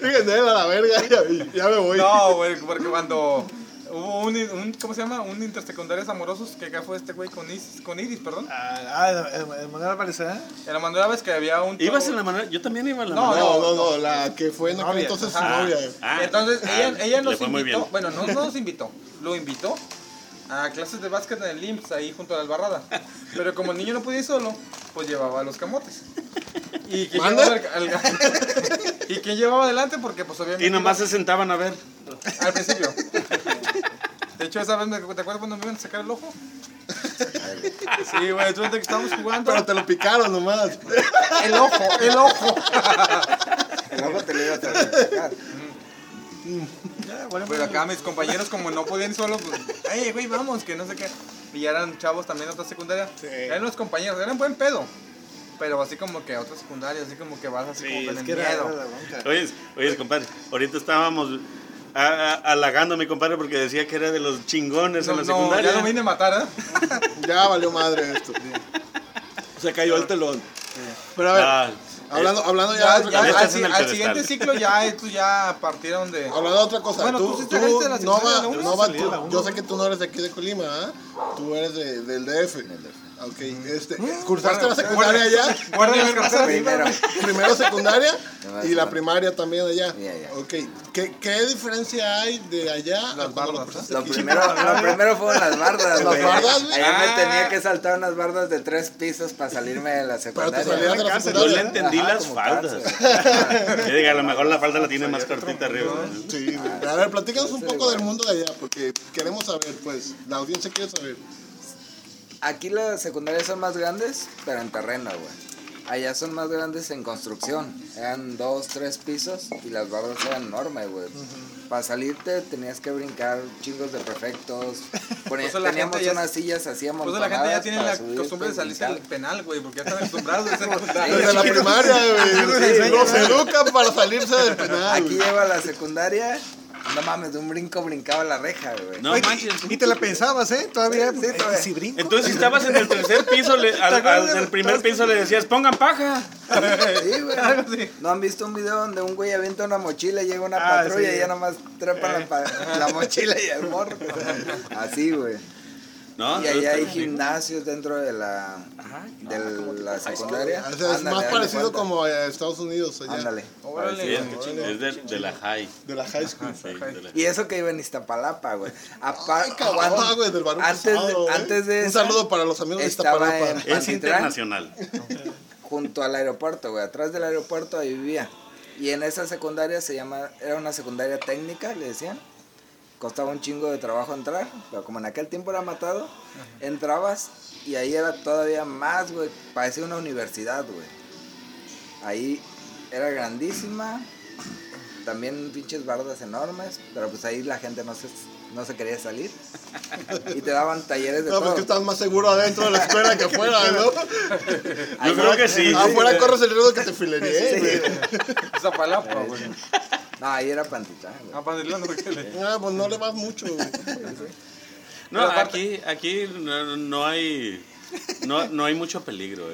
[SPEAKER 1] Fíjense, a la verga, ya, ya me voy.
[SPEAKER 2] No, güey, porque cuando hubo un, un ¿cómo se llama? Un intersecundarios amorosos que acá fue este güey con Iris, con Iris perdón.
[SPEAKER 3] Ah, el Manuel ¿eh? Aparecerá.
[SPEAKER 2] Era Manuel Aves que había un... chavo-
[SPEAKER 4] ¿Ibas en la manera? Yo también iba en la
[SPEAKER 2] No,
[SPEAKER 4] manera.
[SPEAKER 1] No, no, no, la que fue en aquel
[SPEAKER 3] Novia.
[SPEAKER 1] entonces su
[SPEAKER 4] Ah,
[SPEAKER 1] novia.
[SPEAKER 4] ah,
[SPEAKER 2] Entonces,
[SPEAKER 4] ah,
[SPEAKER 2] ella, ella
[SPEAKER 4] le
[SPEAKER 2] nos
[SPEAKER 4] fue muy
[SPEAKER 2] invitó,
[SPEAKER 4] bien.
[SPEAKER 2] bueno, no, no nos invitó, lo invitó a clases de básquet en el IMSS, ahí junto a la albarrada. Pero como el niño no podía ir solo, pues llevaba los camotes. ¿Y quién,
[SPEAKER 1] ¿Manda?
[SPEAKER 2] llevaba, al- al- ¿Y quién llevaba adelante? Porque pues obviamente...
[SPEAKER 4] Y nomás se sentaban a ver.
[SPEAKER 2] iba- Al principio. De hecho, esa vez, me, ¿te acuerdas cuando me iban a sacar el ojo? Sí, güey, tú que estábamos jugando...
[SPEAKER 1] Pero te lo picaron nomás.
[SPEAKER 2] El ojo, el ojo.
[SPEAKER 6] El ojo te lo iba a sacar.
[SPEAKER 2] Pero acá mis compañeros como no podían ir solo, pues, ay, güey, vamos, que no sé qué. Y ya eran chavos también de otra secundaria. Eran los compañeros, eran buen pedo. Pero así como que a otra secundaria, así como que vas así como con el miedo.
[SPEAKER 4] Oye, oye, compadre, ahorita estábamos a- a- halagando a mi compadre porque decía que era de los chingones en
[SPEAKER 2] No,
[SPEAKER 4] la
[SPEAKER 2] no,
[SPEAKER 4] secundaria.
[SPEAKER 2] ya lo vine a matar, ¿eh?
[SPEAKER 1] Ya valió madre esto. Se cayó el telón. Pero a ver,
[SPEAKER 4] Ah,
[SPEAKER 1] hablando, hablando ya, de
[SPEAKER 2] Ya,
[SPEAKER 1] otra
[SPEAKER 2] ya,
[SPEAKER 1] cosa.
[SPEAKER 4] estás
[SPEAKER 2] al,
[SPEAKER 4] en
[SPEAKER 2] si-
[SPEAKER 4] el
[SPEAKER 2] al
[SPEAKER 4] pedestal.
[SPEAKER 2] siguiente ciclo ya, estos ya partieron de...
[SPEAKER 1] Hablando de otra cosa,
[SPEAKER 2] Bueno,
[SPEAKER 1] tú,
[SPEAKER 2] tú sí
[SPEAKER 1] tú,
[SPEAKER 2] saliste de la sección
[SPEAKER 1] Nova-
[SPEAKER 2] de la una,
[SPEAKER 1] Nova,
[SPEAKER 3] salí de la
[SPEAKER 1] tú-
[SPEAKER 3] una.
[SPEAKER 1] yo sé que tú no eres de aquí de Colima, ¿ah? Tú eres de- del DF. Ok, este, cursaste la secundaria allá,
[SPEAKER 2] Guarden las carteras.
[SPEAKER 6] Primero.
[SPEAKER 1] primero secundaria
[SPEAKER 6] Ya,
[SPEAKER 1] y
[SPEAKER 6] ya.
[SPEAKER 1] la primaria también allá.
[SPEAKER 6] Ya, ya.
[SPEAKER 1] Ok, ¿qué, qué diferencia hay de allá a cuando lo
[SPEAKER 2] bardas,
[SPEAKER 1] cursaste
[SPEAKER 6] Lo
[SPEAKER 1] aquí?
[SPEAKER 6] primero, lo primero fueron las bardas,
[SPEAKER 1] Las
[SPEAKER 6] güey.
[SPEAKER 1] bardas, güey.
[SPEAKER 6] Allá
[SPEAKER 2] Ah.
[SPEAKER 6] me tenía que saltar unas bardas de tres pisos para salirme de
[SPEAKER 1] Pero
[SPEAKER 6] la
[SPEAKER 1] te
[SPEAKER 6] secundaria.
[SPEAKER 1] salías de la
[SPEAKER 3] cárcel,
[SPEAKER 4] yo le
[SPEAKER 1] secundaria.
[SPEAKER 4] entendí
[SPEAKER 6] Ajá,
[SPEAKER 4] las
[SPEAKER 6] como
[SPEAKER 4] faldas. Yo digo, a lo mejor la falda la tiene más cortita arriba.
[SPEAKER 1] Sí, güey. a ver, platícanos un poco del mundo de allá, porque queremos saber, pues, la audiencia quiere saber.
[SPEAKER 6] Aquí las secundarias son más grandes, pero en terreno, güey. Allá son más grandes en construcción. Eran dos, tres pisos y las bardas eran enormes, güey. Para salirte tenías que brincar chingos de prefectos. Poni-
[SPEAKER 2] Pues la
[SPEAKER 6] teníamos
[SPEAKER 2] gente ya-
[SPEAKER 6] unas sillas así
[SPEAKER 2] Por eso
[SPEAKER 6] amontonadas.
[SPEAKER 2] la gente ya tiene
[SPEAKER 6] para
[SPEAKER 2] la
[SPEAKER 6] subirte
[SPEAKER 2] costumbre de
[SPEAKER 6] y
[SPEAKER 2] salirse del
[SPEAKER 6] brincar.
[SPEAKER 2] penal, güey, porque ya están acostumbrados a secundaria.
[SPEAKER 1] Desde la primaria, güey. Nos educan para salirse del penal.
[SPEAKER 6] Aquí
[SPEAKER 1] güey.
[SPEAKER 6] lleva la secundaria. No mames, de un brinco brincaba la reja, güey.
[SPEAKER 4] No manches.
[SPEAKER 3] Y te la pensabas, ¿eh? Todavía.
[SPEAKER 6] Sí, todavía.
[SPEAKER 3] eh, Si brinco.
[SPEAKER 4] Entonces, si estabas en el tercer piso, le- al, al del primer piso le decías, pongan paja.
[SPEAKER 6] Sí, güey.
[SPEAKER 2] Algo así.
[SPEAKER 6] ¿No han visto un video donde un güey avienta una mochila, llega una
[SPEAKER 3] Ah,
[SPEAKER 6] patrulla
[SPEAKER 3] sí.
[SPEAKER 6] y ya nomás trepa la, pa- la mochila y el morro? Así, güey.
[SPEAKER 4] Ah, No,
[SPEAKER 6] Y
[SPEAKER 4] todo
[SPEAKER 6] allá
[SPEAKER 4] está
[SPEAKER 6] hay
[SPEAKER 4] bien.
[SPEAKER 6] gimnasios dentro de la, de la secundaria.
[SPEAKER 1] O sea, es
[SPEAKER 6] Ándale,
[SPEAKER 1] más
[SPEAKER 6] hazle
[SPEAKER 1] parecido
[SPEAKER 6] cuenta.
[SPEAKER 1] como a Estados Unidos allá.
[SPEAKER 6] Ándale.
[SPEAKER 7] Órale.
[SPEAKER 4] Sí, es,
[SPEAKER 7] Órale.
[SPEAKER 4] es de, de la high.
[SPEAKER 1] De la high school.
[SPEAKER 4] Sí, de la-
[SPEAKER 6] Y eso que iba en Iztapalapa, güey. Apa-
[SPEAKER 1] Cabrón, güey, del barrio
[SPEAKER 6] antes,
[SPEAKER 1] pasado,
[SPEAKER 6] de,
[SPEAKER 1] ¿eh?
[SPEAKER 6] antes de
[SPEAKER 1] Un
[SPEAKER 6] esa,
[SPEAKER 1] saludo para los amigos de
[SPEAKER 6] estaba
[SPEAKER 1] Iztapalapa. pues,
[SPEAKER 6] en-
[SPEAKER 4] Es
[SPEAKER 6] Pantitlán.
[SPEAKER 4] internacional.
[SPEAKER 6] junto al aeropuerto, güey. Atrás del aeropuerto ahí vivía. Y en esa secundaria se llama, era una secundaria técnica, le decían. Costaba un chingo de trabajo entrar, pero como en aquel tiempo era matado, entrabas y ahí era todavía más, güey. Parecía una universidad, güey. Ahí era grandísima, también pinches bardas enormes, pero pues ahí la gente no se, no se quería salir. Y te daban talleres de
[SPEAKER 1] No, pues
[SPEAKER 6] todo.
[SPEAKER 1] que estás más seguro adentro de la escuela que afuera, ¿no?
[SPEAKER 4] Yo creo que sí. Ah,
[SPEAKER 1] Afuera corres el riesgo de que te
[SPEAKER 6] Sí,
[SPEAKER 1] fileríen, güey.
[SPEAKER 6] güey.
[SPEAKER 2] Esa palapa, güey.
[SPEAKER 6] No, ahí era Pantitlán, güey.
[SPEAKER 2] Ah, Pantitlán, ¿por qué le-
[SPEAKER 1] Ah, pues no le vas mucho, güey.
[SPEAKER 4] No, aquí, aquí no, no hay no, no hay mucho peligro.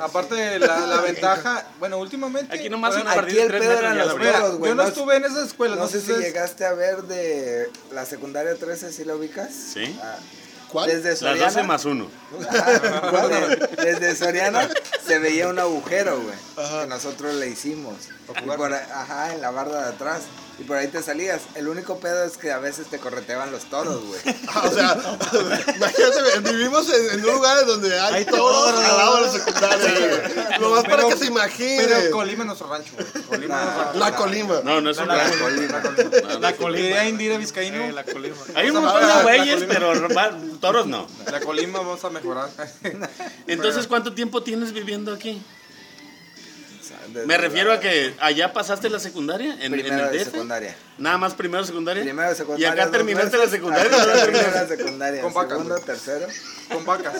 [SPEAKER 2] Aparte, la, la ventaja, bueno, últimamente.
[SPEAKER 4] Aquí nomás
[SPEAKER 2] bueno,
[SPEAKER 4] una
[SPEAKER 6] aquí
[SPEAKER 4] partida de
[SPEAKER 6] el
[SPEAKER 4] tres
[SPEAKER 6] pedo
[SPEAKER 4] metros
[SPEAKER 6] eran
[SPEAKER 4] ya la
[SPEAKER 6] los
[SPEAKER 4] abrieron.
[SPEAKER 6] pedos, güey.
[SPEAKER 2] Yo no
[SPEAKER 6] No-
[SPEAKER 2] estuve en esas escuelas,
[SPEAKER 6] No sé si
[SPEAKER 2] ustedes-
[SPEAKER 6] llegaste a ver de la secundaria 13, si la ubicas.
[SPEAKER 4] Sí.
[SPEAKER 6] Ah,
[SPEAKER 1] ¿Cuál?
[SPEAKER 6] Desde
[SPEAKER 4] Las
[SPEAKER 6] Soriana.
[SPEAKER 4] 12 más uno.
[SPEAKER 6] Ajá, güey, desde Soriana se veía un agujero, güey. Que nosotros le hicimos. Y por ahí- ajá, en la barda de atrás. Y por ahí te salías. El único pedo es que a veces te correteaban los toros, güey.
[SPEAKER 1] Ah, o sea, imagínate, vivimos en, en un lugar donde hay, todos al lado de la secundaria, güey. Nomás para
[SPEAKER 2] Pero-
[SPEAKER 1] que se imaginen.
[SPEAKER 2] Pero Colima es nuestro rancho, güey. Colima es nuestro rancho.
[SPEAKER 1] La colima.
[SPEAKER 4] No, no es un gran- No, no.
[SPEAKER 2] La Colima. Indira Vizcaíno.
[SPEAKER 3] Eh, la colima.
[SPEAKER 4] Hay un
[SPEAKER 2] Vamos a
[SPEAKER 4] montón de
[SPEAKER 2] parar, la
[SPEAKER 4] güeyes,
[SPEAKER 2] colima.
[SPEAKER 4] pero robar- toros no.
[SPEAKER 2] La Colima vamos a mejorar.
[SPEAKER 4] Entonces, ¿cuánto tiempo tienes viviendo aquí?
[SPEAKER 6] O sea, desde
[SPEAKER 4] Me refiero
[SPEAKER 6] la
[SPEAKER 4] a que allá pasaste la secundaria en, en
[SPEAKER 6] Primero
[SPEAKER 4] el
[SPEAKER 6] de
[SPEAKER 4] DF.
[SPEAKER 6] secundaria.
[SPEAKER 4] Nada más primero
[SPEAKER 3] ¿Eh?
[SPEAKER 4] secundaria.
[SPEAKER 6] Primero de secundaria.
[SPEAKER 4] Y acá
[SPEAKER 6] dos
[SPEAKER 4] terminaste la
[SPEAKER 6] veces,
[SPEAKER 4] secundaria.
[SPEAKER 6] acá
[SPEAKER 4] ¿verdad?
[SPEAKER 6] terminé la secundaria.
[SPEAKER 2] Con vacas,
[SPEAKER 6] segundo,
[SPEAKER 2] güey.
[SPEAKER 6] tercero.
[SPEAKER 2] Con vacas.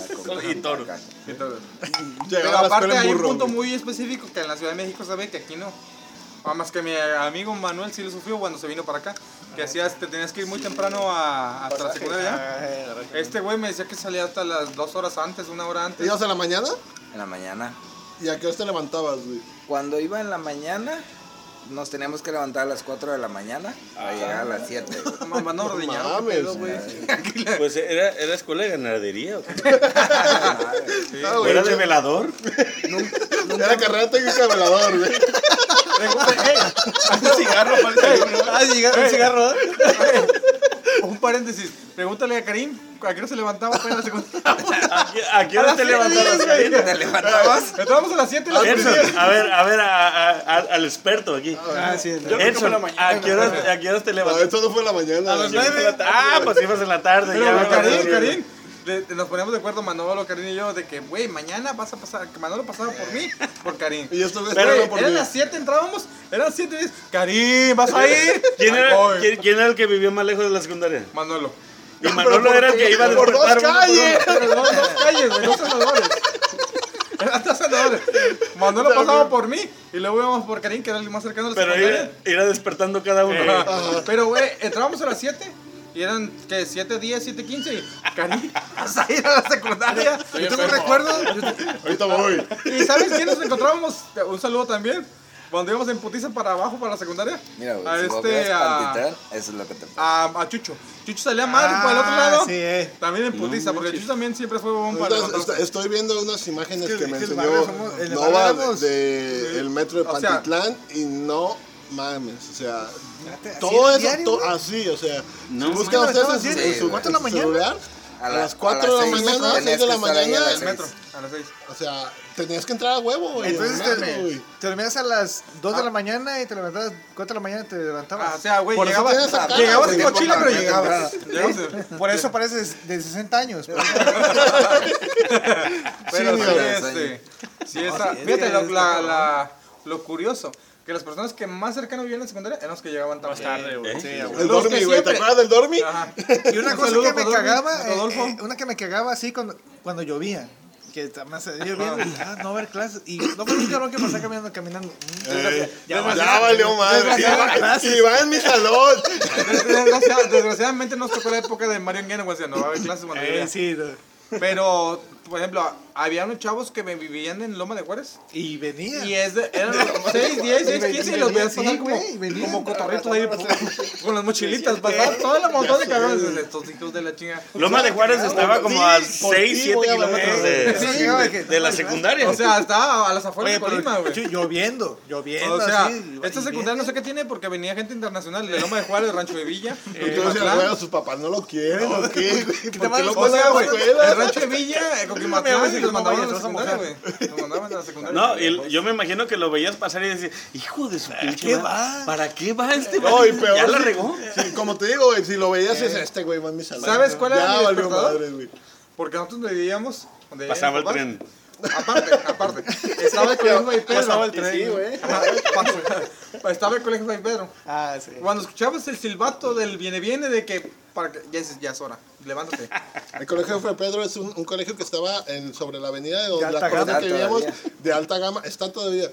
[SPEAKER 4] Y toro.
[SPEAKER 2] Entonces, Pero
[SPEAKER 1] Llegaba a la
[SPEAKER 2] aparte
[SPEAKER 1] escuela en
[SPEAKER 2] hay un
[SPEAKER 1] burro.
[SPEAKER 2] punto
[SPEAKER 1] güey.
[SPEAKER 2] muy específico que en la Ciudad de México se ve que aquí no. Nada más que mi amigo Manuel sí lo sufrió cuando se vino para acá. Que hacías, te tenías que ir muy temprano a, hasta la secundaria. Este güey me decía que salía hasta las dos horas antes, una hora antes.
[SPEAKER 1] ¿Ibas en la mañana?
[SPEAKER 6] En la mañana.
[SPEAKER 1] ¿Y a qué hora te levantabas, güey?
[SPEAKER 6] Cuando iba en la mañana, nos teníamos que levantar a las 4 de la mañana para llegar a las 7. güey.
[SPEAKER 2] Mamá no ordeñaba.
[SPEAKER 1] Mames.
[SPEAKER 4] Pues era, era escuela de ganadería. ¿o qué?
[SPEAKER 1] Ah, güey,
[SPEAKER 4] ¿Era de velador?
[SPEAKER 1] Era carrera técnica velador, güey.
[SPEAKER 2] Un cigarro Ah, cigarro, un cigarro. Un paréntesis. Pregúntale a Karim, ¿a qué hora se levantaba para ir a la secundaria?
[SPEAKER 4] ¿A qué- ¿A qué
[SPEAKER 6] Ah,
[SPEAKER 4] hora te levantabas?
[SPEAKER 6] Te levantabas.
[SPEAKER 2] Estábamos a las 7 de la
[SPEAKER 4] Edson, a ver, a ver, a- a- a- al experto aquí.
[SPEAKER 3] Ah, sí,
[SPEAKER 7] Yo creo que fue
[SPEAKER 4] Edson,
[SPEAKER 7] la
[SPEAKER 4] ¿a
[SPEAKER 7] mañana.
[SPEAKER 4] qué hora, a qué hora te
[SPEAKER 1] No,
[SPEAKER 4] levantaste?
[SPEAKER 1] esto no fue en la mañana.
[SPEAKER 2] A las
[SPEAKER 1] güey.
[SPEAKER 2] nueve.
[SPEAKER 4] Ah, pues ibas en la tarde.
[SPEAKER 2] Pero
[SPEAKER 4] ya,
[SPEAKER 2] Karim,
[SPEAKER 4] güey.
[SPEAKER 2] Karim, le- nos poníamos de acuerdo Manolo, Karim y yo de que, güey, mañana vas a pasar, que Manolo pasaba por mí, por Karim.
[SPEAKER 1] Y yo estuve
[SPEAKER 2] Pero
[SPEAKER 1] esperando por
[SPEAKER 2] eran
[SPEAKER 1] mí.
[SPEAKER 2] las 7, entrábamos, eran las 7 y dices, Karim, ¿vas a ir?
[SPEAKER 4] ¿Quién
[SPEAKER 2] Ay,
[SPEAKER 4] era,
[SPEAKER 2] voy.
[SPEAKER 4] quién- quién era el que vivía más lejos de la secundaria?
[SPEAKER 2] Manolo.
[SPEAKER 4] Y Manolo era el que iba a
[SPEAKER 1] por dos
[SPEAKER 4] despertar. uno por uno.
[SPEAKER 1] calles.
[SPEAKER 2] Pero dos, dos calles, güey, dos andadores. Eran dos andadores. Manolo pasaba por mí y luego íbamos por Karim, que era el más cercano al
[SPEAKER 4] Pero
[SPEAKER 2] secundaria.
[SPEAKER 4] ir, ir a despertando cada uno.
[SPEAKER 2] eh, Ajá. Pero, güey, entrábamos a las 7 y eran, que 7, 10, 7, 15 y Karim, vas a ir a la secundaria. Yo tengo recuerdos.
[SPEAKER 1] Ahorita voy.
[SPEAKER 2] ¿Y sabes quién nos encontrábamos? Un saludo también. Cuando íbamos en putiza para abajo, para la secundaria.
[SPEAKER 6] Mira, güey,
[SPEAKER 2] a
[SPEAKER 6] si vos
[SPEAKER 2] este,
[SPEAKER 6] ves
[SPEAKER 2] a,
[SPEAKER 6] Pantitlán, eso es lo que te pasa.
[SPEAKER 2] a, a Chucho. Chucho salía mal por el otro
[SPEAKER 3] Ah,
[SPEAKER 2] lado.
[SPEAKER 3] sí, eh.
[SPEAKER 2] También en putiza, porque Chucho también siempre fue un para
[SPEAKER 1] Entonces,
[SPEAKER 2] levantarse.
[SPEAKER 1] est- estoy viendo unas imágenes
[SPEAKER 3] Es
[SPEAKER 1] que,
[SPEAKER 3] que-
[SPEAKER 1] me
[SPEAKER 3] es que el
[SPEAKER 1] enseñó
[SPEAKER 3] barrio somos- en el
[SPEAKER 1] Nova
[SPEAKER 3] barrio
[SPEAKER 1] del
[SPEAKER 3] somos-
[SPEAKER 1] metro de
[SPEAKER 2] O sea-
[SPEAKER 1] Pantitlán y no mames, o sea, todo eso, to- así, o sea,
[SPEAKER 4] No
[SPEAKER 1] si buscan
[SPEAKER 4] mames,
[SPEAKER 1] ustedes en su,
[SPEAKER 6] diario,
[SPEAKER 1] en su-
[SPEAKER 6] ¿cuatro
[SPEAKER 1] en su celular, a,
[SPEAKER 6] la-
[SPEAKER 1] las
[SPEAKER 6] a
[SPEAKER 1] 4 de la
[SPEAKER 6] seis,
[SPEAKER 1] mañana,
[SPEAKER 6] tenías
[SPEAKER 1] 6 de la
[SPEAKER 6] que estar ahí
[SPEAKER 1] mañana,
[SPEAKER 6] a las
[SPEAKER 2] Al
[SPEAKER 6] seis.
[SPEAKER 2] metro, a las 6.
[SPEAKER 1] o sea, tenías que entrar a huevo, güey.
[SPEAKER 3] Entonces
[SPEAKER 1] al metro,
[SPEAKER 3] te,
[SPEAKER 1] güey.
[SPEAKER 3] terminas a las 2 de la mañana y te levantabas 4 de la mañana y te levantabas.
[SPEAKER 2] Ah, o sea, güey,
[SPEAKER 1] Por eso
[SPEAKER 2] llegaba,
[SPEAKER 1] tienes esa cara,
[SPEAKER 2] llegaba
[SPEAKER 1] güey.
[SPEAKER 2] sin mochila, pero
[SPEAKER 6] Temprano,
[SPEAKER 2] llegaba.
[SPEAKER 6] temprano.
[SPEAKER 3] Por eso pareces de 60 años. pero-
[SPEAKER 2] Pero
[SPEAKER 1] Sí,
[SPEAKER 2] sí,
[SPEAKER 1] güey.
[SPEAKER 2] este, sí está- Fíjate lo, la, la- lo curioso, que las personas que más cercano vivían en la secundaria eran los que llegaban tarde.
[SPEAKER 7] Más tarde, güey.
[SPEAKER 4] ¿Eh?
[SPEAKER 7] Sí, güey.
[SPEAKER 1] El
[SPEAKER 2] Los
[SPEAKER 1] dormi,
[SPEAKER 2] que
[SPEAKER 1] güey, ¿te
[SPEAKER 2] siempre-
[SPEAKER 1] acuerdas del dormi?
[SPEAKER 2] Ajá.
[SPEAKER 3] Y una
[SPEAKER 2] Un
[SPEAKER 3] cosa
[SPEAKER 2] saludo para
[SPEAKER 3] que me
[SPEAKER 2] Rodolfo.
[SPEAKER 3] cagaba, eh,
[SPEAKER 2] Rodolfo.
[SPEAKER 3] eh, una que me cagaba así cuando, cuando llovía. Que además eh, llovía, y, ah, no va a haber clases. Y no fue un cabrón que pasaba caminando, caminando. Mm,
[SPEAKER 1] Eh, ya
[SPEAKER 3] Ya valió-
[SPEAKER 1] valió madre.
[SPEAKER 3] ya valió clases.
[SPEAKER 1] Y va en mi salón.
[SPEAKER 2] Desgraciada- desgraciadamente nos tocó la época de Mario Nguyen, güey, o sea, no va a haber clases cuando
[SPEAKER 3] eh,
[SPEAKER 2] llovía.
[SPEAKER 3] sí, no.
[SPEAKER 2] Pero
[SPEAKER 3] por ejemplo, había unos chavos que me vivían en Loma de Juárez.
[SPEAKER 2] Y venía.
[SPEAKER 3] Y es de, eran 6, 10, 6, 15 y los veías pasar como,
[SPEAKER 2] güey, venían.
[SPEAKER 3] como cotorritos ahí por- con las mochilitas. Pasar todo el montón de cabrones. Estos hijos de la chinga.
[SPEAKER 4] Loma de Juárez estaba como a 6,
[SPEAKER 1] ti
[SPEAKER 4] 7
[SPEAKER 1] voy a
[SPEAKER 4] kilómetros
[SPEAKER 1] valer.
[SPEAKER 4] de,
[SPEAKER 3] Sí,
[SPEAKER 4] de-
[SPEAKER 3] güey, que-
[SPEAKER 4] de la secundaria.
[SPEAKER 3] O sea, estaba a las afueras
[SPEAKER 2] Oye,
[SPEAKER 3] de Colima,
[SPEAKER 2] pero
[SPEAKER 3] güey.
[SPEAKER 2] yo- lloviendo, lloviendo.
[SPEAKER 3] O sea,
[SPEAKER 2] así,
[SPEAKER 3] esta
[SPEAKER 2] y
[SPEAKER 3] secundaria no sé qué tiene porque venía gente internacional de Loma de Juárez, Rancho de Villa.
[SPEAKER 1] Entonces,
[SPEAKER 3] Mazatlán.
[SPEAKER 1] güey, sus papás no lo quieren, ¿o qué? güey? ¿Por qué
[SPEAKER 3] mandan
[SPEAKER 1] lo
[SPEAKER 3] los
[SPEAKER 1] mandan a la
[SPEAKER 3] güey. El
[SPEAKER 1] escuela?
[SPEAKER 3] rancho de Villa, eh, con que mataban y los mandaban a la secundaria, güey. Los mandaban a la secundaria.
[SPEAKER 4] No, y yo me imagino que lo veías pasar y decías, hijo de su pinche
[SPEAKER 2] qué
[SPEAKER 4] madre,
[SPEAKER 2] va?
[SPEAKER 4] ¿Para qué va este
[SPEAKER 1] No, y
[SPEAKER 4] vato?
[SPEAKER 1] peor
[SPEAKER 4] ¿Ya la
[SPEAKER 1] si-
[SPEAKER 4] regó?
[SPEAKER 1] sí, como te digo, güey, si lo veías, es este, güey, va en mi salón.
[SPEAKER 3] ¿Sabes cuál era
[SPEAKER 1] Ya
[SPEAKER 3] mi
[SPEAKER 1] valió
[SPEAKER 3] despertador?
[SPEAKER 1] madre, güey.
[SPEAKER 3] Porque nosotros vivíamos donde
[SPEAKER 4] Pasaba el
[SPEAKER 3] papás.
[SPEAKER 4] tren.
[SPEAKER 3] Aparte, aparte. Estaba el colegio Fray Pedro.
[SPEAKER 2] Pasaba el tren.
[SPEAKER 3] Sí, güey. Ajá, pasó. Estaba el colegio Fray Pedro.
[SPEAKER 2] Ah, sí.
[SPEAKER 3] Cuando escuchabas el silbato del viene viene de que para que ya es, ya es hora, levántate.
[SPEAKER 1] El colegio Fray Pedro es un, un colegio que estaba en- sobre la avenida de donde
[SPEAKER 2] alta
[SPEAKER 1] la colonia
[SPEAKER 6] gama.
[SPEAKER 1] que vivíamos,
[SPEAKER 6] Todavía.
[SPEAKER 1] de alta gama, está todavía.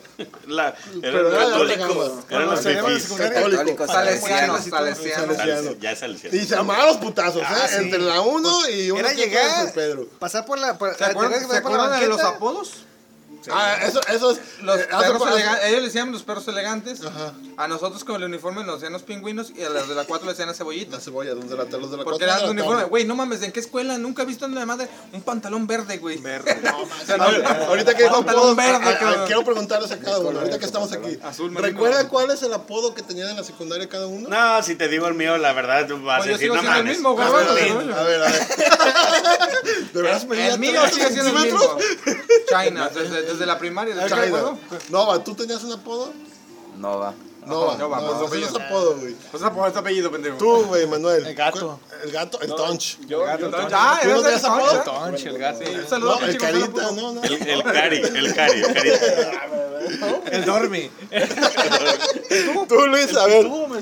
[SPEAKER 4] La,
[SPEAKER 1] Pero era
[SPEAKER 4] eran
[SPEAKER 1] de alta
[SPEAKER 4] católicos.
[SPEAKER 1] gama.
[SPEAKER 4] Eran los
[SPEAKER 2] Cuando salíamos de
[SPEAKER 4] fifís.
[SPEAKER 2] secundaria,
[SPEAKER 1] Católico.
[SPEAKER 6] Católicos,
[SPEAKER 3] Salesianos,
[SPEAKER 6] salesianos.
[SPEAKER 3] salesianos.
[SPEAKER 1] Salesiano.
[SPEAKER 4] Ya es al cielo.
[SPEAKER 1] Y se amaban los putazos,
[SPEAKER 2] Ah,
[SPEAKER 1] ¿eh?
[SPEAKER 2] sí.
[SPEAKER 1] Entre la 1 y una
[SPEAKER 2] Era
[SPEAKER 1] que otra de
[SPEAKER 2] llegar,
[SPEAKER 1] Fray Pedro.
[SPEAKER 2] pasar por la. Por,
[SPEAKER 3] ¿Se acuerdan,
[SPEAKER 2] tenías que
[SPEAKER 3] ¿se
[SPEAKER 2] pasar por la
[SPEAKER 3] acuerdan de los
[SPEAKER 2] banqueta?
[SPEAKER 3] apodos?
[SPEAKER 1] Ah, eso, eso es.
[SPEAKER 3] Los
[SPEAKER 1] eh, hace
[SPEAKER 3] perros
[SPEAKER 1] po- hace-
[SPEAKER 3] elegantes, ellos le decían los perros elegantes.
[SPEAKER 1] Ajá.
[SPEAKER 3] A nosotros con el uniforme nos decían los pingüinos y a las de la 4 le decían las cebollitas.
[SPEAKER 1] Las cebollas, donde la los de la
[SPEAKER 3] Porque
[SPEAKER 1] cuatro de
[SPEAKER 3] era
[SPEAKER 1] la
[SPEAKER 3] un uniforme,
[SPEAKER 1] tarde.
[SPEAKER 3] güey, no mames, ¿en qué escuela nunca he visto en la madre un pantalón verde, güey? Verde.
[SPEAKER 1] A ver, ahorita que dijo
[SPEAKER 3] Pantalón
[SPEAKER 1] apodos,
[SPEAKER 3] verde,
[SPEAKER 1] a- a-
[SPEAKER 3] cabrón.
[SPEAKER 1] quiero preguntarles a cada uno, ahorita que estamos aquí.
[SPEAKER 3] Azul marino.
[SPEAKER 1] ¿Recuerda cuál es el apodo que tenían en la secundaria cada uno?
[SPEAKER 4] No, si te digo el mío, la verdad, tú vas a
[SPEAKER 3] Pues yo
[SPEAKER 4] decir,
[SPEAKER 3] sigo
[SPEAKER 4] no
[SPEAKER 3] siendo el
[SPEAKER 4] mames.
[SPEAKER 3] mismo, güey.
[SPEAKER 1] A ver, a
[SPEAKER 3] Bueno,
[SPEAKER 1] ver, a ver, a ver. ¿De veras me
[SPEAKER 3] El mío sigue siendo el mismo. China, desde, desde la primaria, desde el acuerdo.
[SPEAKER 1] Nova, ¿tú tenías un apodo?
[SPEAKER 6] No va.
[SPEAKER 1] Nova,
[SPEAKER 3] Nova,
[SPEAKER 1] Nova,
[SPEAKER 3] por su
[SPEAKER 1] no tenías
[SPEAKER 3] apellido.
[SPEAKER 1] apodo, güey.
[SPEAKER 3] Pues a poner tu apellido, pendejo.
[SPEAKER 1] Tú, güey, Manuel.
[SPEAKER 2] El gato.
[SPEAKER 1] ¿Cuál- El gato, el tonch.
[SPEAKER 8] Yo, yo también.
[SPEAKER 3] Ah,
[SPEAKER 1] ¿Tú no
[SPEAKER 3] eres
[SPEAKER 1] tenías
[SPEAKER 3] el Concha.
[SPEAKER 1] apodo?
[SPEAKER 2] Tonche, el gato.
[SPEAKER 3] Sí, un saludo,
[SPEAKER 1] No, el
[SPEAKER 3] pinche Gonzalo
[SPEAKER 1] carita,
[SPEAKER 3] Puto.
[SPEAKER 1] no, no.
[SPEAKER 4] El, el cari, el cari, el cari.
[SPEAKER 2] El dormi.
[SPEAKER 1] Tú, Luis, a ver.
[SPEAKER 4] No, no, no, no.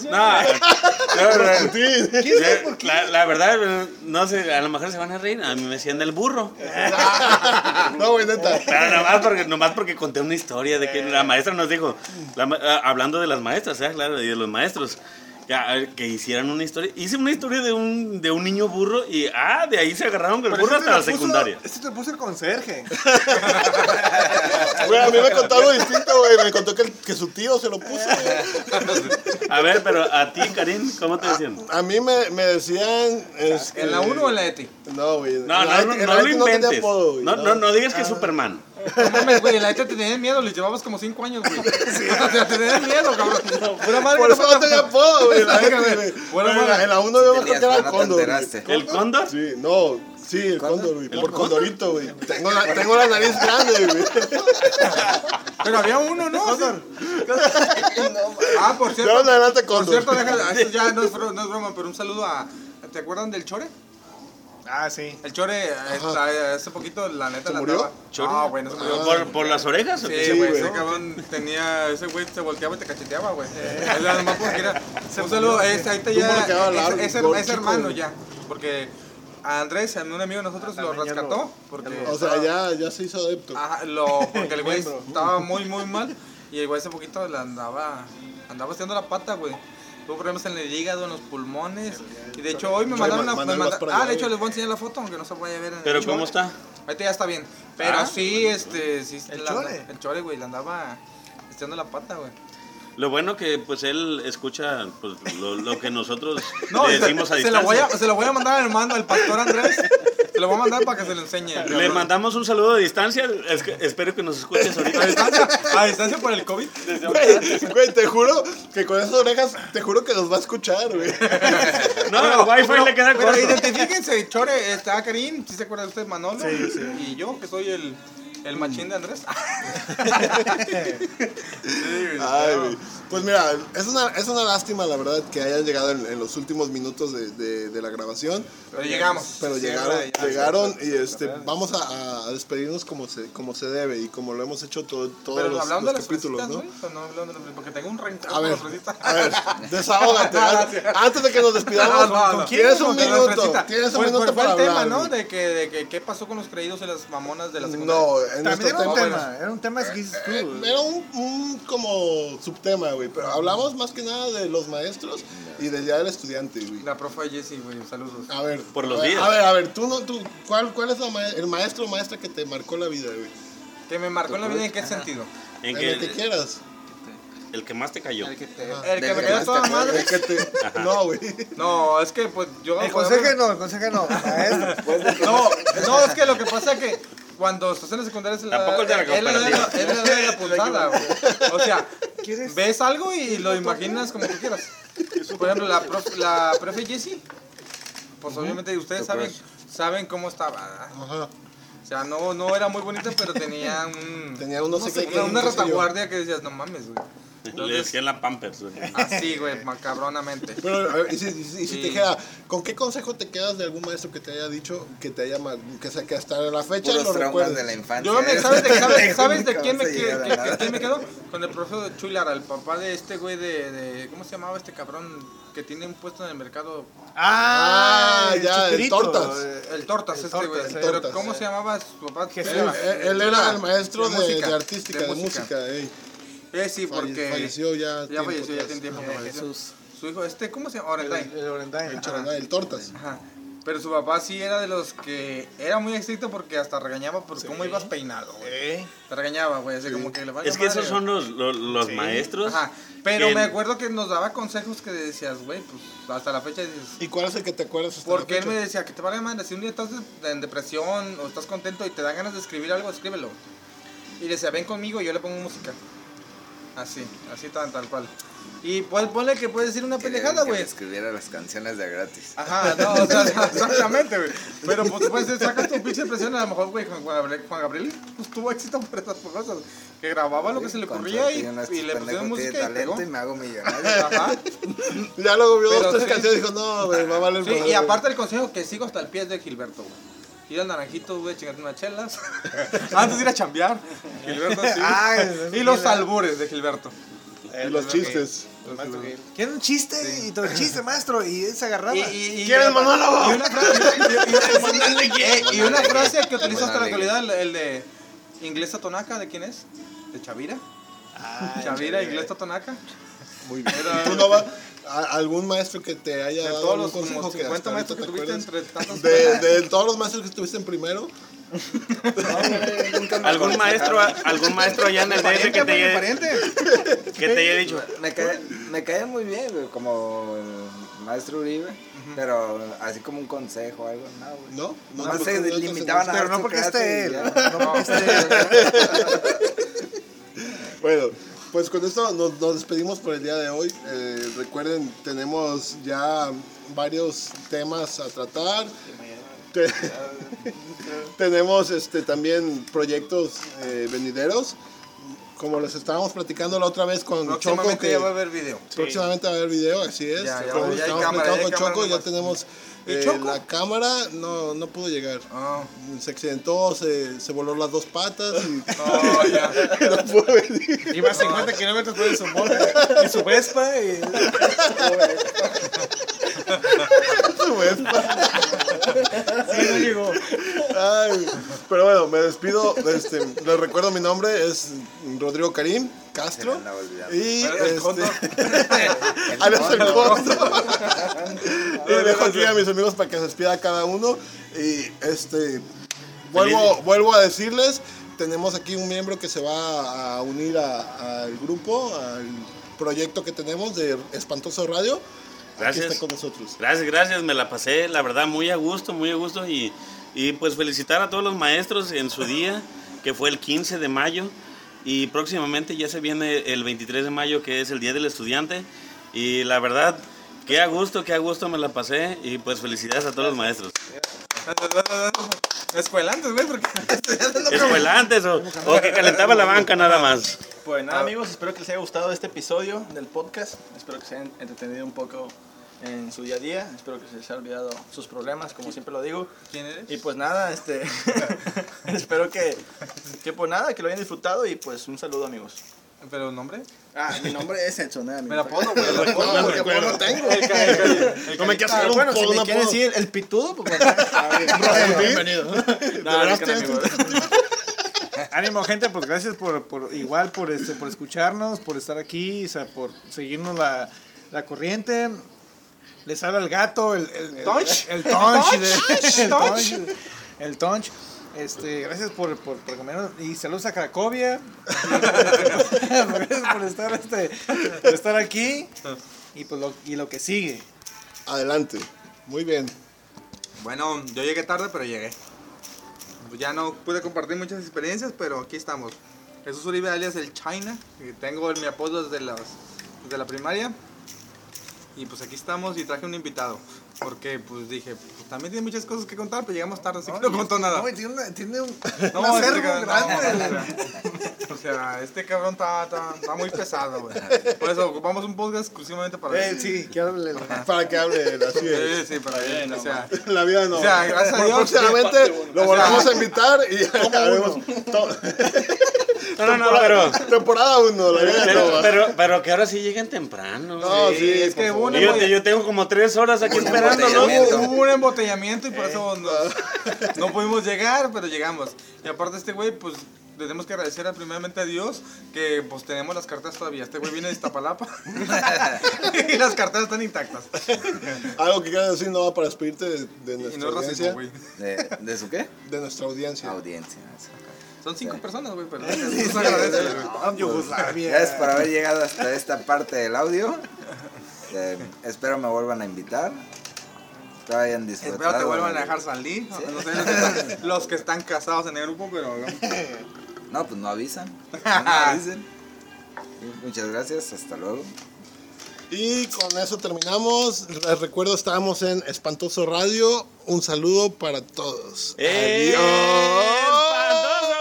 [SPEAKER 1] Sí.
[SPEAKER 4] Eh, La, la verdad, no sé, a lo mejor se van a reír. A mí me decían el burro.
[SPEAKER 1] No, güey, neta.
[SPEAKER 4] Pero nomás porque, nomás porque conté una historia de que la maestra nos dijo, la ma- ah, hablando de las maestras, ¿eh? claro, y de los maestros, ya, eh, que hicieran una historia. Hice una historia de un, de un niño burro y, ah, de ahí se agarraron con el burro hasta la secundaria.
[SPEAKER 2] Esto te puso el conserje.
[SPEAKER 1] Güey, a mí me contó algo distinto, güey. Me contó que, el- que su tío se lo puso, güey.
[SPEAKER 4] A ver, pero a ti, Karim, ¿cómo te decían?
[SPEAKER 1] A mí me, me decían. este,
[SPEAKER 3] ¿En la 1 o en la E ETI?
[SPEAKER 1] No, güey.
[SPEAKER 4] No,
[SPEAKER 1] La-
[SPEAKER 4] no, no,
[SPEAKER 1] la-
[SPEAKER 4] no
[SPEAKER 1] la-
[SPEAKER 4] lo
[SPEAKER 1] no tenía
[SPEAKER 4] inventes.
[SPEAKER 1] apodo, güey,
[SPEAKER 4] No, no, no digas
[SPEAKER 3] Ah.
[SPEAKER 4] que es Superman.
[SPEAKER 3] No mames, güey, en la ETI te tenían miedo, les llevabas como 5 años, güey. O sea, te tenían miedo, cabrón. Pura madre
[SPEAKER 1] Por
[SPEAKER 3] que
[SPEAKER 1] eso no tenía apodo, güey. La
[SPEAKER 3] Venga,
[SPEAKER 1] neta,
[SPEAKER 3] güey.
[SPEAKER 1] güey.
[SPEAKER 3] Bueno,
[SPEAKER 1] Pero en la- en la 1 yo me acuerdo que era el
[SPEAKER 6] Tenías, no te
[SPEAKER 1] cóndor. güey.
[SPEAKER 6] enteraste.
[SPEAKER 4] ¿El cóndor?
[SPEAKER 1] Sí, no. Sí, el cóndor, güey.
[SPEAKER 4] ¿El
[SPEAKER 1] Por
[SPEAKER 4] cóndor?
[SPEAKER 1] condorito, güey. Tengo la, tengo la nariz grande, güey.
[SPEAKER 3] Pero había uno, ¿no? Ah, por
[SPEAKER 1] De ahora en
[SPEAKER 3] cierto.
[SPEAKER 1] adelante,
[SPEAKER 3] Por
[SPEAKER 1] cóndor.
[SPEAKER 3] cierto, deja- ah, esto ya no es, bro- no es broma, pero un saludo a. ¿Te acuerdan del Chore?
[SPEAKER 2] Ah, sí.
[SPEAKER 3] El Chore, esta- hace poquito, la neta,
[SPEAKER 1] ¿Se
[SPEAKER 3] la
[SPEAKER 1] murió? Ah,
[SPEAKER 3] andaba- No, güey, no se murió.
[SPEAKER 4] ¿Por, por las orejas? o qué?
[SPEAKER 3] Sí, güey,
[SPEAKER 1] güey,
[SPEAKER 3] ese
[SPEAKER 1] ¿no?
[SPEAKER 3] cabrón tenía, ese güey se volteaba y te cacheteaba, güey. Es la más porque era. Un saludo, es, ahorita
[SPEAKER 1] Tú
[SPEAKER 3] ya,
[SPEAKER 1] bloqueaba
[SPEAKER 3] es-
[SPEAKER 1] largo,
[SPEAKER 3] es, her-
[SPEAKER 1] gol
[SPEAKER 3] es
[SPEAKER 1] chico,
[SPEAKER 3] hermano
[SPEAKER 1] güey.
[SPEAKER 3] ya, porque a Andrés, a un amigo de nosotros lo
[SPEAKER 2] También ya lo-
[SPEAKER 3] rescató, porque,
[SPEAKER 1] O sea, ya, ya se hizo adepto.
[SPEAKER 6] Ah.
[SPEAKER 3] ajá, lo, porque el güey estaba muy, muy mal, y el güey hace poquito le andaba, andaba haciendo la pata, güey. Tuvo problemas en el hígado, en los pulmones, y de hecho hoy me
[SPEAKER 1] Oye,
[SPEAKER 3] mandaron
[SPEAKER 1] Ma-
[SPEAKER 3] una, me
[SPEAKER 1] Manuel, vas
[SPEAKER 3] manda-
[SPEAKER 1] para
[SPEAKER 3] ah,
[SPEAKER 1] allá,
[SPEAKER 3] de hecho
[SPEAKER 1] güey.
[SPEAKER 3] les voy a enseñar la foto, aunque no se vaya a ver en el
[SPEAKER 4] ¿Pero cómo
[SPEAKER 3] show.
[SPEAKER 4] está?
[SPEAKER 3] Ahorita ya está bien. Pero
[SPEAKER 4] Ah.
[SPEAKER 3] sí, este, sí,
[SPEAKER 2] El
[SPEAKER 3] la-
[SPEAKER 2] Chore.
[SPEAKER 3] El chore, güey, le andaba echando la pata, güey.
[SPEAKER 4] Lo bueno que pues él escucha pues, lo, lo que nosotros
[SPEAKER 3] No,
[SPEAKER 4] le
[SPEAKER 3] se-
[SPEAKER 4] decimos a
[SPEAKER 3] se,
[SPEAKER 4] distancia.
[SPEAKER 3] lo voy a, se lo voy a mandar al hermano, al pastor Andrés. Se lo voy a mandar para que se lo enseñe.
[SPEAKER 4] Le
[SPEAKER 3] cabrón.
[SPEAKER 4] mandamos un saludo a distancia. Es que- espero que nos escuches
[SPEAKER 3] A
[SPEAKER 4] ahorita.
[SPEAKER 3] distancia, a distancia por el COVID.
[SPEAKER 1] Güey, güey, te juro que con esas orejas, te juro que los va a escuchar, güey.
[SPEAKER 4] No, el Wi-Fi le queda
[SPEAKER 3] Pero
[SPEAKER 4] corto.
[SPEAKER 3] identifíquense, Chore, está Karim, si se acuerda usted, Manolo. Y yo, que soy el, el machín de Andrés. Ah,
[SPEAKER 1] Ay, güey. Pues mira, es una, es una lástima, la verdad, que hayan llegado en, en los últimos minutos de, de- de la grabación.
[SPEAKER 3] Pero llegamos.
[SPEAKER 1] Pero
[SPEAKER 3] Sí,
[SPEAKER 1] llegaron,
[SPEAKER 3] güey, ya.
[SPEAKER 1] llegaron y este, vamos a, a despedirnos como se, como se debe y como lo hemos hecho todo, todos
[SPEAKER 3] Pero
[SPEAKER 1] los,
[SPEAKER 3] hablando
[SPEAKER 1] los
[SPEAKER 3] de las
[SPEAKER 1] capítulos,
[SPEAKER 3] fresitas,
[SPEAKER 1] ¿no?
[SPEAKER 3] güey, pero no hablando de las- porque tengo un rencor
[SPEAKER 1] A
[SPEAKER 3] con
[SPEAKER 1] ver,
[SPEAKER 3] las fresitas.
[SPEAKER 1] a ver, desahógate. antes, antes de que nos
[SPEAKER 3] No,
[SPEAKER 1] despidamos,
[SPEAKER 3] no, no.
[SPEAKER 1] tienes un
[SPEAKER 3] Con las
[SPEAKER 1] minuto,
[SPEAKER 3] fresitas.
[SPEAKER 1] tienes un
[SPEAKER 3] Pues,
[SPEAKER 1] minuto
[SPEAKER 3] pues, fue
[SPEAKER 1] para
[SPEAKER 3] el tema,
[SPEAKER 1] hablar.
[SPEAKER 3] ¿no?
[SPEAKER 1] güey.
[SPEAKER 3] De que, de que qué pasó con los creídos y las mamonas de la secundaria.
[SPEAKER 1] No, eh. en
[SPEAKER 2] También era
[SPEAKER 1] nuestro
[SPEAKER 2] un
[SPEAKER 1] tema.
[SPEAKER 2] tema, era un tema que dices tú.
[SPEAKER 1] Eh, Era un, un como subtema, güey. Pero hablamos más que nada de los maestros y del día del estudiante, güey.
[SPEAKER 3] La profa Jessie, güey, saludos.
[SPEAKER 1] A ver.
[SPEAKER 4] Por los
[SPEAKER 1] a ver,
[SPEAKER 4] días.
[SPEAKER 1] A ver, a ver, tú no, tú, ¿cuál, cuál es la ma- el maestro o maestra que te marcó la vida, güey?
[SPEAKER 3] Que me marcó en la vida en qué sentido.
[SPEAKER 4] En
[SPEAKER 1] En
[SPEAKER 4] que
[SPEAKER 1] el que quieras.
[SPEAKER 4] el que más te cayó.
[SPEAKER 3] El que te.
[SPEAKER 1] Ajá.
[SPEAKER 3] El que
[SPEAKER 6] Del
[SPEAKER 3] me
[SPEAKER 6] que
[SPEAKER 3] quedó
[SPEAKER 6] más
[SPEAKER 3] toda
[SPEAKER 6] te
[SPEAKER 3] madre.
[SPEAKER 1] El que te- No, güey.
[SPEAKER 3] No, es que pues yo.
[SPEAKER 2] El
[SPEAKER 3] por
[SPEAKER 2] consejo
[SPEAKER 3] ejemplo-
[SPEAKER 2] no, el consejo no. maestro.
[SPEAKER 3] No, no, es que lo que pasa es que cuando estás en la secundaria es la.
[SPEAKER 4] Tampoco el de la
[SPEAKER 3] es la-
[SPEAKER 4] comparativa.
[SPEAKER 3] es la de la puntada, güey. O sea,
[SPEAKER 2] ¿Quieres?
[SPEAKER 3] ves algo y lo imaginas como tú quieras. Por ejemplo, la, prof- la profe Jessie, pues obviamente ustedes saben, saben cómo estaba. ¿verdad?
[SPEAKER 1] Ajá.
[SPEAKER 3] O sea, no, no era muy bonita, pero tenía un.
[SPEAKER 1] Tenía unos
[SPEAKER 3] no sé,
[SPEAKER 1] secretos,
[SPEAKER 3] una, una
[SPEAKER 1] qué sé yo.
[SPEAKER 3] retaguardia que decías, no mames, güey.
[SPEAKER 4] Le decían la Pampers.
[SPEAKER 3] Ah,
[SPEAKER 4] güey.
[SPEAKER 3] Así, güey, macabronamente.
[SPEAKER 1] Pero, a ver, y si, y si- y si
[SPEAKER 3] Sí.
[SPEAKER 1] te queda, ¿con qué consejo te quedas de algún maestro que te haya dicho que te haya mar- que, sea, que hasta la fecha
[SPEAKER 6] Puros
[SPEAKER 1] lo
[SPEAKER 6] traumas de
[SPEAKER 1] recuerdes?
[SPEAKER 6] la infancia.
[SPEAKER 3] Yo me, ¿sabes, de, sabes- sabes de
[SPEAKER 6] Nunca
[SPEAKER 3] quién me,
[SPEAKER 6] vas a
[SPEAKER 3] que-
[SPEAKER 6] llegar a
[SPEAKER 3] que-
[SPEAKER 6] nada.
[SPEAKER 3] quién me quedo? Con el profesor Chulara, el papá de este güey de, de- ¿Cómo se llamaba este cabrón? Que tiene un puesto en el mercado.
[SPEAKER 1] Ah, ya, el
[SPEAKER 2] chupirito,
[SPEAKER 1] tortas.
[SPEAKER 2] eh,
[SPEAKER 3] El Tortas,
[SPEAKER 2] El
[SPEAKER 3] este güey.
[SPEAKER 2] Tortas, el
[SPEAKER 3] Pero
[SPEAKER 1] Tortas.
[SPEAKER 3] ¿cómo se llamaba su papá?
[SPEAKER 2] Que
[SPEAKER 3] ¿Qué
[SPEAKER 2] se
[SPEAKER 1] Él,
[SPEAKER 2] llama?
[SPEAKER 3] era?
[SPEAKER 1] él- él era el maestro
[SPEAKER 3] De
[SPEAKER 1] de,
[SPEAKER 3] música,
[SPEAKER 1] de artística,
[SPEAKER 3] de
[SPEAKER 1] de,
[SPEAKER 3] música.
[SPEAKER 1] música. ey.
[SPEAKER 3] Eh, sí,
[SPEAKER 1] Falle-
[SPEAKER 3] porque.
[SPEAKER 1] falleció ya
[SPEAKER 3] Ya
[SPEAKER 1] tiempo
[SPEAKER 3] falleció, ya
[SPEAKER 1] atrás.
[SPEAKER 3] tiene tiempo que
[SPEAKER 2] Ajá.
[SPEAKER 3] falleció.
[SPEAKER 2] Jesús.
[SPEAKER 3] Su hijo, este, ¿cómo se llama? Orendain.
[SPEAKER 2] El, el Orendain.
[SPEAKER 1] El charanay, el tortas.
[SPEAKER 3] Ajá. Pero su papá sí era de los que era muy estricto porque hasta regañaba por cómo ibas peinado, güey.
[SPEAKER 2] Eh,
[SPEAKER 3] Te regañaba, güey. Así como que le vaya
[SPEAKER 4] Es que
[SPEAKER 3] madre,
[SPEAKER 4] esos
[SPEAKER 3] güey.
[SPEAKER 4] son los, los, los maestros.
[SPEAKER 3] Ajá. Pero
[SPEAKER 4] que-
[SPEAKER 3] me acuerdo que nos daba consejos que decías, güey, pues hasta la fecha dices.
[SPEAKER 1] ¿Y cuál es el que te acuerdas hasta la
[SPEAKER 3] Porque él
[SPEAKER 1] fecha?
[SPEAKER 3] me decía que te valga madre, si un día estás en depresión o estás contento y te dan ganas de escribir algo, escríbelo. Y le decía, ven conmigo y yo le pongo música. Así, así tan tal cual. Y pues ponle que puedes decir una pendejada, güey. Ah,
[SPEAKER 6] escribiera las canciones de gratis.
[SPEAKER 3] Ajá, no, o sea, exactamente, güey. Pero pues tú puedes sacas tu pinche presión, a lo mejor, güey, Juan Gabriel, Juan Gabriel pues, tuvo éxito por esas cosas. Que grababa lo que se le ocurría y, y le pusieron música y pegó.
[SPEAKER 6] este talento y me hago millonario.
[SPEAKER 3] Ajá.
[SPEAKER 1] Ya luego vio
[SPEAKER 3] Pero
[SPEAKER 1] dos, tres
[SPEAKER 3] sí.
[SPEAKER 1] canciones y dijo, no, güey, va a valer
[SPEAKER 3] Sí,
[SPEAKER 1] madre".
[SPEAKER 3] y aparte el consejo que sigo hasta el pie es de Gilberto, güey. Ir al naranjito, güey, chingarte unas chelas. Antes de ir a chambear. Gilberto, sí.
[SPEAKER 2] Ay, eso
[SPEAKER 3] y
[SPEAKER 2] sí
[SPEAKER 3] los
[SPEAKER 2] la-
[SPEAKER 3] albures de Gilberto.
[SPEAKER 1] Y los chistes.
[SPEAKER 2] ¿Quieren un chiste? Y todo, chiste, maestro. Y él se agarraba.
[SPEAKER 3] ¿Quieres monólogo? Y una frase, y una frase que utilizo hasta la
[SPEAKER 6] Mandarle.
[SPEAKER 3] actualidad, el- el de Inglesa Tonaca, ¿de quién es? ¿De Chavira? Chavira, Inglesa Tonaca.
[SPEAKER 1] Muy bien.
[SPEAKER 3] Era-
[SPEAKER 1] ¿Tú no vas a- algún maestro que te haya
[SPEAKER 3] Ah. De
[SPEAKER 1] dado
[SPEAKER 3] todos los
[SPEAKER 1] algún
[SPEAKER 3] como
[SPEAKER 1] consejo que
[SPEAKER 3] 50
[SPEAKER 1] hasta ahorita
[SPEAKER 3] metros
[SPEAKER 1] te
[SPEAKER 3] que tuviste
[SPEAKER 1] acuerdas?
[SPEAKER 3] entre tantas
[SPEAKER 1] De, de todos los maestros que estuviste en primero,
[SPEAKER 4] ¿Algún maestro, algún maestro allá en el DF que
[SPEAKER 3] Pariente,
[SPEAKER 4] te,
[SPEAKER 3] güey,
[SPEAKER 4] haya-
[SPEAKER 3] pariente.
[SPEAKER 4] que te haya dicho?
[SPEAKER 6] Me cae, me cae muy bien, güey, como el maestro Uribe, pero así como un consejo o algo, no, güey.
[SPEAKER 1] ¿no?
[SPEAKER 6] No,
[SPEAKER 1] te-
[SPEAKER 6] se
[SPEAKER 1] te-
[SPEAKER 6] limitaban a
[SPEAKER 2] Pero
[SPEAKER 6] dar
[SPEAKER 2] no
[SPEAKER 6] su
[SPEAKER 2] porque
[SPEAKER 6] clase
[SPEAKER 2] esté
[SPEAKER 6] y
[SPEAKER 2] él.
[SPEAKER 6] ya.
[SPEAKER 2] No porque esté él.
[SPEAKER 1] Bueno, pues con esto nos, nos despedimos por el día de hoy. Eh, recuerden, tenemos ya varios temas a tratar. Te- tenemos este, también proyectos eh, venideros. Como les estábamos platicando la otra vez con Choco,
[SPEAKER 3] Próximamente
[SPEAKER 1] que
[SPEAKER 3] ya va a haber video.
[SPEAKER 1] próximamente va a haber video, así es.
[SPEAKER 3] Ya, ya,
[SPEAKER 1] Como
[SPEAKER 3] ya hay
[SPEAKER 1] estábamos
[SPEAKER 3] cámara, ya hay
[SPEAKER 1] platicando con
[SPEAKER 3] cámara
[SPEAKER 1] Choco, ya
[SPEAKER 3] nomás.
[SPEAKER 1] tenemos
[SPEAKER 3] ¿Y
[SPEAKER 1] eh,
[SPEAKER 3] Choco?
[SPEAKER 1] la cámara, no, no pudo llegar.
[SPEAKER 3] Ah.
[SPEAKER 1] Se accidentó, se, se voló las dos patas y
[SPEAKER 3] No, ya.
[SPEAKER 1] no pudo venir.
[SPEAKER 2] Iba a 50 kilómetros por su moto, en su Vespa. Y... Sí, no llegó.
[SPEAKER 1] Ay, pero bueno, me despido. Este, les recuerdo mi nombre, es Rodrigo Karim Castro.
[SPEAKER 6] Se me andaba olvidando.
[SPEAKER 1] Y
[SPEAKER 3] Pero el
[SPEAKER 1] este,
[SPEAKER 3] Joto.
[SPEAKER 1] alias el Joto. Y dejo aquí a mis amigos para que se despida cada uno. Y este vuelvo, vuelvo a decirles, tenemos aquí un miembro que se va a unir a- al grupo, al proyecto que tenemos de Espantoso Radio.
[SPEAKER 4] Gracias.
[SPEAKER 1] Aquí está con nosotros.
[SPEAKER 4] Gracias, gracias, me la pasé, la verdad, muy a gusto, muy a gusto. Y, y pues felicitar a todos los maestros en su día, que fue el 15 de mayo. Y próximamente ya se viene el 23 de mayo, que es el Día del Estudiante. Y la verdad, qué a gusto, qué a gusto me la pasé. Y pues felicidades a todos los maestros.
[SPEAKER 3] Escuelantes, güey, porque
[SPEAKER 4] Escuelantes o, o que calentaba la banca nada más.
[SPEAKER 9] Pues
[SPEAKER 3] Ah.
[SPEAKER 9] nada, amigos, espero que les haya gustado este episodio del podcast. Espero que se hayan entretenido un poco en su día a día. Espero que se les haya olvidado sus problemas, como siempre lo digo.
[SPEAKER 3] ¿Quién eres?
[SPEAKER 9] Y pues nada, este espero que, que pues nada, que lo hayan disfrutado y pues un saludo, amigos.
[SPEAKER 3] ¿Pero nombre?
[SPEAKER 9] Ah, mi nombre es Edson, eh,
[SPEAKER 3] Me la pongo, güey.
[SPEAKER 1] No, porque apodo tengo. No me quieras hacer un
[SPEAKER 9] bueno, si
[SPEAKER 1] apodo,
[SPEAKER 9] me
[SPEAKER 1] un
[SPEAKER 9] quiere
[SPEAKER 1] apodo.
[SPEAKER 9] decir el pitudo, pues bueno.
[SPEAKER 1] Bienvenido.
[SPEAKER 9] No, no,
[SPEAKER 1] veras
[SPEAKER 9] no, no,
[SPEAKER 1] tienes
[SPEAKER 9] no, no.
[SPEAKER 2] Ánimo, gente, pues gracias por, por igual por este por escucharnos, por estar aquí, o sea, por seguirnos la, la corriente. Les habla el gato, el, el, el
[SPEAKER 3] Tonch.
[SPEAKER 2] el tonch, de-
[SPEAKER 3] Tonch,
[SPEAKER 2] el
[SPEAKER 3] tonch.
[SPEAKER 2] tonch, el tonch. Este, gracias por, por, por comernos. y saludos a Cracovia. gracias por estar este, por estar aquí y por lo, y lo que sigue.
[SPEAKER 1] Adelante. Muy bien.
[SPEAKER 3] Bueno, yo llegué tarde, pero llegué. Pues ya no pude compartir muchas experiencias, pero aquí estamos. Jesús Uribe, alias el China. que Tengo el- mi apodo desde, las, desde la primaria. Y pues aquí estamos y traje un invitado. Porque pues dije, pues, también tiene muchas cosas que contar, pero llegamos tarde, así que no contó nada.
[SPEAKER 2] Uy, tiene, una- tiene un,
[SPEAKER 3] No,
[SPEAKER 2] un acervo
[SPEAKER 3] este cabrón,
[SPEAKER 2] grande.
[SPEAKER 3] no, no, no. O sea, este cabrón está, está, está muy pesado, güey. Por eso ocupamos un podcast exclusivamente para
[SPEAKER 2] Eh, sí, que hable.
[SPEAKER 3] Ah.
[SPEAKER 1] Para que hable él, así
[SPEAKER 3] Sí,
[SPEAKER 1] es.
[SPEAKER 3] sí, para él. O sea,
[SPEAKER 1] La vida no.
[SPEAKER 3] O sea, gracias a
[SPEAKER 1] Bueno,
[SPEAKER 3] Dios.
[SPEAKER 1] Próximamente lo volvemos a invitar y ya haremos to-
[SPEAKER 4] No, no, no, pero,
[SPEAKER 1] temporada 1. La vida
[SPEAKER 4] pero,
[SPEAKER 1] no.
[SPEAKER 4] pero, pero que ahora sí lleguen temprano.
[SPEAKER 1] No, sí,
[SPEAKER 3] Sí, es
[SPEAKER 1] por
[SPEAKER 3] que
[SPEAKER 1] favor.
[SPEAKER 3] uno-
[SPEAKER 4] Yo, yo tengo como tres horas aquí esperando, ¿no?
[SPEAKER 3] Hubo, hubo un embotellamiento y por eso
[SPEAKER 6] Eh,
[SPEAKER 3] nos- no pudimos llegar, pero llegamos. Y aparte este güey, pues le tenemos que agradecer a- primeramente a Dios que pues tenemos las cartas todavía. Este güey viene de Iztapalapa y las cartas están intactas.
[SPEAKER 1] Algo que quieras decir no va para despedirte de, de
[SPEAKER 3] Y
[SPEAKER 1] nuestra
[SPEAKER 3] no es
[SPEAKER 1] audiencia.
[SPEAKER 3] racismo, güey.
[SPEAKER 6] ¿De, de su qué?
[SPEAKER 1] De nuestra audiencia.
[SPEAKER 6] Audiencia.
[SPEAKER 3] Son cinco
[SPEAKER 6] Sí. pues,
[SPEAKER 3] personas, güey, pero nos agradece, güey.
[SPEAKER 6] Gracias por haber llegado hasta esta parte del audio. Eh, espero me vuelvan a invitar. Que hayan disfrutado.
[SPEAKER 3] Espero te vuelvan a dejar salir. No sé, los que están- los que están casados en el grupo, pero...
[SPEAKER 6] No, pues no avisan. No avisan. Y Muchas gracias, hasta luego.
[SPEAKER 1] Y con eso terminamos. Les recuerdo, estábamos en Espantoso Radio. Un saludo para todos.
[SPEAKER 4] ¡Eh, espantoso!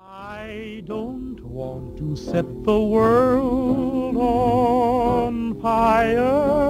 [SPEAKER 10] I don't want to set the world on fire.